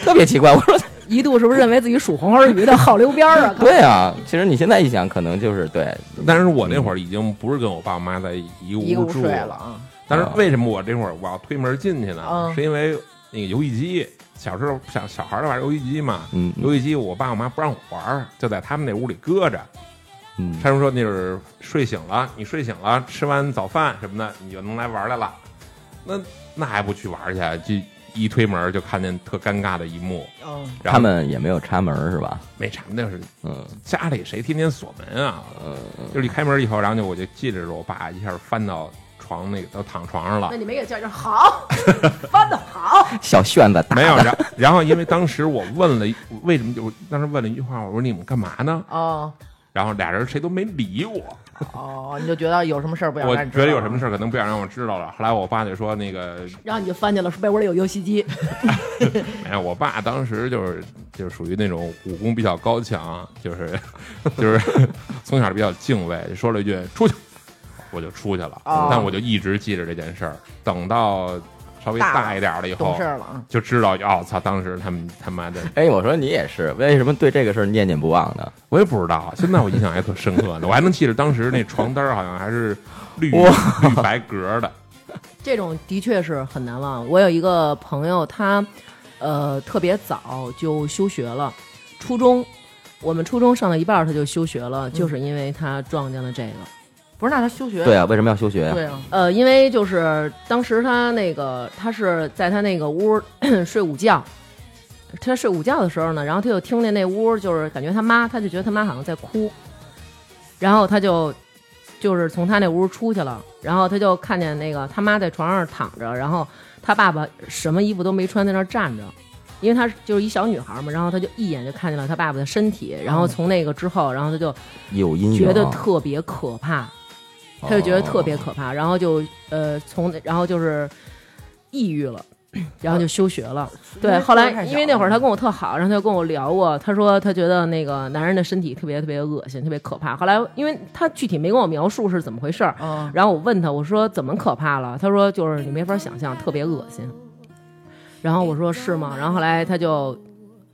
[SPEAKER 2] 特别奇怪。我说
[SPEAKER 5] 一度是不是认为自己属黄花鱼的 好溜边儿啊？
[SPEAKER 2] 对啊，其实你现在一想，可能就是对，
[SPEAKER 4] 但是我那会儿已经不是跟我爸妈在一
[SPEAKER 3] 一个
[SPEAKER 4] 屋
[SPEAKER 3] 屋
[SPEAKER 4] 住
[SPEAKER 3] 睡了。啊，
[SPEAKER 4] 但是为什么我这会儿我要推门进去呢？
[SPEAKER 3] 嗯
[SPEAKER 4] 是因为那个游戏机，小时候小小孩儿玩游戏机嘛，
[SPEAKER 2] 嗯
[SPEAKER 4] 游戏机我爸我妈不让我玩儿，就在他们那屋里搁着。
[SPEAKER 2] 嗯，
[SPEAKER 4] 他们说那是睡醒了，你睡醒了，吃完早饭什么的，你就能来玩儿来了。那那还不去玩儿去？就一推门就看见特尴尬的一幕，
[SPEAKER 3] 嗯，
[SPEAKER 4] 然
[SPEAKER 2] 他
[SPEAKER 4] 后
[SPEAKER 2] 们也没有插门儿是吧？
[SPEAKER 4] 没啥，那是
[SPEAKER 2] 嗯
[SPEAKER 4] 家里谁天天锁门啊？
[SPEAKER 2] 呃，
[SPEAKER 4] 就是一开门以后，然后就我就记着我爸一下翻到床那个都躺床上了
[SPEAKER 5] 那，你没给叫一声好， 翻的好，
[SPEAKER 2] 小旋子打
[SPEAKER 4] 没有。
[SPEAKER 2] 的，
[SPEAKER 4] 然然后因为当时我问了一，为什么就我当时问了一句话，我说你们干嘛呢？
[SPEAKER 3] 哦
[SPEAKER 4] 然后俩人谁都没理我，
[SPEAKER 3] 哦，你就觉得有什么事儿不想
[SPEAKER 4] 我
[SPEAKER 3] 让你知
[SPEAKER 4] 觉
[SPEAKER 3] 道？
[SPEAKER 4] 得有什么事儿可能不想让我知道了。后来我爸就说那个
[SPEAKER 5] 然后你就翻去了，说被窝里有游戏机，
[SPEAKER 4] 没有，哎我爸当时就是就是属于那种武功比较高强，就是就是 从小比较敬畏，说了一句出去，我就出去了。
[SPEAKER 3] 哦
[SPEAKER 4] 但我就一直记着这件事儿，等到稍微
[SPEAKER 3] 大了
[SPEAKER 4] 大一点儿了以
[SPEAKER 3] 懂
[SPEAKER 4] 后
[SPEAKER 3] 事，儿了啊？
[SPEAKER 4] 就知道哦，操，当时他们他妈的，
[SPEAKER 2] 哎，我说你也是，为什么对这个事儿念念不忘呢？
[SPEAKER 4] 我也不知道，现在我印象还特深刻呢，我还能记着当时那床单儿好像还是绿
[SPEAKER 2] 哇
[SPEAKER 4] 绿白格的，
[SPEAKER 5] 这种的确是很难忘。我有一个朋友，他呃特别早就休学了，初中我们初中上到一半儿他就休学了，就是因为他撞见了这个。
[SPEAKER 3] 不是，那他休学
[SPEAKER 2] 对啊，为什么要休学呀？
[SPEAKER 3] 对啊，
[SPEAKER 5] 呃，因为就是当时他那个他是在他那个屋儿 睡午觉，他睡午觉的时候呢，然后他就听见那屋儿就是感觉他妈，他就觉得他妈好像在哭，然后他就就是从他那屋儿出去了，然后他就看见那个他妈在床上躺着，然后他爸爸什么衣服都没穿，在那儿站着。因为她就是一小女孩嘛，然后他就一眼就看见了他爸爸的身体，然后从那个之后，然后他就
[SPEAKER 2] 有阴影，
[SPEAKER 5] 觉得特别可怕，他就觉得特别
[SPEAKER 2] 哦
[SPEAKER 5] 可怕，然后就呃从那然后就是抑郁了，然后就休学了。对，后来因为那会儿他跟我特好，然后他就跟我聊过，他说他觉得那个男人的身体特别特别恶心，特别可怕。后来因为他具体没跟我描述是怎么回事儿，
[SPEAKER 3] 嗯，
[SPEAKER 5] 然后我问他我说怎么可怕了，他说就是你没法想象，特别恶心。然后我说是吗？然后后来他就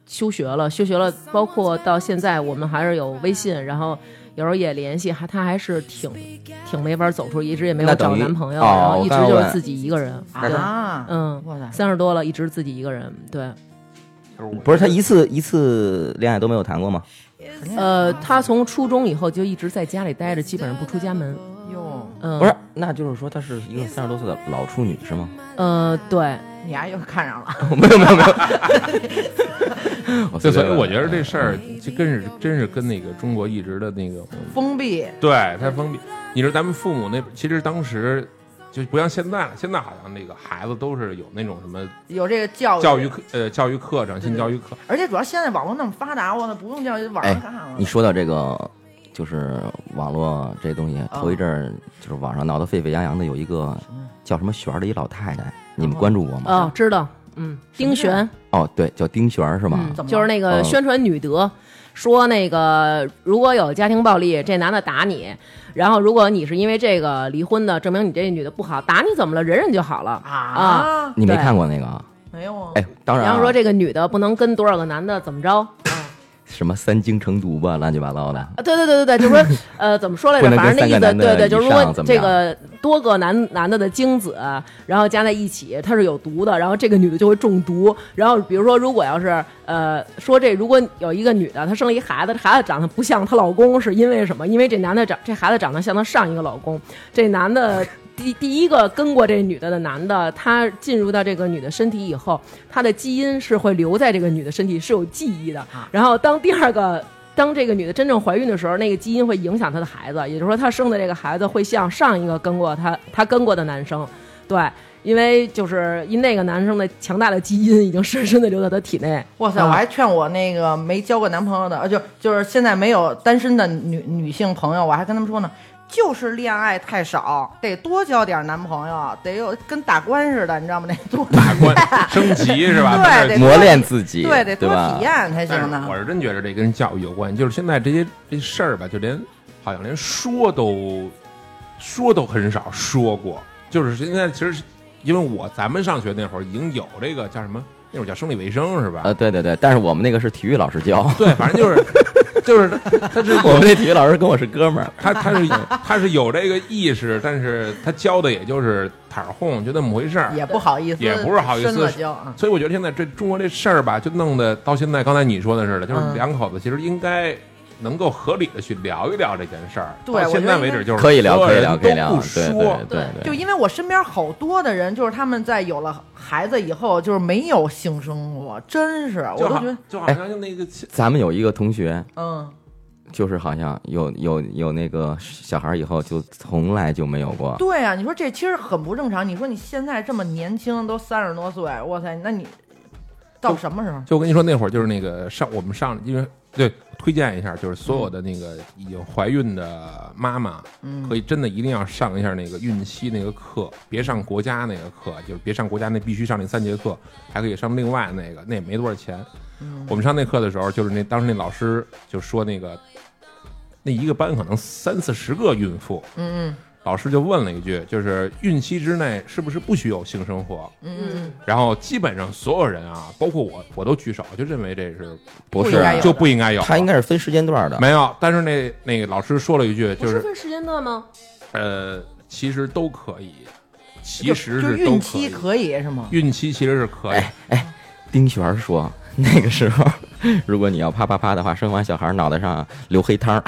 [SPEAKER 5] 休学了，休学了，包括到现在我们还是有微信，然后有时候也联系，还他还是挺挺没法走出，一直也没有
[SPEAKER 2] 那等
[SPEAKER 5] 找
[SPEAKER 2] 于
[SPEAKER 5] 男朋友，
[SPEAKER 2] 哦
[SPEAKER 5] 然后一直
[SPEAKER 2] 我刚
[SPEAKER 5] 就是
[SPEAKER 2] 问
[SPEAKER 5] 自己一个人。对，
[SPEAKER 3] 啊，
[SPEAKER 5] 嗯，
[SPEAKER 3] 哇塞，
[SPEAKER 5] 三十多了，一直自己一个人。对，
[SPEAKER 4] 就是我
[SPEAKER 2] 不是他一次一次恋爱都没有谈过吗？
[SPEAKER 5] 呃，他从初中以后就一直在家里待着，基本上不出家门。
[SPEAKER 3] 哟，
[SPEAKER 5] 嗯，
[SPEAKER 2] 不是，，那就是说她是一个三十多岁的老处女是吗？
[SPEAKER 5] 呃，对，
[SPEAKER 3] 你还又看上了，
[SPEAKER 2] 没有没有没有。我
[SPEAKER 4] 对，
[SPEAKER 2] 随
[SPEAKER 4] 所
[SPEAKER 2] 便
[SPEAKER 4] 以
[SPEAKER 2] 问
[SPEAKER 4] 我觉得这事儿就跟是真是跟那个中国一直的那个，
[SPEAKER 3] 封闭，
[SPEAKER 4] 对他封闭。你说咱们父母那，其实当时就不像现在了，现在好像那个孩子都是有那种什么
[SPEAKER 3] 有这个教育
[SPEAKER 4] 教育课，呃，教育课程、性教育课，
[SPEAKER 3] 而且主要现在网络那么发达，我操，不用教育，网上看了。
[SPEAKER 2] 你说到这个，就是网络这东
[SPEAKER 4] 嗯
[SPEAKER 2] 西，头一阵儿就是网上闹得沸沸扬扬的，有一个叫什么璇儿的一老太太，你
[SPEAKER 4] 嗯
[SPEAKER 2] 们关注过吗？
[SPEAKER 5] 哦，知道，嗯，丁
[SPEAKER 3] 什么
[SPEAKER 5] 璇
[SPEAKER 3] 呀，
[SPEAKER 2] 哦，对，叫丁璇儿是吗？
[SPEAKER 5] 嗯
[SPEAKER 3] 怎么
[SPEAKER 5] 就是
[SPEAKER 3] 了
[SPEAKER 5] 那个
[SPEAKER 2] 嗯
[SPEAKER 5] 宣传女德，说那个如果有家庭暴力，这男的打你，然后如果你是因为这个离婚的，证明你这女的不好，打你怎么了？忍忍就好了啊。
[SPEAKER 3] 啊，
[SPEAKER 2] 你没
[SPEAKER 5] 对
[SPEAKER 2] 看过那个啊？
[SPEAKER 3] 没有啊，
[SPEAKER 2] 哎，当然、
[SPEAKER 5] 然
[SPEAKER 2] 啊，
[SPEAKER 5] 后说这个女的不能跟多少个男的怎么着啊？
[SPEAKER 2] 什么三精成毒吧，乱七八糟的。
[SPEAKER 5] 对对对对对，就是说呃怎么说来着？
[SPEAKER 2] 不能跟
[SPEAKER 5] 反正那
[SPEAKER 2] 三
[SPEAKER 5] 意
[SPEAKER 2] 个
[SPEAKER 5] 思，
[SPEAKER 2] 男的
[SPEAKER 5] 对对，就是如
[SPEAKER 2] 以上
[SPEAKER 5] 果
[SPEAKER 2] 怎么
[SPEAKER 5] 这
[SPEAKER 2] 样
[SPEAKER 5] 个多个男男的的精子，然后加在一起，它是有毒的，然后这个女的就会中毒。然后比如说，如果要是呃说这如果有一个女的她生了一孩子，这孩子长得不像她老公，是因为什么？因为这男的长这孩子长得像她上一个老公，这男的。第第一个跟过这女的的男的，他进入到这个女的身体以后，他的基因是会留在这个女的身体，是有记忆的。
[SPEAKER 2] 啊
[SPEAKER 5] 然后当第二个当这个女的真正怀孕的时候，那个基因会影响她的孩子，也就是说，她生的这个孩子会像上一个跟过她她跟过的男生，对，因为就是因那个男生的强大的基因已经深深的留在她体内。
[SPEAKER 3] 哇
[SPEAKER 4] 嗯
[SPEAKER 3] 塞！
[SPEAKER 5] 啊
[SPEAKER 3] 我还劝我那个没交过男朋友的，呃，就就是现在没有单身的女女性朋友，我还跟他们说呢，就是恋爱太少，得多交点男朋友，得有跟打官似的，你知道吗？得 多
[SPEAKER 4] 打官升级是 吧？
[SPEAKER 3] 嗯对得
[SPEAKER 2] 磨练自己，
[SPEAKER 3] 对，得多
[SPEAKER 2] 吧
[SPEAKER 3] 体？验才
[SPEAKER 4] 但是
[SPEAKER 3] 行呢
[SPEAKER 4] 我。是真觉得这跟教育有关，就是现在这些这事儿吧，就连好像连说都说都很少说过。就是现在其实，因为我咱们上学那会儿已经有这个叫什么，那会儿叫生理卫生是吧？
[SPEAKER 2] 呃，对对对，但是我们那个是体育老师教，
[SPEAKER 4] 对，反正就是就是他是
[SPEAKER 2] 我们那体育老师跟我是哥们儿。
[SPEAKER 4] 他他是他是有这个意识，但是他教的也就是塔儿哄，就那么回事儿。
[SPEAKER 3] 也不好意思，
[SPEAKER 4] 也不是好意思
[SPEAKER 3] 深了交啊。
[SPEAKER 4] 所以我觉得现在这中国这事儿吧，就弄得到现在，刚才你说的似的，就是
[SPEAKER 3] 嗯
[SPEAKER 4] 两口子其实应该能够合理的去聊一聊这件事儿。
[SPEAKER 3] 对
[SPEAKER 4] 到
[SPEAKER 3] 我
[SPEAKER 4] 现
[SPEAKER 3] 觉
[SPEAKER 4] 在
[SPEAKER 3] 得
[SPEAKER 4] 为
[SPEAKER 3] 应该
[SPEAKER 4] 止就是
[SPEAKER 2] 可以聊，
[SPEAKER 4] 所有
[SPEAKER 2] 可以
[SPEAKER 4] 人
[SPEAKER 2] 聊，
[SPEAKER 4] 都
[SPEAKER 2] 可以聊，
[SPEAKER 4] 不
[SPEAKER 2] 对
[SPEAKER 4] 说，
[SPEAKER 2] 对对
[SPEAKER 3] 就
[SPEAKER 2] 对，
[SPEAKER 3] 因为我身边好多的人，就是他们在有了孩子以后，就是没有性生活，真是，我
[SPEAKER 4] 就
[SPEAKER 3] 都
[SPEAKER 4] 好
[SPEAKER 3] 觉得，
[SPEAKER 4] 就好像那个
[SPEAKER 2] 咱们有一个同学，
[SPEAKER 3] 嗯，
[SPEAKER 2] 就是好像有有有那个小孩以后就从来就没有过，
[SPEAKER 3] 对啊，你说这其实很不正常。你说你现在这么年轻，都三十多岁，哇塞，那你到什么时候？
[SPEAKER 4] 就我跟你说，那会儿就是那个上我们上，因为对推荐一下，就是所有的那个已经怀孕的妈妈，
[SPEAKER 3] 嗯
[SPEAKER 4] 可以真的一定要上一下那个孕期那个课，别上国家那个课，就是别上国家那必须上那三节课，还可以上另外那个，那也没多少钱。我们上那课的时候，就是那当时那老师就说那个，那一个班可能三四十个孕妇，
[SPEAKER 3] 嗯
[SPEAKER 4] 老师就问了一句，就是孕期之内是不是不许有性生活？
[SPEAKER 3] 嗯嗯
[SPEAKER 4] 然后基本上所有人啊，包括我，我都举手，就认为这是
[SPEAKER 2] 不
[SPEAKER 3] 不
[SPEAKER 2] 是
[SPEAKER 3] 应该有
[SPEAKER 4] 就不应该有。
[SPEAKER 2] 他应该是分时间段的，
[SPEAKER 4] 没有，但是那那个老师说了一句，就
[SPEAKER 5] 不是
[SPEAKER 4] 是
[SPEAKER 5] 分时间段吗？
[SPEAKER 4] 呃，其实都可以，
[SPEAKER 3] 嗯，
[SPEAKER 4] 其
[SPEAKER 3] 就
[SPEAKER 4] 实
[SPEAKER 3] 就是
[SPEAKER 4] 都
[SPEAKER 3] 孕
[SPEAKER 4] 可
[SPEAKER 3] 期
[SPEAKER 4] 以，
[SPEAKER 3] 可以是哎吗？
[SPEAKER 4] 孕期其实是可以。
[SPEAKER 2] 丁璇儿说，那个时候，如果你要啪啪啪的话，生完小孩脑袋上流黑汤儿，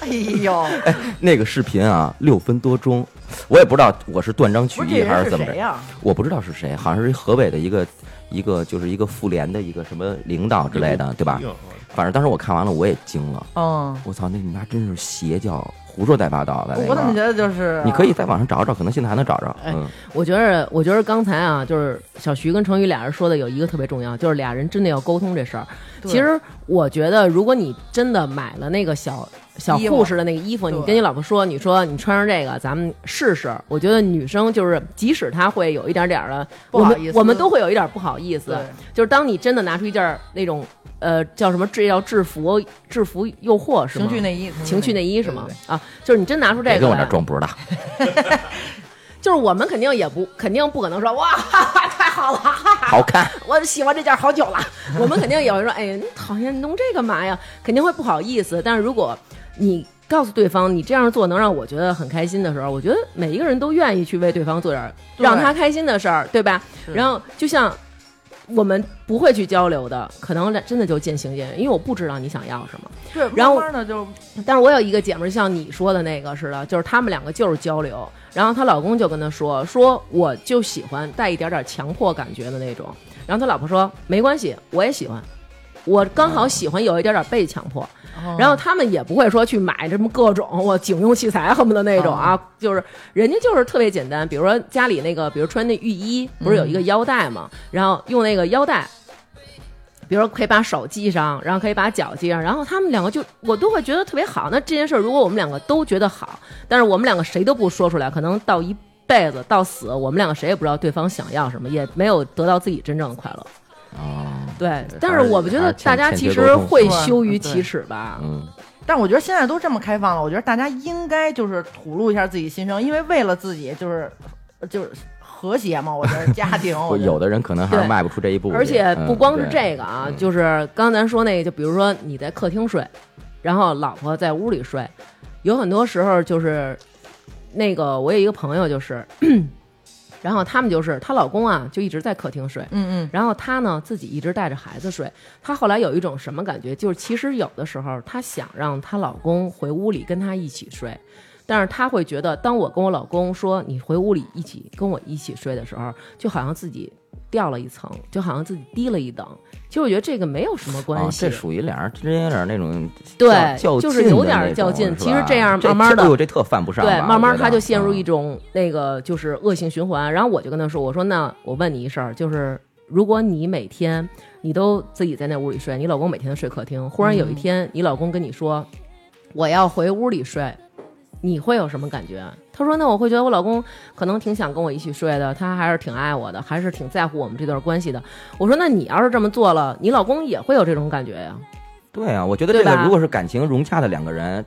[SPEAKER 3] 哎 呦，
[SPEAKER 2] 那个视频啊，六分多钟，我也不知道我是断章取
[SPEAKER 3] 不是这
[SPEAKER 2] 义还是
[SPEAKER 3] 人是
[SPEAKER 2] 怎么着
[SPEAKER 3] 谁。啊呀、
[SPEAKER 2] 我不知道是谁，好像是河北的一个一个就是一个妇联的一个什么领导之类的，
[SPEAKER 3] 啊
[SPEAKER 2] 对
[SPEAKER 4] 哎
[SPEAKER 2] 吧？反正当时我看完了，我也惊了，
[SPEAKER 3] 嗯，
[SPEAKER 2] 我操，那你妈真是邪教，胡说八道的那
[SPEAKER 3] 我怎么
[SPEAKER 2] 个。
[SPEAKER 3] 觉得就是
[SPEAKER 2] 你可以在网上找找，可能现在还能找着。
[SPEAKER 10] 哎
[SPEAKER 2] 嗯，
[SPEAKER 10] 我觉得，我觉得刚才啊，就是小徐跟程宇俩人说的有一个特别重要，就是俩人真的要沟通这事儿。
[SPEAKER 3] 对
[SPEAKER 10] 其实我觉得，如果你真的买了那个小小
[SPEAKER 3] 衣服
[SPEAKER 10] 护士的那个衣服，
[SPEAKER 3] 对
[SPEAKER 10] 你跟你老婆说，你说你穿上这个，咱们试试。我觉得女生就是，即使她会有一点点儿的，
[SPEAKER 3] 不
[SPEAKER 10] 我
[SPEAKER 3] 好
[SPEAKER 10] 们
[SPEAKER 3] 意思
[SPEAKER 10] 我们都会有一点儿不好意思
[SPEAKER 3] 对。
[SPEAKER 10] 就是当你真的拿出一件儿那种呃叫什么，这叫制服制服诱惑是吗？
[SPEAKER 3] 情趣内衣，
[SPEAKER 10] 情趣内衣是吗
[SPEAKER 3] 对对对？
[SPEAKER 10] 啊，就是你真拿出这
[SPEAKER 2] 别
[SPEAKER 10] 个
[SPEAKER 2] 跟我
[SPEAKER 10] 来
[SPEAKER 2] 这装不知 道。
[SPEAKER 10] 就是我们肯定也不肯定不可能说 哇哈哈太好了，哈哈
[SPEAKER 2] 好看，
[SPEAKER 10] 我喜欢这件好久了。我们肯定也会说，哎，你讨厌你弄这干嘛呀？肯定会不好意思。但是如果你告诉对方你这样做能让我觉得很开心的时候，我觉得每一个人都愿意去为对方做点儿
[SPEAKER 3] 对
[SPEAKER 10] 让他开心的事儿，对吧？然后就像。我们不会去交流的，可能真的就渐行渐远，因为我不知道你想要什么。
[SPEAKER 3] 对，
[SPEAKER 10] 然后
[SPEAKER 3] 慢慢的就
[SPEAKER 10] 但是我有一个姐们儿，像你说的那个似的，就是她们两个就是交流，然后她老公就跟她说，说我就喜欢带一点点强迫感觉的那种，然后她老婆说没关系，我也喜欢，我刚好喜欢有一点点被强迫，然后他们也不会说去买什么各种我警用器材恨不得那种啊，就是人家就是特别简单，比如说家里那个，比如穿那浴衣，不是有一个腰带嘛，然后用那个腰带。比如说可以把手系上，然后可以把脚系上，然后他们两个就我都会觉得特别好。那这件事儿，如果我们两个都觉得好，但是我们两个谁都不说出来，可能到一辈子到死，我们两个谁也不知道对方想要什么，也没有得到自己真正的快乐。
[SPEAKER 2] 哦，
[SPEAKER 10] 对，
[SPEAKER 2] 是
[SPEAKER 10] 但
[SPEAKER 2] 还
[SPEAKER 10] 是
[SPEAKER 2] 是
[SPEAKER 10] 我觉
[SPEAKER 2] 还
[SPEAKER 10] 得
[SPEAKER 2] 是欠
[SPEAKER 10] 大家
[SPEAKER 2] 欠
[SPEAKER 10] 其
[SPEAKER 2] 缺
[SPEAKER 10] 实
[SPEAKER 2] 沟通
[SPEAKER 10] 会
[SPEAKER 3] 是吧
[SPEAKER 10] 羞于
[SPEAKER 3] 嗯对
[SPEAKER 10] 启齿吧。
[SPEAKER 2] 嗯，
[SPEAKER 3] 但我觉得现在都这么开放了，我觉得大家应该就是吐露一下自己心声，因为为了自己就是就是和谐嘛，我觉得家 庭，我
[SPEAKER 2] 我
[SPEAKER 3] 觉得
[SPEAKER 2] 有的人可能还是
[SPEAKER 10] 哦对
[SPEAKER 2] 迈不出这一步去。
[SPEAKER 10] 而且不光是
[SPEAKER 2] 嗯
[SPEAKER 10] 这个啊，就是刚咱说那个，就比如说你在客厅睡，然后老婆在屋里睡，有很多时候就是那个我有一个朋友就是， 然后他们就是她老公啊就一直在客厅睡，
[SPEAKER 3] 嗯
[SPEAKER 10] 然后她呢自己一直带着孩子睡。她后来有一种什么感觉？就是其实有的时候她想让她老公回屋里跟她一起睡，但是她会觉得，当我跟我老公说你回屋里一起跟我一起睡的时候，就好像自己掉了一层，就好像自己低了一等。其实我觉得这个没有什么
[SPEAKER 2] 啊
[SPEAKER 10] 关，系。
[SPEAKER 2] 这属于俩人之间有点那种
[SPEAKER 10] 对
[SPEAKER 2] 较较
[SPEAKER 10] 就是
[SPEAKER 2] 劲
[SPEAKER 10] 有
[SPEAKER 2] 的
[SPEAKER 10] 点
[SPEAKER 2] 那种
[SPEAKER 10] 较劲
[SPEAKER 2] 是
[SPEAKER 10] 其实
[SPEAKER 2] 吧
[SPEAKER 10] 这样
[SPEAKER 2] 这
[SPEAKER 10] 慢慢
[SPEAKER 2] 这
[SPEAKER 10] 地
[SPEAKER 2] 哎呦，这特犯不上吧。
[SPEAKER 10] 对，
[SPEAKER 2] 我
[SPEAKER 10] 慢慢
[SPEAKER 2] 觉得
[SPEAKER 10] 他就陷入一
[SPEAKER 2] 嗯
[SPEAKER 10] 种那个就是恶性循环。然后我就跟他说：“我说那我问你一事儿，就是如果你每天你都自己在那屋里睡，你老公每天都睡客厅，忽然
[SPEAKER 2] 嗯
[SPEAKER 10] 有一天你老公跟你说我要回屋里睡，你会有什么感觉？”他说：“那我会觉得我老公可能挺想跟我一起睡的，他还是挺爱我的，还是挺在乎我们这段关系的。”我说：“那你要是这么做了，你老公也会有这种感觉呀？
[SPEAKER 2] 对啊，我觉得
[SPEAKER 10] 对
[SPEAKER 2] 这个
[SPEAKER 10] 吧
[SPEAKER 2] 如果是感情融洽的两个人，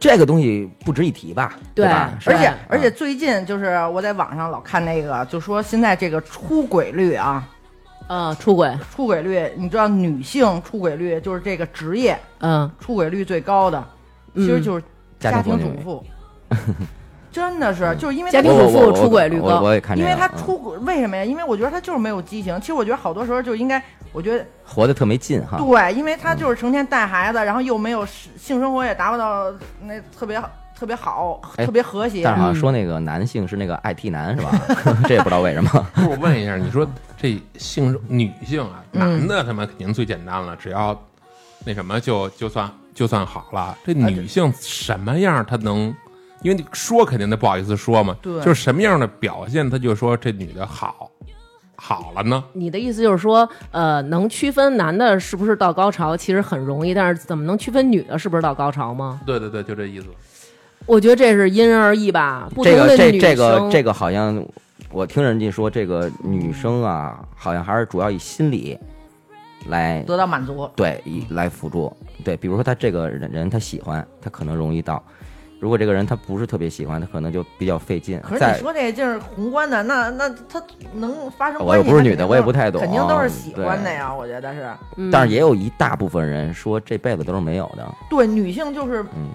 [SPEAKER 2] 这个东西不值一提吧？对
[SPEAKER 10] 对
[SPEAKER 2] 吧？是
[SPEAKER 3] 而
[SPEAKER 2] 吧
[SPEAKER 3] 且
[SPEAKER 10] 嗯
[SPEAKER 3] 而且最近就是我在网上老看那个，就说现在这个出轨率啊，
[SPEAKER 10] 呃，出轨，
[SPEAKER 3] 出轨率，你知道女性出轨率就是这个职业
[SPEAKER 10] 嗯，
[SPEAKER 3] 出轨率最高的，其实就是
[SPEAKER 2] 嗯
[SPEAKER 3] 家
[SPEAKER 2] 家
[SPEAKER 3] 庭
[SPEAKER 2] 庭
[SPEAKER 3] 主
[SPEAKER 2] 妇女 嗯
[SPEAKER 3] 妇，真的是就是因为
[SPEAKER 10] 家庭
[SPEAKER 2] 我
[SPEAKER 10] 主
[SPEAKER 2] 我
[SPEAKER 10] 妇
[SPEAKER 2] 我
[SPEAKER 10] 出轨率
[SPEAKER 2] 我
[SPEAKER 10] 高
[SPEAKER 2] 我也看这
[SPEAKER 3] 因
[SPEAKER 2] 个，
[SPEAKER 3] 为她
[SPEAKER 2] 嗯
[SPEAKER 3] 出轨为什么呀？因为我觉得她就是没有激情。其实我觉得好多时候就应该，我觉得
[SPEAKER 2] 活得特没劲哈。
[SPEAKER 3] 对，因为她就是成天带孩子，然后又没有是性生活也达不到那特别好特别好、
[SPEAKER 2] 哎
[SPEAKER 3] 特别和谐
[SPEAKER 2] 但。是好像
[SPEAKER 10] 嗯
[SPEAKER 2] 说那个男性是那个 IT 男是吧？ 这也不知道为什么。
[SPEAKER 4] 不是我问一下，你说这性生女性啊，
[SPEAKER 3] 嗯
[SPEAKER 4] 男的他妈肯定最简单了，只要那什么就就算就算好了。
[SPEAKER 3] 啊
[SPEAKER 4] 这女性什么样她能？因为你说肯定她不好意思说嘛，
[SPEAKER 3] 对
[SPEAKER 4] 就是什么样的表现，她就说这女的好，好了呢？
[SPEAKER 10] 你的意思就是说，呃，能区分男的是不是到高潮其实很容易，但是怎么能区分女的是不是到高潮吗？
[SPEAKER 4] 对对对，就这意思。
[SPEAKER 10] 我觉得这是因人而异吧，不同
[SPEAKER 2] 这
[SPEAKER 10] 的
[SPEAKER 2] 个
[SPEAKER 10] 女生。
[SPEAKER 2] 这这个这个好像我听人家说，这个女生啊，好像还是主要以心理来
[SPEAKER 3] 嗯得到满足，
[SPEAKER 2] 对以来辅助。对，比如说他这个人人他喜欢，他可能容易到；如果这个人他不是特别喜欢，他可能就比较费劲。
[SPEAKER 3] 可是
[SPEAKER 2] 再
[SPEAKER 3] 你说这就是宏观的，那那她能发生
[SPEAKER 2] 哦我
[SPEAKER 3] 关系？
[SPEAKER 2] 又不是
[SPEAKER 3] 她
[SPEAKER 2] 女
[SPEAKER 3] 肯
[SPEAKER 2] 的
[SPEAKER 3] 定
[SPEAKER 2] 我也
[SPEAKER 3] 都
[SPEAKER 2] 不太懂嗯
[SPEAKER 3] 肯定都是喜
[SPEAKER 2] 对
[SPEAKER 3] 欢的呀。我觉得是
[SPEAKER 10] 嗯
[SPEAKER 2] 但是也有一大部分人说这辈子都是没有的。
[SPEAKER 3] 对女性就是
[SPEAKER 2] 嗯，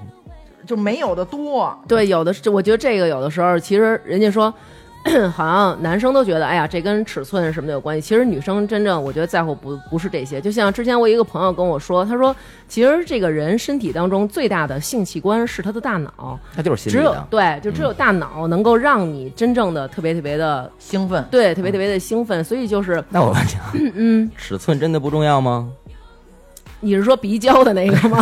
[SPEAKER 3] 就没有的多，
[SPEAKER 10] 对，有的是，我觉得这个有的时候其实人家说
[SPEAKER 5] 好像男生都觉得，哎呀，这跟尺寸什么的有关系。其实女生真正我觉得在乎不不是这些。就像之前我一个朋友跟我说，他说，其实这个人身体当中最大的性器官是他的大脑，
[SPEAKER 2] 他就是心
[SPEAKER 5] 只
[SPEAKER 2] 理
[SPEAKER 5] 有
[SPEAKER 2] 的。
[SPEAKER 5] 对，就只有大脑能够让你真正的特别特别的
[SPEAKER 3] 兴奋。
[SPEAKER 5] 对，特别特别的兴奋。所以就是
[SPEAKER 2] 那我问你，嗯，尺寸真的不重要吗？
[SPEAKER 5] 你是说鼻交的那个吗？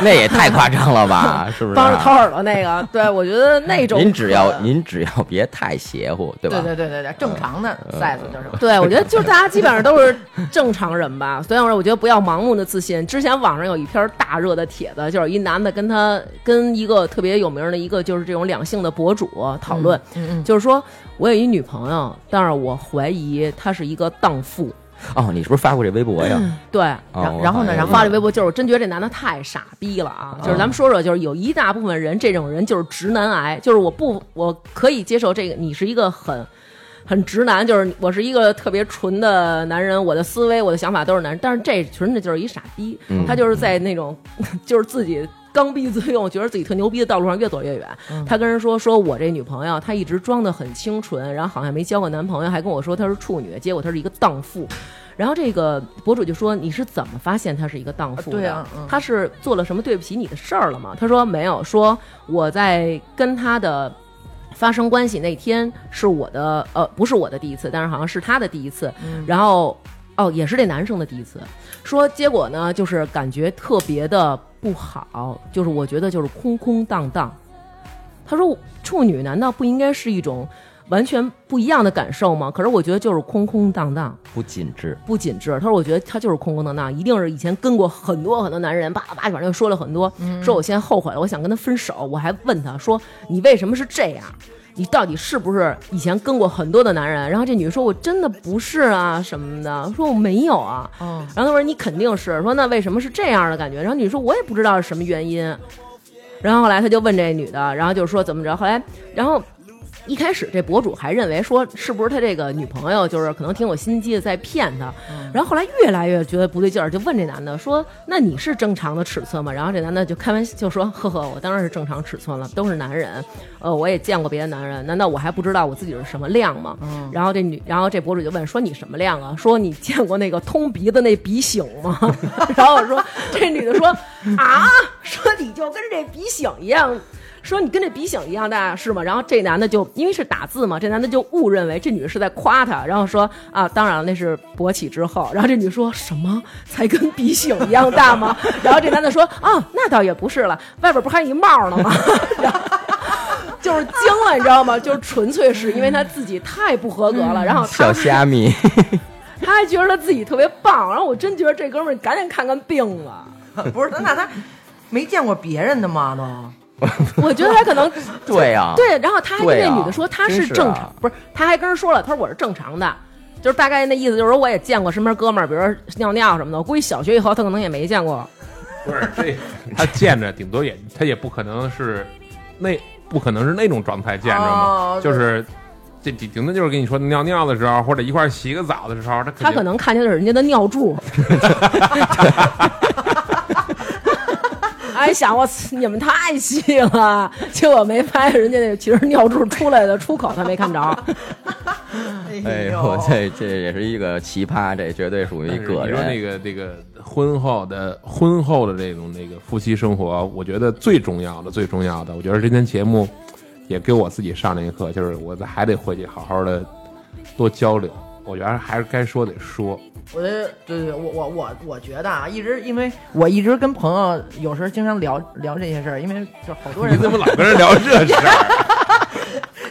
[SPEAKER 2] 那也太夸张了吧，是不是？啊
[SPEAKER 5] 帮着掏耳朵那个？对，我觉得那种
[SPEAKER 2] 您只要您只要别太邪乎，对吧？嗯
[SPEAKER 3] 对对对对对，正常的 size 就是。
[SPEAKER 5] 对，我觉得就是大家基本上都是正常人吧，所以我觉得不要盲目的自信。之前网上有一篇大热的帖子，就是一男的跟他跟一个特别有名的一个就是这种两性的博主讨论，
[SPEAKER 2] 嗯
[SPEAKER 5] 就是说我有一女朋友，但是我怀疑她是一个荡妇。
[SPEAKER 2] 哦，你是不是发过这微博呀？
[SPEAKER 5] 嗯对，
[SPEAKER 2] 哦
[SPEAKER 3] 然
[SPEAKER 2] 我
[SPEAKER 3] 然后
[SPEAKER 2] 好
[SPEAKER 3] 呢
[SPEAKER 2] 像
[SPEAKER 3] 然
[SPEAKER 2] 有
[SPEAKER 3] 后
[SPEAKER 5] 发了微博，就是我真觉得这男的太傻逼了啊！就是咱们说说，就是有一大部分人，这种人就是直男癌，就是我不，我可以接受这个，你是一个很。很直男，就是我是一个特别纯的男人，我的思维、我的想法都是男人，但是这纯的就是一傻逼，
[SPEAKER 2] 嗯
[SPEAKER 5] 他就是在那种就是自己刚愎自用，觉得自己特牛逼的道路上越走越远。
[SPEAKER 3] 嗯
[SPEAKER 5] 他跟人说，说我这女朋友她一直装的很清纯，然后好像没交过男朋友，还跟我说她是处女，结果她是一个荡妇。然后这个博主就说：“你是怎么发现她是一个荡妇的？
[SPEAKER 3] 对啊嗯
[SPEAKER 5] 她是做了什么对不起你的事儿了吗？”他说：“没有，说我在跟她的发生关系那天是我的呃不是我的第一次，但是好像是他的第一次，
[SPEAKER 3] 嗯
[SPEAKER 5] 然后哦也是这男生的第一次，说结果呢就是感觉特别的不好，就是我觉得就是空空荡荡。他说处女难道不应该是一种完全不一样的感受吗？可是我觉得就是空空荡荡。
[SPEAKER 2] 不紧致，
[SPEAKER 5] 不紧致。他说：“我觉得他就是空空荡荡，一定是以前跟过很多很多男人，叭叭，反正就说了很多。说我现在后悔了，我想跟他分手。我还问他说：你为什么是这样？你到底是不是以前跟过很多的男人？然后这女的说：我真的不是啊，什么的。说我没有啊。
[SPEAKER 3] 嗯
[SPEAKER 5] 然后他说：你肯定是。说那为什么是这样的感觉？然后女的说：我也不知道是什么原因。然后后来他就问这女的，然后就说怎么着。后来，然后一开始这博主还认为说是不是他这个女朋友就是可能挺有心机的在骗他，然后后来越来越觉得不对劲儿，就问这男的说：“那你是正常的尺寸吗？”然后这男的就开玩笑就说：“呵呵，我当然是正常尺寸了，都是男人，呃，我也见过别的男人，难道我还不知道我自己是什么量吗？”然后这女，然后这博主就问说：“你什么量啊？说你见过那个通鼻的那鼻醒吗？” 然后我说这女的说：“啊，说你就跟这鼻醒一样。”说你跟这鼻醒一样大是吗？然后这男的就因为是打字嘛，这男的就误认为这女的是在夸他，然后说啊，当然了那是勃起之后。然后这女说什么才跟鼻醒一样大吗？ 然后这男的说啊，那倒也不是了，外边不还有一帽呢吗？ 然后就是惊了，你知道吗？就是纯粹是因为他自己太不合格了，然后他
[SPEAKER 2] 小虾 米，
[SPEAKER 5] 他还觉得他自己特别棒，然后我真觉得这哥们儿赶紧看看病吧。
[SPEAKER 3] 不是，那他没见过别人的吗？都
[SPEAKER 5] 我觉得他可能
[SPEAKER 2] 对呀
[SPEAKER 5] 对，然后他还跟
[SPEAKER 2] 对
[SPEAKER 5] 那
[SPEAKER 2] 啊
[SPEAKER 5] 女的说她
[SPEAKER 2] 真
[SPEAKER 5] 是
[SPEAKER 2] 是啊
[SPEAKER 5] 正常，不是，他还跟人说了，他说我是正常的，就是大概那意思，就是说我也见过身边哥们儿，比如说尿尿什么的，我估计小学以后他可能也没见过。
[SPEAKER 2] 嗯
[SPEAKER 4] 不是这他见着顶多也他也不可能是那不可能是那种状态见着嘛，
[SPEAKER 3] 哦
[SPEAKER 4] 就是这顶顶多就是跟你说尿尿的时候，或者一块儿洗个澡的时候，他
[SPEAKER 5] 他可能看见的是人家的 尿柱，哎，想我操你们太细了，结果没发现人家那其实尿柱出来的出口他没看着。
[SPEAKER 2] 哎呦，这这也是一个奇葩，这绝对属于
[SPEAKER 4] 但是
[SPEAKER 2] 个
[SPEAKER 4] 你说那
[SPEAKER 2] 人。
[SPEAKER 4] 个这个婚后的婚后的这种这个夫妻生活，我觉得最重要的最重要的，我觉得今天节目也给我自己上了一课，就是我还得回去好好的多交流。我觉得还是该说得说，
[SPEAKER 3] 我觉得，对对，我我我我觉得啊，一直因为我一直跟朋友有时候经常聊聊这些事儿，因为就好多
[SPEAKER 4] 你
[SPEAKER 3] 人
[SPEAKER 4] 怎么老跟人聊 这事儿？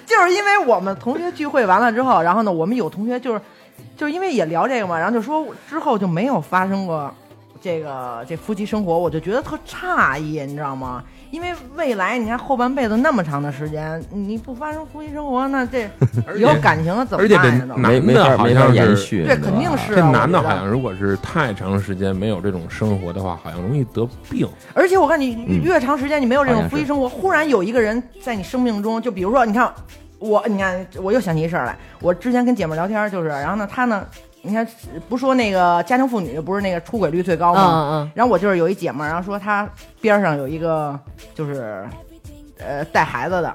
[SPEAKER 3] 就是因为我们同学聚会完了之后，然后呢，我们有同学就是就是因为也聊这个嘛，然后就说之后就没有发生过这个这夫妻生活，我就觉得特诧异，你知道吗？因为未来你看后半辈子那么长的时间，你不发生夫妻生活，那这以后感情怎 么
[SPEAKER 4] 而且这
[SPEAKER 3] 办呀？都
[SPEAKER 4] 男
[SPEAKER 2] 没没
[SPEAKER 4] 的
[SPEAKER 2] 法
[SPEAKER 4] 好
[SPEAKER 2] 没法
[SPEAKER 4] 像
[SPEAKER 2] 延
[SPEAKER 4] 是
[SPEAKER 2] 续，
[SPEAKER 3] 对，
[SPEAKER 2] 吧
[SPEAKER 3] 肯定是、啊、
[SPEAKER 4] 这男的
[SPEAKER 3] 我觉
[SPEAKER 4] 好
[SPEAKER 3] 得
[SPEAKER 4] 像如果是太长时间没有这种生活的话，好像容易得病。
[SPEAKER 3] 而且我看你
[SPEAKER 2] 嗯
[SPEAKER 3] 越长时间你没有这
[SPEAKER 2] 好
[SPEAKER 3] 种
[SPEAKER 2] 像
[SPEAKER 3] 夫妻
[SPEAKER 2] 是
[SPEAKER 3] 生活，忽然有一个人在你生命中，就比如说，你看我，你看我又想起一事儿来，我之前跟姐妹聊天就是，然后呢，她呢，你看不说那个家庭妇女不是那个出轨率最高
[SPEAKER 5] 嗯
[SPEAKER 3] 吗？
[SPEAKER 5] 嗯，
[SPEAKER 3] 然后我就是有一姐们儿，然后说她边上有一个就是呃带孩子的，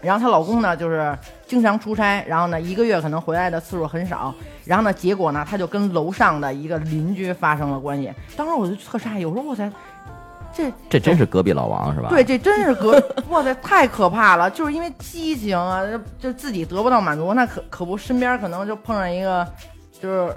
[SPEAKER 3] 然后她老公呢，就是经常出差，然后呢，一个月可能回来的次数很少。然后呢，结果呢，她就跟楼上的一个邻居发生了关系。当时我就特诧异，我说我操，这
[SPEAKER 2] 这真是隔壁老王是吧？
[SPEAKER 3] 对，，这真是隔，哇塞，太可怕了！就是因为激情啊，就自己得不到满足，那可可不，身边可能就碰上一个，就是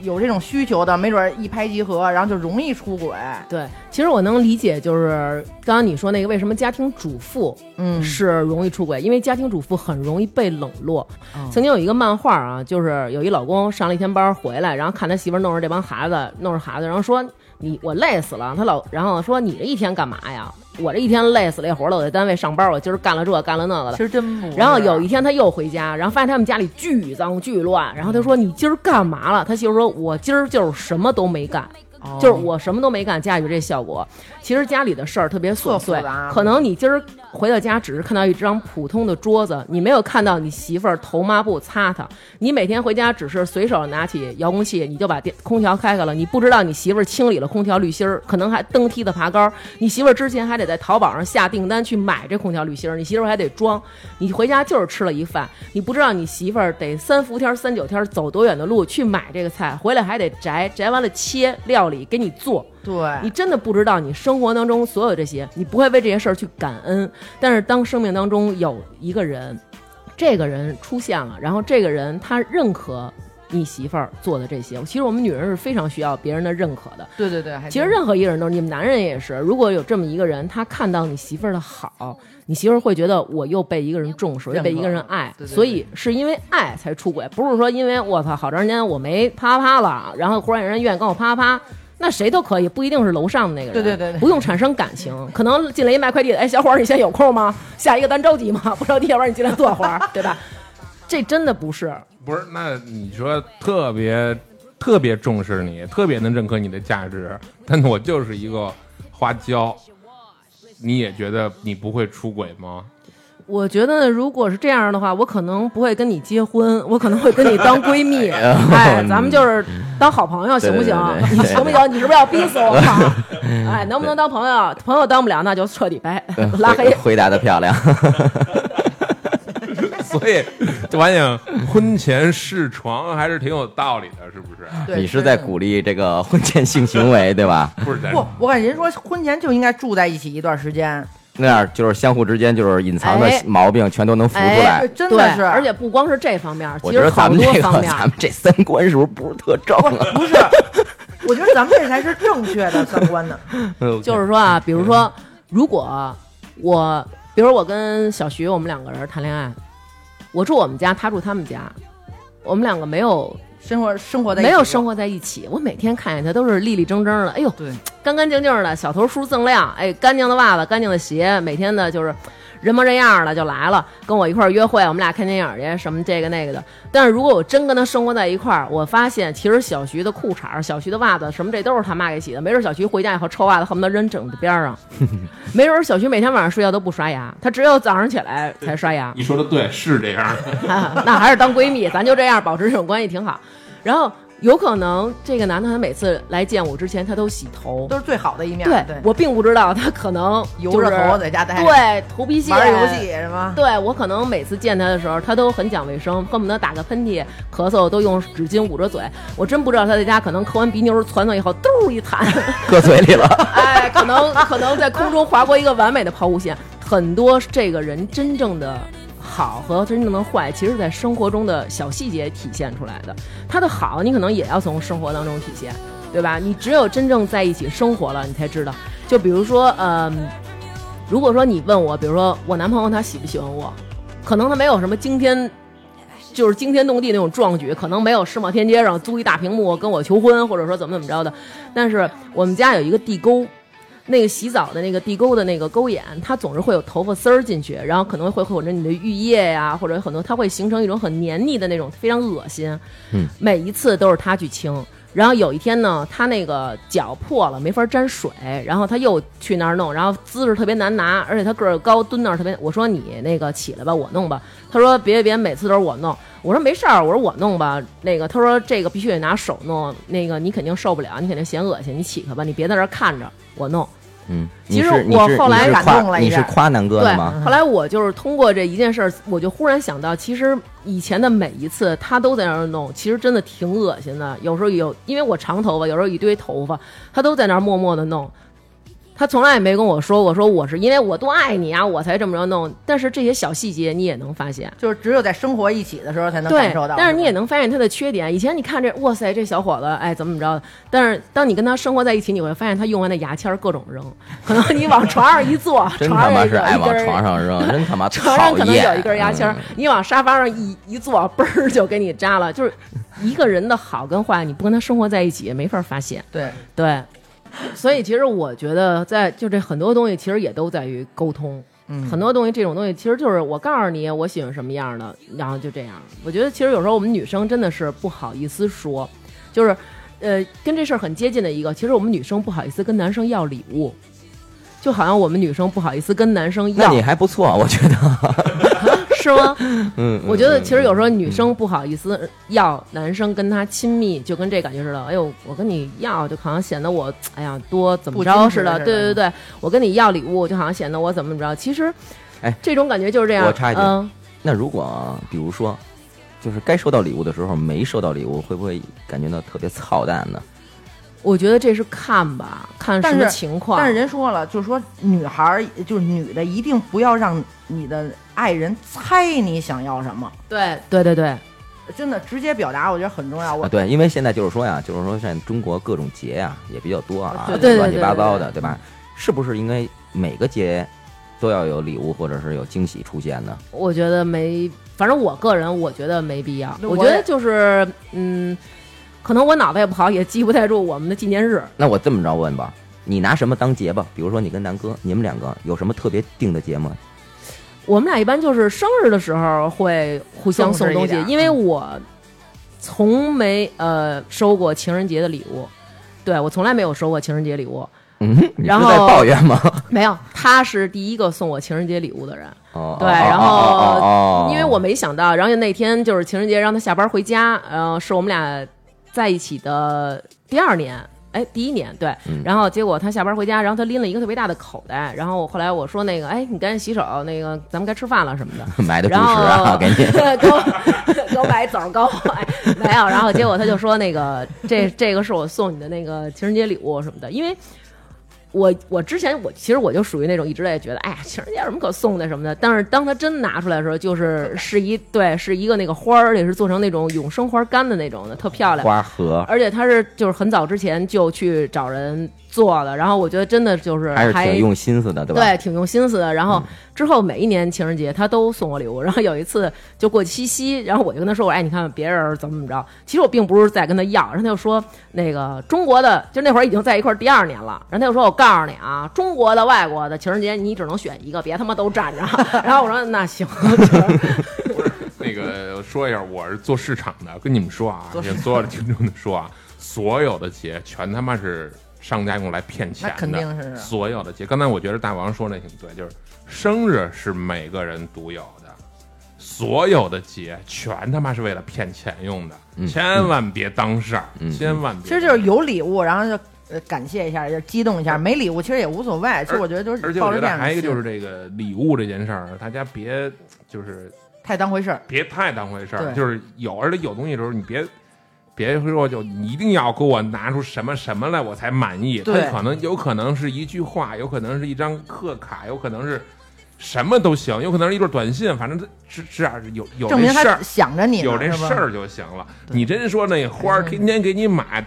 [SPEAKER 3] 有这种需求的，没准儿一拍即合，然后就容易出轨。
[SPEAKER 5] 对，其实我能理解，就是刚刚你说那个为什么家庭主妇
[SPEAKER 3] 嗯
[SPEAKER 5] 是容易出轨，因为家庭主妇很容易被冷落。
[SPEAKER 3] 嗯
[SPEAKER 5] 曾经有一个漫画啊，就是有一老公上了一天班回来，然后看他媳妇儿弄着这帮孩子，弄着孩子，然后说你我累死了。他老然后说你这一天干嘛呀？我这一天累死累活了，我在单位上班，我今儿干了这干了那个
[SPEAKER 3] 其
[SPEAKER 5] 的。
[SPEAKER 3] 实真不是。
[SPEAKER 5] 然后有一天他又回家，然后发现他们家里巨脏巨乱，然后他说你今儿干嘛了？他媳妇说我今儿就是什么都没干。
[SPEAKER 3] 哦
[SPEAKER 5] 就是我什么都没干，家里就这效果。其实家里的事儿特别琐
[SPEAKER 3] 特
[SPEAKER 5] 碎
[SPEAKER 3] 复杂，
[SPEAKER 5] 可能你今儿回到家只是看到一张普通的桌子，你没有看到你媳妇儿头抹布擦它。你每天回家只是随手拿起遥控器，你就把电空调开开了，你不知道你媳妇儿清理了空调滤芯儿，可能还蹬梯子爬高。你媳妇儿之前还得在淘宝上下订单去买这空调滤芯儿，你媳妇儿还得装。你回家就是吃了一饭，你不知道你媳妇儿得三伏天儿、三九天儿走多远的路去买这个菜，回来还得摘，摘完了切料理给你做。你
[SPEAKER 3] 对，
[SPEAKER 5] 真的不知道你生活当中所有这些，你不会为这些事儿去感恩。但是当生命当中有一个人，这个人出现了，然后这个人他认可你媳妇儿做的这些，其实我们女人是非常需要别人的认可的。
[SPEAKER 3] 对对对，还
[SPEAKER 5] 其实
[SPEAKER 3] 真
[SPEAKER 5] 任何一个人都是，你们男人也是。如果有这么一个人，他看到你媳妇儿的好，你媳妇儿会觉得我又被一个人重视，我又被一个人爱，
[SPEAKER 3] 对对对
[SPEAKER 5] 所以是因为爱才出轨，不是说因为我操好长时间我没啪啪了，然后忽然有人愿意跟我啪啪。那谁都可以，不一定是楼上的那个人，
[SPEAKER 3] 对对对对
[SPEAKER 5] 不用产生感情。可能进来一卖快递的，哎，小伙儿，你现在有空吗？下一个单着急吗？不着急，要不然你进来坐会儿，对吧？这真的不是，
[SPEAKER 4] 不是，那你说特别特别重视你，特别能认可你的价值，但我就是一个花椒，你也觉得你不会出轨吗？
[SPEAKER 5] 我觉得如果是这样的话，我可能不会跟你结婚，我可能会跟你当闺蜜。哎，咱们就是当好朋友，行不行？
[SPEAKER 2] 对对对对
[SPEAKER 5] 你行不行？你是不是要逼 死我？操！哎，能不能当朋友？朋友当不了，那就彻底掰，拉
[SPEAKER 2] 回
[SPEAKER 5] 黑。
[SPEAKER 2] 回答的 漂亮。
[SPEAKER 4] 所以就发现婚前试床还是挺有道理的，是不是？
[SPEAKER 3] 对
[SPEAKER 2] 你是在
[SPEAKER 3] 真的
[SPEAKER 2] 鼓励这个婚前性行为对吧？
[SPEAKER 4] 不是咱
[SPEAKER 3] 不？我感觉人说婚前就应该住在一起一段时间，
[SPEAKER 2] 那样就是相互之间就是隐藏的
[SPEAKER 5] 哎
[SPEAKER 2] 毛病全都能浮出来。
[SPEAKER 3] 对，真的
[SPEAKER 5] 对
[SPEAKER 3] 是，
[SPEAKER 5] 而且不光是这方面，
[SPEAKER 2] 我
[SPEAKER 5] 其
[SPEAKER 2] 觉得
[SPEAKER 5] 实好
[SPEAKER 2] 咱们
[SPEAKER 5] 多
[SPEAKER 2] 这个
[SPEAKER 5] 方面。
[SPEAKER 2] 咱们这三观是不是不是特正
[SPEAKER 3] 不
[SPEAKER 2] 啊？
[SPEAKER 3] 不是，我觉得咱们这才是正确的三观呢。
[SPEAKER 5] 就是说啊，比如说，如果我，比如说我跟小徐，我们两个人谈恋爱，我住我们家，他住他们家，我们两个没有
[SPEAKER 3] 生活生活在
[SPEAKER 5] 没有生
[SPEAKER 3] 活，
[SPEAKER 5] 活在一起，我每天看见他都是立立正正的，哎呦，
[SPEAKER 3] 对，
[SPEAKER 5] 干干净净的，小头梳锃亮，哎，干净的袜子，干净的鞋，每天的就是人模人样的就来了，跟我一块儿约会，我们俩看电影去，什么这个那个的。但是如果我真跟他生活在一块儿，我发现其实小徐的裤衩、小徐的袜子什么这都是他妈给洗的，没准小徐回家以后臭袜子恨不得扔枕头边儿上，没准小徐每天晚上睡觉都不刷牙，他只有早上起来才刷牙。
[SPEAKER 4] 你说的对，是这样。
[SPEAKER 5] 那还是当闺蜜，咱就这样保持这种关系挺好。然后有可能这个男的他每次来见我之前，他都洗头。
[SPEAKER 3] 都是最好的一面。
[SPEAKER 5] 对
[SPEAKER 3] 对，
[SPEAKER 5] 我并不知道他可能
[SPEAKER 3] 油
[SPEAKER 5] 就是
[SPEAKER 3] 着头在家待着
[SPEAKER 5] 对头皮屑
[SPEAKER 3] 玩游戏。是吗？
[SPEAKER 5] 对我可能每次见他的时候，他都很讲卫生，恨不得打个喷嚏、咳嗽都用纸巾捂着嘴。我真不知道他在家可能嗑完鼻妞儿攒攒以后，嘟一弹，
[SPEAKER 2] 搁嘴里了。
[SPEAKER 5] 哎，可能可能在空中划过一个完美的抛物线。很多这个人真正的好和真正的坏，其实在生活中的小细节体现出来的。他的好，你可能也要从生活当中体现，对吧？你只有真正在一起生活了，你才知道。就比如说，嗯、如果说你问我，比如说我男朋友他喜不喜欢我，可能他没有什么惊天。就是惊天动地那种壮举，可能没有世贸天阶上租一大屏幕跟我求婚，或者说怎么怎么着的。但是我们家有一个地沟，那个洗澡的那个地沟的那个沟眼，它总是会有头发丝儿进去，然后可能会混着你的浴液呀、或者很多，它会形成一种很黏腻的那种，非常恶心。
[SPEAKER 2] 嗯，
[SPEAKER 5] 每一次都是他去清。然后有一天呢，他那个脚破了，没法沾水，然后他又去那儿弄，然后姿势特别难拿，而且他个儿高，蹲那儿特别。我说你那个起来吧，我弄吧。他说别别别，每次都是我弄。我说没事儿，我说我弄吧。那个他说这个必须得拿手弄，那个你肯定受不了，你肯定嫌恶心，你起开吧，你别在这儿看着我弄。
[SPEAKER 2] 嗯，
[SPEAKER 5] 其
[SPEAKER 2] 你
[SPEAKER 5] 实
[SPEAKER 2] 是你
[SPEAKER 5] 我
[SPEAKER 2] 是
[SPEAKER 5] 后
[SPEAKER 2] 你
[SPEAKER 5] 来
[SPEAKER 2] 是
[SPEAKER 3] 感
[SPEAKER 2] 夸
[SPEAKER 3] 动了一
[SPEAKER 2] 你
[SPEAKER 3] 下
[SPEAKER 2] 是夸南哥的
[SPEAKER 5] 对嗯
[SPEAKER 2] 吗？，
[SPEAKER 5] 后来我就是通过这一件事儿，我就忽然想到，其实以前的每一次他都在那儿弄，其实真的挺恶心的。有时候有，因为我长头发，有时候一堆头发，他都在那儿默默的弄。他从来也没跟我说，我说我是因为我多爱你啊，我才这么着弄。但是这些小细节你也能发现，
[SPEAKER 3] 就是只有在生活一起的时候才能感
[SPEAKER 5] 对
[SPEAKER 3] 受到。，
[SPEAKER 5] 但是你也
[SPEAKER 3] 吧
[SPEAKER 5] 能发现他的缺点。以前你看这，哇塞，这小伙子，哎，怎么怎么着的？但是当你跟他生活在一起，你会发现他用完的牙签儿各种扔，可能你往床上一坐，
[SPEAKER 2] 真
[SPEAKER 5] 床
[SPEAKER 2] 他妈
[SPEAKER 5] 上有一
[SPEAKER 2] 是
[SPEAKER 5] 根
[SPEAKER 2] 爱
[SPEAKER 5] 儿
[SPEAKER 2] 往床上扔，真他妈
[SPEAKER 5] 床上
[SPEAKER 2] 讨
[SPEAKER 5] 可能有
[SPEAKER 2] 厌。
[SPEAKER 5] 一根牙签儿
[SPEAKER 2] 嗯，
[SPEAKER 5] 你往沙发上一一坐，嘣儿就给你扎了。就是一个人的好跟坏，你不跟他生活在一起，没法发现。
[SPEAKER 3] 对，
[SPEAKER 5] 对，所以其实我觉得在就这很多东西，其实也都在于沟通。嗯，很多东西这种东西，其实就是我告诉你我喜欢什么样的，然后就这样。我觉得其实有时候我们女生真的是不好意思说，就是呃，跟这事儿很接近的一个，其实我们女生不好意思跟男生要礼物。就好像我们女生不好意思跟男生
[SPEAKER 2] 那
[SPEAKER 5] 要
[SPEAKER 2] 你，还不错，我觉得。
[SPEAKER 5] 是吗？
[SPEAKER 2] 嗯，
[SPEAKER 5] 我觉得其实有时候女生不好意思要男生跟她亲密，就跟这感觉似的。哎呦，我跟你要，就好像显得我哎呀多怎么着似的。
[SPEAKER 3] 不矜持似的嗯
[SPEAKER 5] 对对对，我跟你要礼物，就好像显得我怎么怎么着。其实，
[SPEAKER 2] 哎
[SPEAKER 5] 这种感觉就是这样。
[SPEAKER 2] 我插一句
[SPEAKER 5] 嗯，
[SPEAKER 2] 那如果啊比如说，就是该收到礼物的时候没收到礼物，会不会感觉到特别操蛋呢？
[SPEAKER 5] 我觉得这是看吧，看
[SPEAKER 3] 但
[SPEAKER 5] 什么
[SPEAKER 3] 是
[SPEAKER 5] 情况。
[SPEAKER 3] 但是人说了，就是说女孩儿，就是女的，一定不要让你的爱人猜你想要什么。
[SPEAKER 5] 对对对对，
[SPEAKER 3] 真的，直接表达我觉得很重要。我
[SPEAKER 2] 啊，对，因为现在就是说呀，就是说现在中国各种节呀、也比较多啊，
[SPEAKER 3] 对
[SPEAKER 5] 对对
[SPEAKER 2] 乱七
[SPEAKER 5] 对
[SPEAKER 2] 八
[SPEAKER 5] 对嗯
[SPEAKER 2] 糟的，对吧？是不是应该每个节都要有礼物或者是有惊喜出现呢？
[SPEAKER 5] 我觉得没，反正我个人我觉得没必要。
[SPEAKER 3] 对
[SPEAKER 5] 我觉
[SPEAKER 3] 我
[SPEAKER 5] 得
[SPEAKER 3] 也
[SPEAKER 5] 就是嗯，可能我脑子也不好，也记不太住我们的纪念日。
[SPEAKER 2] 那我这么着问吧，你拿什么当节吧？比如说你跟南哥，你们两个有什么特别定的节吗？
[SPEAKER 5] 我们俩一般就是生日的时候会互相送东
[SPEAKER 3] 重视一
[SPEAKER 5] 西，
[SPEAKER 3] 点
[SPEAKER 5] 因为
[SPEAKER 2] 嗯
[SPEAKER 5] 我从没呃收过情人节的礼物，对我从来没有收过情人节 礼物，
[SPEAKER 2] 嗯，你是
[SPEAKER 5] 然后
[SPEAKER 2] 在抱怨吗？
[SPEAKER 5] 没有，他是第一个送我情人节礼 物的人，
[SPEAKER 2] 哦，
[SPEAKER 5] 对，
[SPEAKER 2] 哦
[SPEAKER 5] 然
[SPEAKER 2] 哦哦哦
[SPEAKER 5] 后
[SPEAKER 2] 哦
[SPEAKER 5] 因 为我没想到，然后那天就是情人节，让他下班回家，然后是我们俩在一起的第二年。哎，第一年对，然后结果他下班回家，然后他拎了一个特别大的口袋，然后后来我说那个，哎，你赶紧洗手，那个咱们该吃饭了什么的，
[SPEAKER 2] 买的主食
[SPEAKER 5] 然后
[SPEAKER 2] 啊，给你。
[SPEAKER 5] 给我给我买枣糕，哎，没有。然后结果他就说那个这这个是我送你的那个情人节礼物什么的，因为。我我之前我其实我就属于那种一直在觉得，哎呀，情人节有什么可送的什么的。但是当他真拿出来的时候，就是是一对是一个那个花儿，也是做成那种永生花干的那种的，特漂亮。
[SPEAKER 2] 花盒
[SPEAKER 5] 而且他是就是很早之前就去找人做的，然后我觉得真的就是
[SPEAKER 2] 还是挺用心思的，对吧？
[SPEAKER 5] 对，挺用心思的。然后
[SPEAKER 3] 嗯
[SPEAKER 5] 之后每一年情人节他都送我礼物，然后有一次就过七夕，然后我就跟他说：“我说哎，你看别人怎么怎么着。”其实我并不是在跟他要，然后他就说：“那个中国的，就那会儿已经在一块儿第二年了。”然后他就说：“我告诉你啊，中国的、外国的情人节你只能选一个，别他妈都占 着。”然后我说：“那行。
[SPEAKER 4] 那个说一下，我是做市场的，跟你们说啊，跟所有的听众说啊，所有的节全他妈是商家用来骗钱的，
[SPEAKER 3] 那肯定是啊
[SPEAKER 4] 所有的节。刚才我觉得大王说那挺对，就是生日是每个人独有的，所有的节全他妈是为了骗钱用的，千万别当事儿，千万别当事儿。
[SPEAKER 3] 其实就是有礼物，然后就呃感谢一下，就激动一下；没礼物其实也无所谓。其实我觉得就是
[SPEAKER 4] 而且
[SPEAKER 3] 抱
[SPEAKER 4] 我
[SPEAKER 3] 着
[SPEAKER 4] 觉
[SPEAKER 3] 这
[SPEAKER 4] 得
[SPEAKER 3] 样的
[SPEAKER 4] 还有一个
[SPEAKER 3] 心
[SPEAKER 4] 就是这个礼物这件事儿，大家别就是
[SPEAKER 3] 太当回事儿。
[SPEAKER 4] 别太当回事儿，
[SPEAKER 3] 对
[SPEAKER 4] 就是有，而且有东西的时候你别。别说就你一定要给我拿出什么什么来我才满意，它
[SPEAKER 3] 对
[SPEAKER 4] 可能有可能是一句话，有可能是一张贺卡，有可能是什么都行，有可能是一段短信，反正它是这样有有
[SPEAKER 3] 证
[SPEAKER 4] 这
[SPEAKER 3] 明
[SPEAKER 4] 事
[SPEAKER 3] 他
[SPEAKER 4] 儿，
[SPEAKER 3] 想着你呢
[SPEAKER 4] 有这
[SPEAKER 3] 是吧
[SPEAKER 4] 事儿就行了。你真说那花儿天天给你买，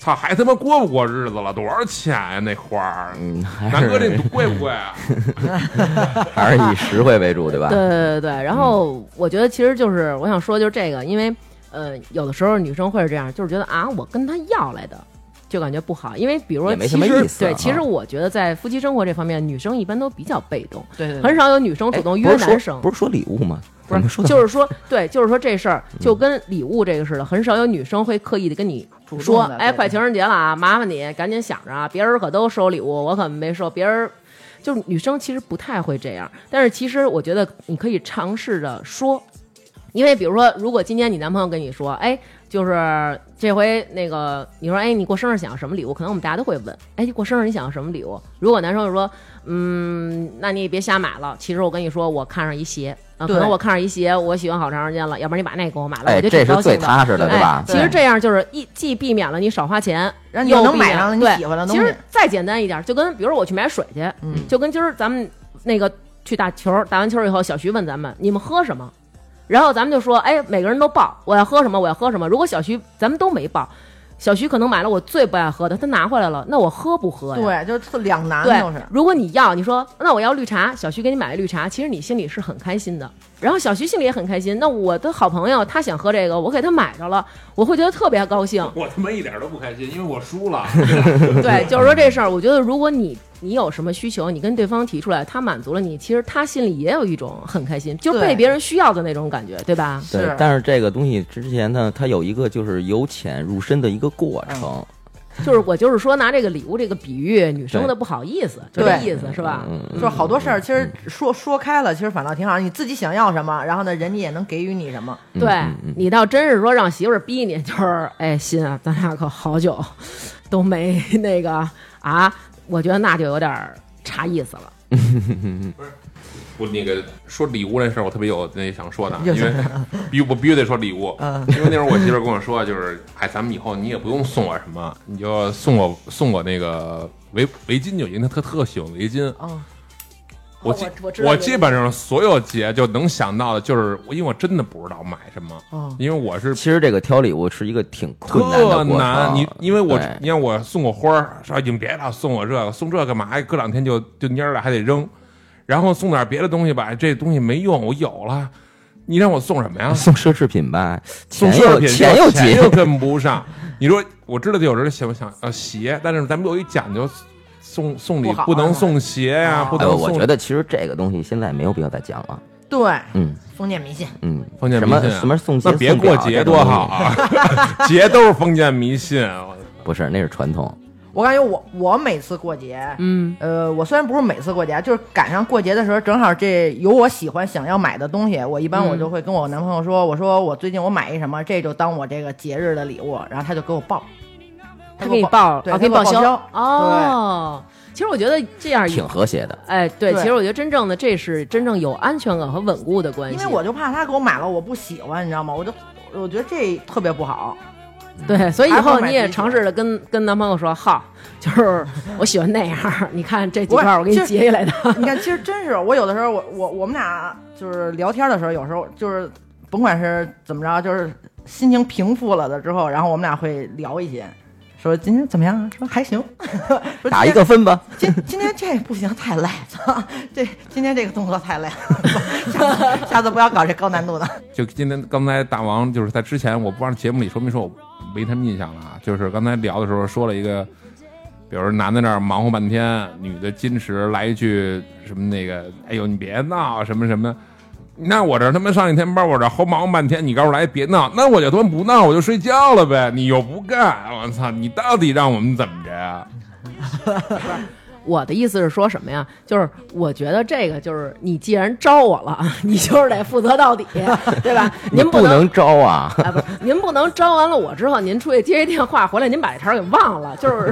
[SPEAKER 4] 操，还他妈过不过日子了？多少钱呀、那花儿？
[SPEAKER 2] 嗯，还
[SPEAKER 4] 南哥，这
[SPEAKER 2] 是
[SPEAKER 4] 贵不贵啊？
[SPEAKER 2] 还是以实惠为主，对吧？
[SPEAKER 5] 对对对对，然后我觉得其实就是我想说就是这个，因为呃有的时候女生会是这样，就是觉得啊我跟他要来的。就感觉不好，因为比如说，
[SPEAKER 2] 也没
[SPEAKER 5] 其
[SPEAKER 2] 什么
[SPEAKER 5] 实
[SPEAKER 2] 意思啊
[SPEAKER 5] 对，其实我觉得在夫妻生活这方面，女生一般都比较被动，
[SPEAKER 3] 对对对
[SPEAKER 5] 很少有女生
[SPEAKER 2] 哎
[SPEAKER 5] 主动
[SPEAKER 2] 不
[SPEAKER 5] 约
[SPEAKER 2] 是说
[SPEAKER 5] 男生。
[SPEAKER 2] 不是说礼物吗？
[SPEAKER 5] 不是
[SPEAKER 2] 怎么说的
[SPEAKER 5] 就是说，对，就是说这事儿就跟礼物这个似的，很少有女生会刻意的跟你
[SPEAKER 3] 主动
[SPEAKER 5] 说
[SPEAKER 3] 的，
[SPEAKER 5] 哎，
[SPEAKER 3] 对
[SPEAKER 5] 快情人节了啊，麻烦你赶紧想着啊，别人可都收礼物，我可没收，别人。就是女生其实不太会这样，但是其实我觉得你可以尝试着说，因为比如说，如果今天你男朋友跟你说，哎，就是这回那个你说，哎，你过生日想要什么礼物？可能我们大家都会问，哎，你过生日你想要什么礼物？如果男生就说，嗯，那你也别瞎买了。其实我跟你说，我看上一鞋啊，可
[SPEAKER 3] 对
[SPEAKER 5] 能我看上一鞋，我喜欢好长时间了，要不然你把那个给我买了，
[SPEAKER 2] 哎，
[SPEAKER 5] 我就
[SPEAKER 2] 这
[SPEAKER 5] 挺高
[SPEAKER 2] 是
[SPEAKER 5] 兴
[SPEAKER 2] 最
[SPEAKER 5] 的。
[SPEAKER 2] 踏实的，
[SPEAKER 5] 哎，
[SPEAKER 2] 吧？
[SPEAKER 5] 其
[SPEAKER 4] 嗯
[SPEAKER 5] 实这样就是一既避免了你少花钱，
[SPEAKER 3] 然后你
[SPEAKER 5] 又
[SPEAKER 3] 又能
[SPEAKER 5] 避
[SPEAKER 3] 买
[SPEAKER 5] 免
[SPEAKER 3] 上你
[SPEAKER 5] 对
[SPEAKER 3] 喜欢的东
[SPEAKER 5] 其
[SPEAKER 3] 西
[SPEAKER 5] 实。再简单一点，就跟比如说我去买水去，
[SPEAKER 3] 嗯
[SPEAKER 5] 就跟今儿咱们那个去打球，打完球以后，小徐问咱们你们喝什么，然后咱们就说，哎，每个人都报我要喝什么，我要喝什么。如果小徐咱们都没报，小徐可能买了我最不爱喝的，他拿回来了，那我喝不喝呀？
[SPEAKER 3] 对，就是特两难，
[SPEAKER 5] 对，
[SPEAKER 3] 就是
[SPEAKER 5] 如果你要，你说那我要绿茶，小徐给你买了绿茶，其实你心里是很开心的，然后小徐心里也很开心。那我的好朋友他想喝这个，我给他买 着了，我会觉得特别高兴。
[SPEAKER 4] 我他妈一点都不开心，因为我输了。
[SPEAKER 5] 对，就是说这事儿，我觉得如果你你有什么需求，你跟对方提出来，他满足了你，其实他心里也有一种很开心，就是被
[SPEAKER 3] 对
[SPEAKER 5] 别人需要的那种感觉，对吧？
[SPEAKER 2] 对
[SPEAKER 3] 是，
[SPEAKER 2] 但是这个东西之前呢，它有一个就是由浅入深的一个过
[SPEAKER 5] 嗯
[SPEAKER 2] 程，
[SPEAKER 3] 嗯
[SPEAKER 5] 就是我就是说拿这个礼物这个比喻女生的不好意思，就这
[SPEAKER 3] 对
[SPEAKER 5] 意思是吧？
[SPEAKER 2] 嗯，
[SPEAKER 3] 就是好多事儿，其实
[SPEAKER 5] 嗯
[SPEAKER 3] 说说开了，其实反倒挺好。你自己想要什么，然后呢，人家也能给予你什么。
[SPEAKER 2] 嗯
[SPEAKER 5] 对
[SPEAKER 2] 嗯嗯
[SPEAKER 5] 你倒真是说让媳妇儿逼你，就是哎，心啊，咱俩可好久都没那个啊，我觉得那就有点儿差意思了。
[SPEAKER 4] 不，那个说礼物这事儿，我特别有那想说的，啊
[SPEAKER 3] 有
[SPEAKER 4] 因为必我必须得说礼物，
[SPEAKER 3] 嗯
[SPEAKER 4] 因为那时候我媳妇儿跟我说，就是哎，咱们以后你也不用送我什么，你就送我送我那个围围巾就行，她特特喜欢围巾。
[SPEAKER 3] 嗯，
[SPEAKER 4] 我
[SPEAKER 5] 我
[SPEAKER 4] 基
[SPEAKER 5] 我知道这个
[SPEAKER 4] 基本上所有节就能想到的，就是我因为我真的不知道买什么，
[SPEAKER 3] 哦
[SPEAKER 4] 因为我是
[SPEAKER 2] 其实这个挑礼物是一个挺困难
[SPEAKER 4] 特
[SPEAKER 2] 的过
[SPEAKER 4] 难。
[SPEAKER 2] 程，
[SPEAKER 4] 你因为我
[SPEAKER 2] 对
[SPEAKER 4] 你看我送过花儿，说哎你们别老送我这个，送这干嘛呀？过两天就就蔫儿了，还得扔。然后送点别的东西吧，这东西没用，我有了，你让我送什么呀？
[SPEAKER 2] 送奢侈品吧，
[SPEAKER 4] 送
[SPEAKER 2] 钱
[SPEAKER 4] 奢侈
[SPEAKER 2] 又
[SPEAKER 4] 品
[SPEAKER 2] 钱
[SPEAKER 4] 又
[SPEAKER 2] 又紧，
[SPEAKER 4] 又跟不上。你说我知道有人想想呃鞋，但是咱们有一讲究，送送礼
[SPEAKER 3] 不好啊
[SPEAKER 4] 不能送鞋呀、
[SPEAKER 3] 啊
[SPEAKER 4] 不
[SPEAKER 2] 哎，
[SPEAKER 4] 能
[SPEAKER 2] 我
[SPEAKER 4] 送。
[SPEAKER 2] 觉得其实这个东西现在没有必要再讲了，
[SPEAKER 3] 对，
[SPEAKER 2] 嗯
[SPEAKER 3] 封建迷信。
[SPEAKER 2] 嗯，
[SPEAKER 4] 封建
[SPEAKER 2] 什
[SPEAKER 4] 迷
[SPEAKER 2] 么
[SPEAKER 4] 信啊
[SPEAKER 2] 什么送
[SPEAKER 4] 那
[SPEAKER 2] 鞋
[SPEAKER 4] 别
[SPEAKER 2] 送
[SPEAKER 4] 过
[SPEAKER 2] 表
[SPEAKER 4] 节
[SPEAKER 2] 这种东
[SPEAKER 4] 多
[SPEAKER 2] 西
[SPEAKER 4] 好啊， 节都是封建迷信。啊
[SPEAKER 2] 不是，那是传统，
[SPEAKER 3] 我感觉我我每次过节，
[SPEAKER 5] 嗯，
[SPEAKER 3] 呃，我虽然不是每次过节，啊就是赶上过节的时候，正好这有我喜欢想要买的东西，我一般我
[SPEAKER 5] 嗯
[SPEAKER 3] 就会跟我男朋友说，我说我最近我买一什么，这就当我这个节日的礼物，然后他就给我报，
[SPEAKER 5] 他
[SPEAKER 3] 给
[SPEAKER 5] 给你
[SPEAKER 3] 我
[SPEAKER 5] 报，
[SPEAKER 3] 对
[SPEAKER 5] 啊
[SPEAKER 3] 他
[SPEAKER 5] 给你
[SPEAKER 3] 给我报
[SPEAKER 5] 销
[SPEAKER 3] 销
[SPEAKER 5] 哦。其实我觉得这样
[SPEAKER 2] 挺和谐的。
[SPEAKER 5] 哎，对，
[SPEAKER 3] 对
[SPEAKER 5] 其实我觉得真正的这是真正有安全感和稳固的关系。
[SPEAKER 3] 因为我就怕他给我买了我不喜欢，你知道吗？我就我觉得这特别不好。
[SPEAKER 5] 对，所以以
[SPEAKER 3] 还不
[SPEAKER 5] 后
[SPEAKER 3] 如买
[SPEAKER 5] 你
[SPEAKER 3] 自
[SPEAKER 5] 也
[SPEAKER 3] 己
[SPEAKER 5] 尝试着跟跟男朋友说，好，就是我喜欢那样儿，你看这几
[SPEAKER 3] 不是
[SPEAKER 5] 块儿我给你
[SPEAKER 3] 就是
[SPEAKER 5] 截下来的。
[SPEAKER 3] 你看，其实真是我有的时候，我我我们俩就是聊天的时候，有时候就是甭管是怎么着，就是心情平复了的之后，然后我们俩会聊一些，说今天怎么样啊？说还行， 说
[SPEAKER 2] 打
[SPEAKER 3] 今
[SPEAKER 2] 一
[SPEAKER 3] 天
[SPEAKER 2] 个分吧，
[SPEAKER 3] 今今天这不行，太累，操！ 这今天这个动作太累了， 下次下次不要搞这高难度的。
[SPEAKER 4] 就今天刚才大王就是在之前，我不知道节目里说没说，我没什么印象了啊。就是刚才聊的时候说了一个，比如男的那儿忙活半天，女的矜持来一句什么那个，哎呦你别闹什么什么。那我这他妈上一天班，我这猴忙活半天，你告诉我来别闹，那我就他妈不闹，我就睡觉了呗。你又不干，我操，你到底让我们怎么着呀？
[SPEAKER 5] 我的意思是说什么呀？就是我觉得这个就是你既然招我了， 你就是得负责到底，对 吧？
[SPEAKER 2] 你
[SPEAKER 5] 您不能。
[SPEAKER 2] 能招啊。
[SPEAKER 5] 啊，不是，您不能招完了我之后，您出去接一电话回来，您把这茬儿给忘了，就是，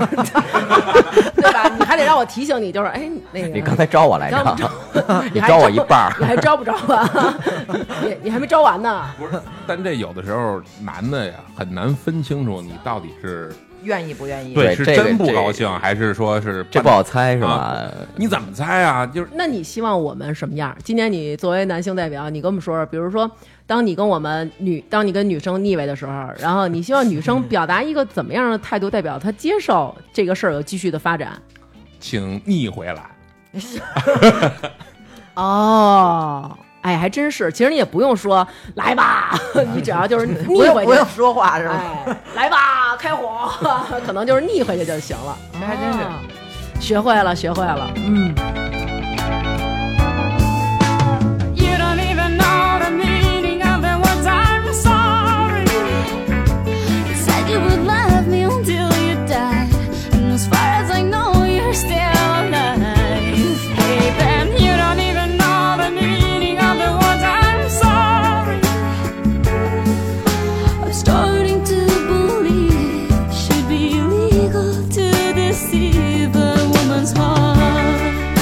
[SPEAKER 5] 对吧？你还得让我提醒你，就是哎，那个
[SPEAKER 2] 你刚才招我来
[SPEAKER 5] 刚
[SPEAKER 2] 着， 你
[SPEAKER 5] 还
[SPEAKER 2] 招我一半儿
[SPEAKER 5] 你还招不招啊？ 你你还没招完呢。
[SPEAKER 4] 不是，但这有的时候男的呀很难分清楚你到底是
[SPEAKER 3] 愿意不愿意？
[SPEAKER 2] 对
[SPEAKER 4] 是
[SPEAKER 2] 这个
[SPEAKER 4] 真不
[SPEAKER 2] 这
[SPEAKER 4] 高兴，还是说是
[SPEAKER 2] 这不
[SPEAKER 4] 半
[SPEAKER 2] 好猜是吧
[SPEAKER 4] 啊？你怎么猜啊？就是
[SPEAKER 5] 那你希望我们什么样儿？今天你作为男性代表，你跟我们说说，比如说，当你跟我们女，当你跟女生腻歪的时候，然后你希望女生表达一个怎么样的态度，代表她接受这个事儿有继续的发展？
[SPEAKER 4] 请逆回来。
[SPEAKER 5] 哦，哎，还真是，其实你也不用说来吧，你只要就是
[SPEAKER 3] 不
[SPEAKER 5] 腻
[SPEAKER 3] 用
[SPEAKER 5] 回
[SPEAKER 3] 不
[SPEAKER 5] 去
[SPEAKER 3] 用，说话是吧？
[SPEAKER 5] 哎，来吧，开火，可能就是腻回去就行了。
[SPEAKER 3] 这还哎真是。
[SPEAKER 5] 啊学会了，学会了，嗯。
[SPEAKER 7] You don't even know the meaning of the words I'm sorry. You said you would love me until you die. And as far as I know, you're still alive. Hey, then you don't even know the meaning of the words I'm sorry. I'm starting to one's heart.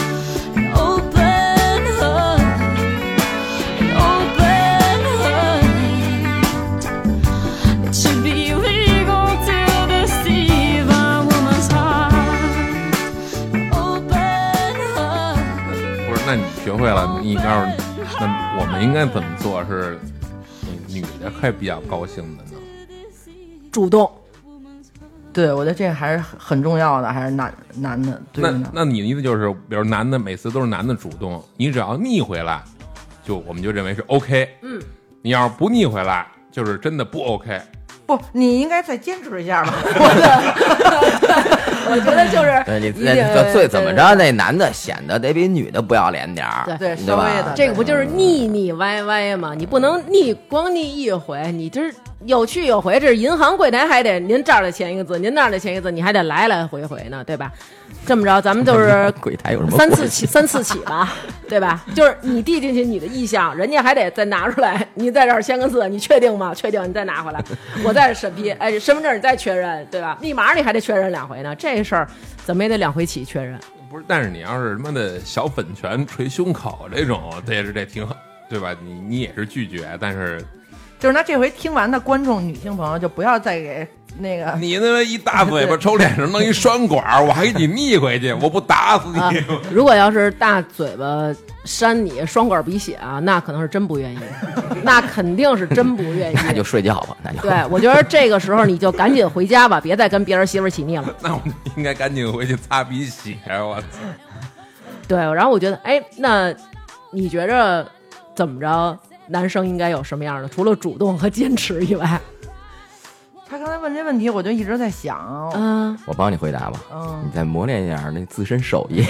[SPEAKER 7] An open heart. An open heart. It should be legal to deceive a woman's heart. An open heart.
[SPEAKER 4] 不是，那你学会了，你告诉你，那我们应该怎么做是，女的会比较高兴的呢？
[SPEAKER 5] 主动，
[SPEAKER 3] 对，我觉得这个还是很很重要的，还是男男的对啊
[SPEAKER 4] 那
[SPEAKER 3] 于男
[SPEAKER 4] 那你的意思就是，比如男的每次都是男的主动，你只要逆回来，就我们就认为是 OK。嗯，你要是不逆回来，就是真的不 OK。
[SPEAKER 3] 不，你应该再坚持 一下吧。我
[SPEAKER 5] 我觉得就是
[SPEAKER 2] 对呃你
[SPEAKER 5] 一定
[SPEAKER 2] 那最怎么着，那男的显得得比女的不要脸点儿，
[SPEAKER 3] 对
[SPEAKER 2] 对
[SPEAKER 3] 稍微
[SPEAKER 2] 吧
[SPEAKER 3] 的？
[SPEAKER 5] 这个不 就是腻腻歪歪吗？你不能腻光腻一回，你这是有去有回，这是银行柜台还得您这儿的签一个字，您那儿的签一个字，你还得来来回回呢，对吧？这么着，咱们就是
[SPEAKER 2] 柜台有什么
[SPEAKER 5] 三次
[SPEAKER 2] 关系
[SPEAKER 5] 起，三次起吧，对吧？就是你递进去你的意向，人家还得再拿出来。你在这儿签个字，你确定吗？确定，你再拿回来，我再审批。哎，身份证你再确认，对吧？密码你还得确认两回呢，这事儿怎么也得两回起确认。
[SPEAKER 4] 不是，但是你要是什么的小粉拳捶胸口这种，这是这挺好，对吧？你你也是拒绝，但是
[SPEAKER 3] 就是那这回听完的观众女性朋友就不要再给那
[SPEAKER 2] 嗯
[SPEAKER 3] 个
[SPEAKER 4] 你那么一大嘴巴抽脸上弄一双管儿，我还 给你逆回去，我不打死
[SPEAKER 5] 啊
[SPEAKER 4] 你！
[SPEAKER 5] 如果要是大嘴巴扇你双管鼻血啊，那可能是真不愿意， 那肯定是真不愿意。
[SPEAKER 2] 那就睡觉吧，那就
[SPEAKER 5] 对，我觉得这个时候你就赶紧回家吧，别再跟别人媳妇儿起腻了。
[SPEAKER 4] 那我们应该赶紧回去擦鼻血，啊我操！
[SPEAKER 5] 对，然后我觉得，哎，那你觉着怎么着，男生应该有什么样的？除了主动和坚持以外，
[SPEAKER 3] 他刚才问这问题，我就一直在想，
[SPEAKER 5] 嗯、
[SPEAKER 2] 我帮你回答吧。
[SPEAKER 3] 嗯
[SPEAKER 2] 你，再磨练一下那自身手艺，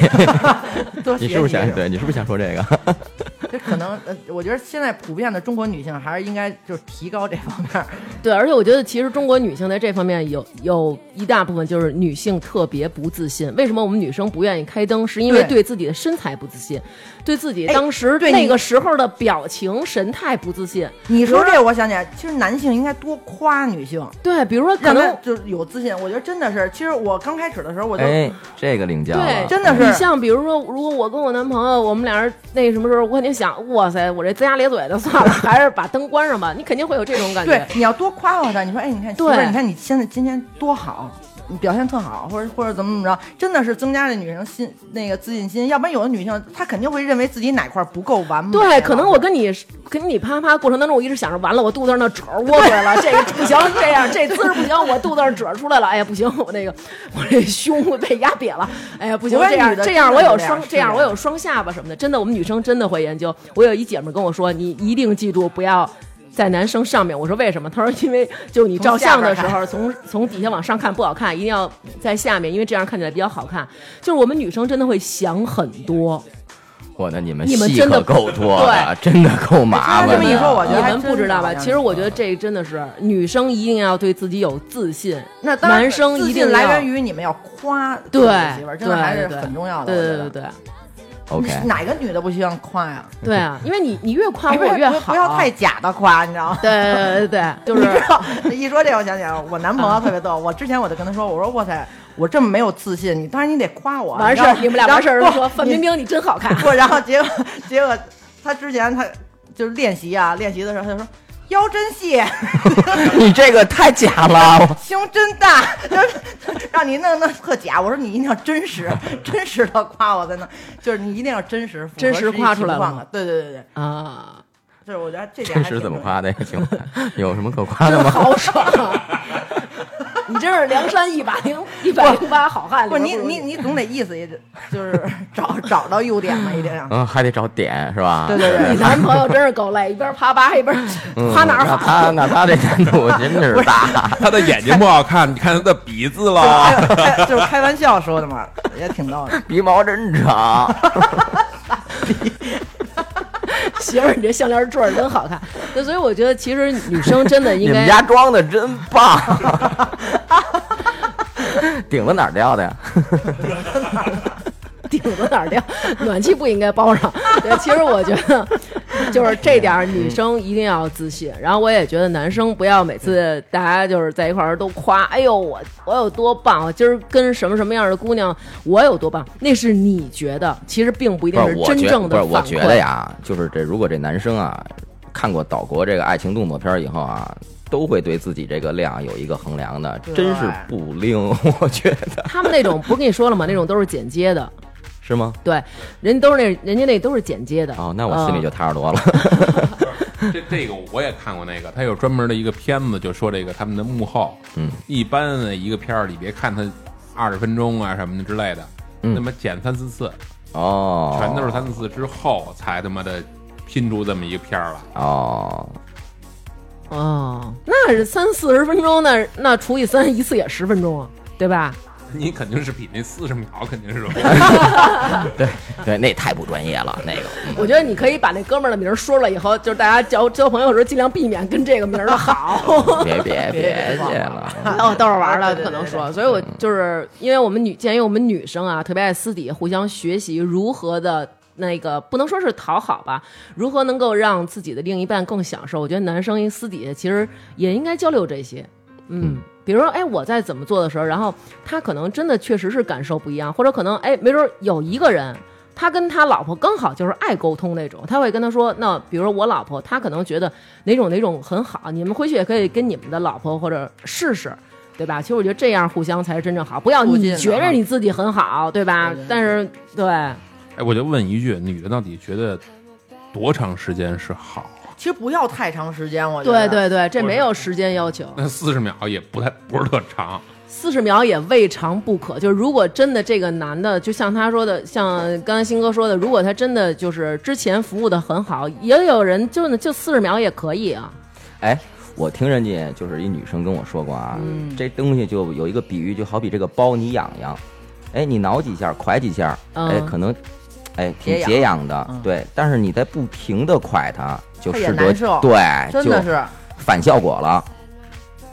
[SPEAKER 3] 多
[SPEAKER 2] 你
[SPEAKER 3] 学
[SPEAKER 2] 是不是
[SPEAKER 3] 习
[SPEAKER 2] 想
[SPEAKER 3] 是吧
[SPEAKER 2] 对？你是不是想说这个？
[SPEAKER 3] 这可能，呃，我觉得现在普遍的中国女性还是应该就是提高这方面 儿。
[SPEAKER 5] 对，而且我觉得其实中国女性在这方面有有一大部分就是女性特别不自信。为什么我们女生不愿意开灯？是因为
[SPEAKER 3] 对
[SPEAKER 5] 对自己的身材不自信，对自己
[SPEAKER 3] 哎
[SPEAKER 5] 当时
[SPEAKER 3] 对
[SPEAKER 5] 那
[SPEAKER 3] 你
[SPEAKER 5] 个时候的表情神态不自信。
[SPEAKER 3] 你说这，我想起来，其实男性应该多夸女性，
[SPEAKER 5] 对，比如说可
[SPEAKER 3] 让她
[SPEAKER 5] 能
[SPEAKER 3] 就是有自信。我觉得真的是，其实我刚开始的时候，我就、
[SPEAKER 2] 哎，这个领教
[SPEAKER 5] 对
[SPEAKER 2] 了，
[SPEAKER 3] 真的
[SPEAKER 5] 你
[SPEAKER 3] 是
[SPEAKER 5] 像比如说，如果我跟我男朋友，我们俩人那什么时候，我肯定想，哇塞，我这龇牙咧嘴的，算了，还是把灯关上吧。你肯定会有这种感
[SPEAKER 3] 对
[SPEAKER 5] 觉，，
[SPEAKER 3] 你要多夸夸她。你说，哎，你看媳妇
[SPEAKER 5] 对
[SPEAKER 3] 儿，你看你现在今天多好，你表现特好，或者或者怎么怎么着，真的是增加了女生心那个自信心。要不然有的女性她肯定会认为自己哪块儿不够完美了。
[SPEAKER 5] 嗯对，可能我跟你跟你啪啪过程当中，我一直想着，完了，我肚子上那褶儿窝出来了，这个不行，这样这姿势不行，我肚子上褶儿出来了，哎呀不行，我那个我这胸被压瘪了，哎呀不行，
[SPEAKER 3] 我
[SPEAKER 5] 这
[SPEAKER 3] 也
[SPEAKER 5] 样
[SPEAKER 3] 女的
[SPEAKER 5] 这
[SPEAKER 3] 真
[SPEAKER 5] 样啊
[SPEAKER 3] 的
[SPEAKER 5] 我
[SPEAKER 3] 是
[SPEAKER 5] 有
[SPEAKER 3] 这样
[SPEAKER 5] 双
[SPEAKER 3] 是
[SPEAKER 5] 这样
[SPEAKER 3] 这
[SPEAKER 5] 我
[SPEAKER 3] 样
[SPEAKER 5] 有双下巴什么的，真的，我们女生真的会研究。我有一姐们跟我说，你一定记住不要。在男生上面，我说为什么？她说因为就你照相的时候，从从底下往上看不好看，一定要呃在下面，因为这样看起来比较好看。就是我们女生真的会想很多，
[SPEAKER 2] 我的你们
[SPEAKER 5] 你们
[SPEAKER 2] 戏
[SPEAKER 5] 真的
[SPEAKER 2] 可够多的，真的够麻烦
[SPEAKER 3] 哎
[SPEAKER 2] 的。
[SPEAKER 3] 这么一说我觉
[SPEAKER 5] 啊你
[SPEAKER 3] 得还
[SPEAKER 5] 们不知道吧？
[SPEAKER 3] 真是这样
[SPEAKER 5] 其实我觉得这真的是女生一定要对自己有自信，
[SPEAKER 3] 那当然，
[SPEAKER 5] 男生一
[SPEAKER 3] 自
[SPEAKER 5] 定
[SPEAKER 3] 信来源
[SPEAKER 5] 于
[SPEAKER 3] 于你们要夸
[SPEAKER 5] 对
[SPEAKER 3] 自己的媳妇儿，真的
[SPEAKER 5] 对
[SPEAKER 3] 还是
[SPEAKER 5] 对对
[SPEAKER 3] 很重要的。
[SPEAKER 5] 对
[SPEAKER 3] 我觉
[SPEAKER 5] 对
[SPEAKER 3] 得
[SPEAKER 5] 对对
[SPEAKER 3] 你
[SPEAKER 2] OK，
[SPEAKER 3] 哪个女的不希望夸呀？
[SPEAKER 5] 对啊！因为你你越夸
[SPEAKER 3] 哎不
[SPEAKER 5] 我
[SPEAKER 3] 要
[SPEAKER 5] 越
[SPEAKER 3] 不要
[SPEAKER 5] 好，
[SPEAKER 3] 不要太假的夸，你知道吗？
[SPEAKER 5] 对对对对，就
[SPEAKER 3] 你
[SPEAKER 5] 是啊
[SPEAKER 3] 知道，一说这个我想起来了，我男朋友特别逗。我之前我就跟他说，我说哇塞，我这么没有自信，你当然你得夸 我。啊
[SPEAKER 5] 完事儿
[SPEAKER 3] 然后
[SPEAKER 5] 你们俩完事儿
[SPEAKER 3] 然后
[SPEAKER 5] 说
[SPEAKER 3] 不
[SPEAKER 5] 范冰冰你真好看
[SPEAKER 3] 你，不，然后结果结果他之前他就是练习啊，练习的时候他就说腰真细，
[SPEAKER 2] 你这个太假了，
[SPEAKER 3] 胸真大，就是 让你弄弄特假。我说你一定要真实，真实的夸我才能，就是你一定要真实，符合
[SPEAKER 5] 真实
[SPEAKER 3] 实际
[SPEAKER 5] 夸出来
[SPEAKER 3] 情
[SPEAKER 5] 了
[SPEAKER 3] 况
[SPEAKER 5] 吗
[SPEAKER 3] 的。对对对对，
[SPEAKER 5] 啊，
[SPEAKER 3] 就是我觉得这点
[SPEAKER 2] 真
[SPEAKER 3] 还
[SPEAKER 2] 实
[SPEAKER 3] 挺
[SPEAKER 2] 怎么
[SPEAKER 3] 重要
[SPEAKER 2] 夸的？行，有什么可夸的吗？
[SPEAKER 5] 好爽啊！ 你真是梁山一 百零一百零八好汉里
[SPEAKER 3] 不，
[SPEAKER 5] 边
[SPEAKER 3] 你
[SPEAKER 5] 不如
[SPEAKER 3] 你你总得意思， 就是找找到优点嘛，一定要。
[SPEAKER 2] 嗯，还得找点是吧？
[SPEAKER 3] 对对 对
[SPEAKER 5] 你男朋友真是够累，一边啪啪一边
[SPEAKER 2] 嗯
[SPEAKER 5] 夸哪儿
[SPEAKER 2] 那
[SPEAKER 5] 好。
[SPEAKER 2] 他那他这难度真的是大，
[SPEAKER 4] 他的眼睛不好看，你看他的鼻子 了。
[SPEAKER 3] 开开就是开玩笑说的嘛，也挺逗的。
[SPEAKER 2] 鼻毛真长。
[SPEAKER 5] 媳妇儿，你这项链坠儿真好看。对，所以我觉得其实女生真的
[SPEAKER 2] 你
[SPEAKER 5] 应
[SPEAKER 2] 们
[SPEAKER 5] 该
[SPEAKER 2] 家装的真棒， 顶子哪儿掉的呀？
[SPEAKER 5] 顶着哪儿掉，暖气不应该包上。对，其实我觉得就是这点儿女生一定要自信。然后我也觉得男生不要每次大家就是在一块儿都夸，哎呦我我有多棒，我今儿跟什么什么样的姑娘我有多棒，那是你觉得，其实并不一定
[SPEAKER 2] 不是我
[SPEAKER 5] 真
[SPEAKER 2] 觉
[SPEAKER 5] 正
[SPEAKER 2] 不是
[SPEAKER 5] 的
[SPEAKER 2] 我
[SPEAKER 5] 反
[SPEAKER 2] 觉得
[SPEAKER 5] 馈。
[SPEAKER 2] 呀，就是这如果这男生啊看过岛国这个爱情动作片儿以后啊，都会对自己这个量有一个衡量的，
[SPEAKER 3] 对
[SPEAKER 2] 真是不灵， 我觉得
[SPEAKER 5] 他们那种不是跟你说了吗？那种都是剪接的，
[SPEAKER 2] 是吗？
[SPEAKER 5] 对，人都是那人家那都是剪接的。
[SPEAKER 2] 哦，那我心里就踏实多了。
[SPEAKER 4] 这这个我也看过那个，他有专门的一个片子，就说这个他们的幕后。
[SPEAKER 2] 嗯，
[SPEAKER 4] 一般的一个片儿，你别看他二十分钟啊什么的之类的，
[SPEAKER 2] 嗯
[SPEAKER 4] 那么剪三四次，
[SPEAKER 2] 哦，
[SPEAKER 4] 全都是三四次之后才他妈的拼出这么一个片儿来。
[SPEAKER 2] 哦，
[SPEAKER 5] 哦，那是三四十分钟，那那除以三一次也十分钟啊，对吧？
[SPEAKER 4] 你肯定是比那四十秒肯定是
[SPEAKER 2] 对对，那太不专业了，那个。
[SPEAKER 5] 我觉得你可以把那哥们儿的名儿说了以后，就是大家交交朋友的时候尽量避免跟这个名儿的好。
[SPEAKER 2] 别别别
[SPEAKER 3] 别
[SPEAKER 2] 去了，
[SPEAKER 5] 然后逗 着玩儿了，
[SPEAKER 3] 对对
[SPEAKER 5] 可能
[SPEAKER 3] 对
[SPEAKER 5] 说，所以我就是因为我们女，鉴于我们女生啊，特别爱私底下互相学习如何的那个，不能说是讨好吧，如何能够让自己的另一半更享受。我觉得男生一私底下其实也应该交流这些，嗯。比如说，哎，我在怎么做的时候，然后他可能真的确实是感受不一样，或者可能，哎，没准儿有一个人，他跟他老婆刚好就是哎爱沟通那种，他会跟他说，那比如说我老婆，她可能觉得哪种哪种很好，你们回去也可以跟你们的老婆或者试试，对吧？其实我觉得这样互相才是真正好，不要
[SPEAKER 3] 促进
[SPEAKER 5] 你
[SPEAKER 3] 的
[SPEAKER 5] 觉着你自己很好，对吧
[SPEAKER 3] 对对？对
[SPEAKER 5] 但是对，
[SPEAKER 4] 哎，我就问一句，女的到底觉得多长时间是好？
[SPEAKER 3] 其实不要太长时间，我觉
[SPEAKER 5] 对
[SPEAKER 3] 得。
[SPEAKER 5] 对对，这没有时间要求，
[SPEAKER 4] 那四十秒也不太不是特长，
[SPEAKER 5] 四十秒也未尝不可。就是如果真的这个男的，就像他说的，像刚才新哥说的，如果他真的就是之前服务的很好，也有人就就四十秒也可以啊。
[SPEAKER 2] 哎，我听人家就是一女生跟我说过啊，
[SPEAKER 3] 嗯
[SPEAKER 2] 这东西就有一个比喻，就好比这个包你痒痒，哎，你挠几下，蒯几下，
[SPEAKER 5] 嗯
[SPEAKER 2] 哎，可能，哎，挺
[SPEAKER 3] 解痒
[SPEAKER 2] 解痒的，
[SPEAKER 3] 嗯
[SPEAKER 2] 对，但是你在不停的蒯它，就
[SPEAKER 3] 它也
[SPEAKER 2] 适得
[SPEAKER 3] 难受
[SPEAKER 2] 对，
[SPEAKER 3] 真
[SPEAKER 2] 就
[SPEAKER 3] 的是，
[SPEAKER 2] 反效果了。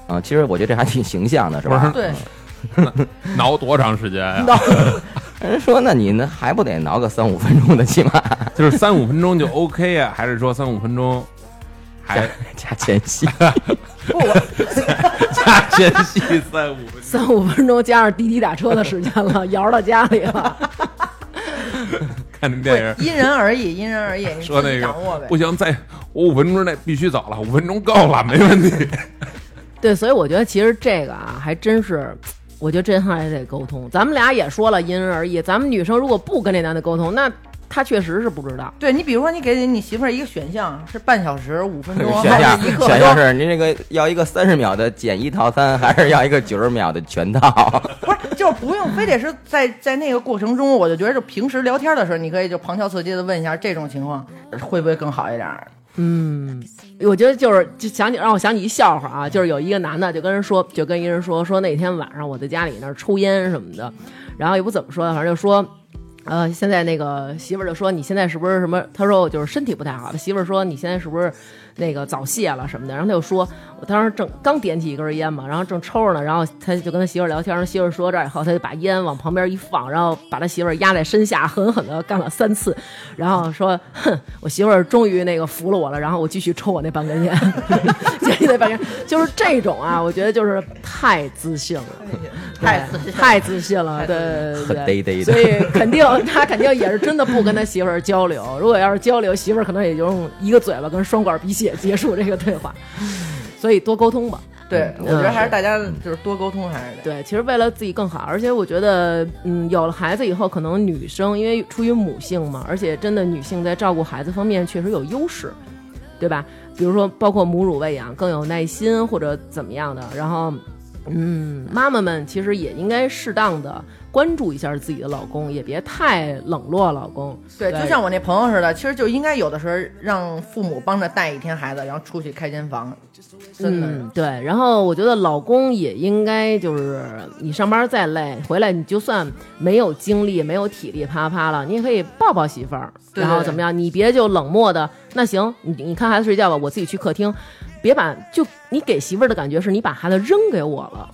[SPEAKER 2] 啊、其实我觉得这还挺形象的，是吧？
[SPEAKER 3] 对，
[SPEAKER 4] 挠多长时间呀、
[SPEAKER 2] 人说那你那还不得挠个三五分钟的，起码
[SPEAKER 4] 就是三五分钟就 OK 啊？还是说三五分钟还
[SPEAKER 2] 加前 戏，
[SPEAKER 3] 不，我
[SPEAKER 4] 加前戏三五分钟？
[SPEAKER 5] 三五 分钟加上滴滴打车的时间了，摇到家里了。
[SPEAKER 4] 看那电影
[SPEAKER 3] 因人而异，因人而异，你
[SPEAKER 4] 说
[SPEAKER 3] 自己
[SPEAKER 4] 那个
[SPEAKER 3] 掌握呗
[SPEAKER 4] 不。行，再我五分钟之内必须走了，五分钟够了，没问题。
[SPEAKER 5] 对，所以我觉得其实这个啊，还真是，我觉得这还得沟通。咱们俩也说了，因人而异。咱们女生如果不跟这男的沟通，那他确实是不知道。
[SPEAKER 3] 对你，比如说你给你媳妇儿一个选项是半小时、五分钟，
[SPEAKER 2] 选
[SPEAKER 3] 还
[SPEAKER 2] 项
[SPEAKER 3] 是一刻
[SPEAKER 2] 选项
[SPEAKER 3] 钟，
[SPEAKER 2] 是您这个要一个三十秒的简易套餐，还是要一个九十秒的全套？
[SPEAKER 3] 不是，就是不用非得是在在那个过程中，我就觉得就平时聊天的时候，你可以就旁敲侧击的问一下这种情况会不会更好一点儿？
[SPEAKER 5] 我觉得就是就想起让我想起一笑话啊，就是有一个男的就跟人说，就跟一人说说那天晚上我在家里那儿抽烟什么的，然后也不怎么说的，反正就说。呃，现在那个媳妇儿就说你现在是不是什么？他说我就是身体不太好。他媳妇儿说你现在是不是那个早泄了什么的？然后他就说，我当时正刚点起一根烟嘛，然后正抽着呢，然后他就跟他媳妇儿聊天，他媳妇儿说这儿以后，他就把烟往旁边一放，然后把他媳妇儿压在身下，狠狠的干了三次，然后说，哼，我媳妇儿终于那个服了我了，然后我继续抽我那半根烟，继续那半根，就是这种啊，我觉得就是太自信了。
[SPEAKER 3] 太自信了
[SPEAKER 5] 太自信了，对
[SPEAKER 2] 很嘚
[SPEAKER 5] 对对
[SPEAKER 2] 嘚的
[SPEAKER 5] 所 以肯定他肯定也是真的不跟他媳妇儿交流。如果要是交流，媳妇儿可能也就用一个嘴巴跟双管鼻血结束这个对 话。所以多沟通吧，
[SPEAKER 3] 对，
[SPEAKER 2] 嗯
[SPEAKER 3] 我觉得还是
[SPEAKER 2] 嗯
[SPEAKER 3] 大家就是多沟通还是得。
[SPEAKER 5] 对，其实为了自己更好，而且我觉得，嗯，有了孩子以后，可能女生因为出于母性嘛，而且真的女性在照顾孩子方面确实有优势，对吧？比如说，包括母乳喂养更有耐心或者怎么样的，然后，嗯，妈妈们其实也应该适当的关注一下自己的老公，也别太冷落老公。
[SPEAKER 3] 对，就像我那朋友似的，其实就应该有的时候让父母帮着带一天孩子，然后出去开间房，真的是。
[SPEAKER 5] 嗯，对。然后我觉得老公也应该就是，你上班再累，回来你就算没有精力、没有体力，啪啪了，你也可以抱抱媳妇儿，
[SPEAKER 3] 对
[SPEAKER 5] 然后怎么样？你别就冷漠的，那行，你你看孩子睡觉吧，我自己去客厅，别把就你给媳妇儿的感觉是你把孩子扔给我了。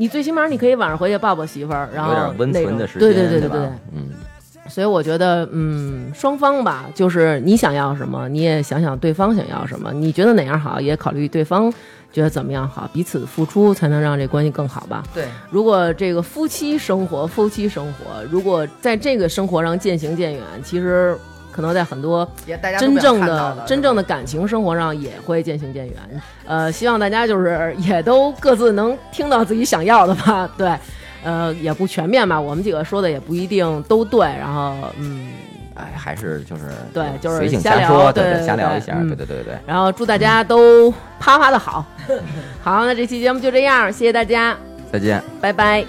[SPEAKER 5] 你最起码你可以晚上回去抱抱媳妇儿，然后
[SPEAKER 2] 有点温
[SPEAKER 5] 那
[SPEAKER 2] 存
[SPEAKER 5] 种
[SPEAKER 2] 的时间，
[SPEAKER 5] 对对对
[SPEAKER 2] 对
[SPEAKER 5] 对
[SPEAKER 2] 吧，嗯，
[SPEAKER 5] 所以我觉得，嗯，双方吧，就是你想要什么，你也想想对方想要什么，你觉得哪样好，也考虑对方觉得怎么样好，彼此付出才能让这关系更好吧。
[SPEAKER 3] 对，
[SPEAKER 5] 如果这个夫妻生活，夫妻生活，如果在这个生活上渐行渐远，其实可能在很多
[SPEAKER 3] 也大家都
[SPEAKER 5] 真
[SPEAKER 3] 不想
[SPEAKER 5] 正
[SPEAKER 3] 看到
[SPEAKER 5] 的
[SPEAKER 3] 的
[SPEAKER 5] 真正的感情生活上也会渐行渐远。呃，希望大家就是也都各自能听到自己想要的吧。对，呃，也不全面吧，我们几个说的也不一定都对。然后，嗯，
[SPEAKER 2] 哎，还是就是
[SPEAKER 5] 对就是
[SPEAKER 2] 随性
[SPEAKER 5] 瞎
[SPEAKER 2] 瞎
[SPEAKER 5] 聊
[SPEAKER 2] 说，
[SPEAKER 5] 对
[SPEAKER 2] 对，
[SPEAKER 5] 对
[SPEAKER 2] 瞎聊
[SPEAKER 5] 对
[SPEAKER 2] 一下，
[SPEAKER 5] 嗯
[SPEAKER 2] 对对对对。
[SPEAKER 5] 然后祝大家都啪啪的好。好，那这期节目就这样，谢谢大家，
[SPEAKER 2] 再见。
[SPEAKER 5] 拜拜。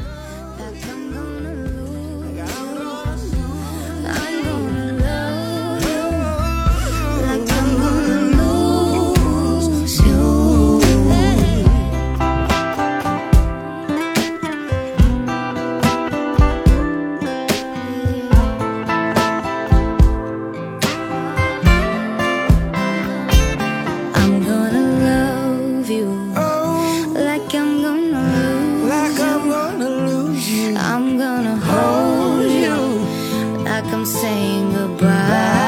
[SPEAKER 7] I'm gonna love you like I'm gonna lose.
[SPEAKER 6] Oh. Like I'm gonna lose you.
[SPEAKER 7] I'm gonna hold you like I'm saying goodbye.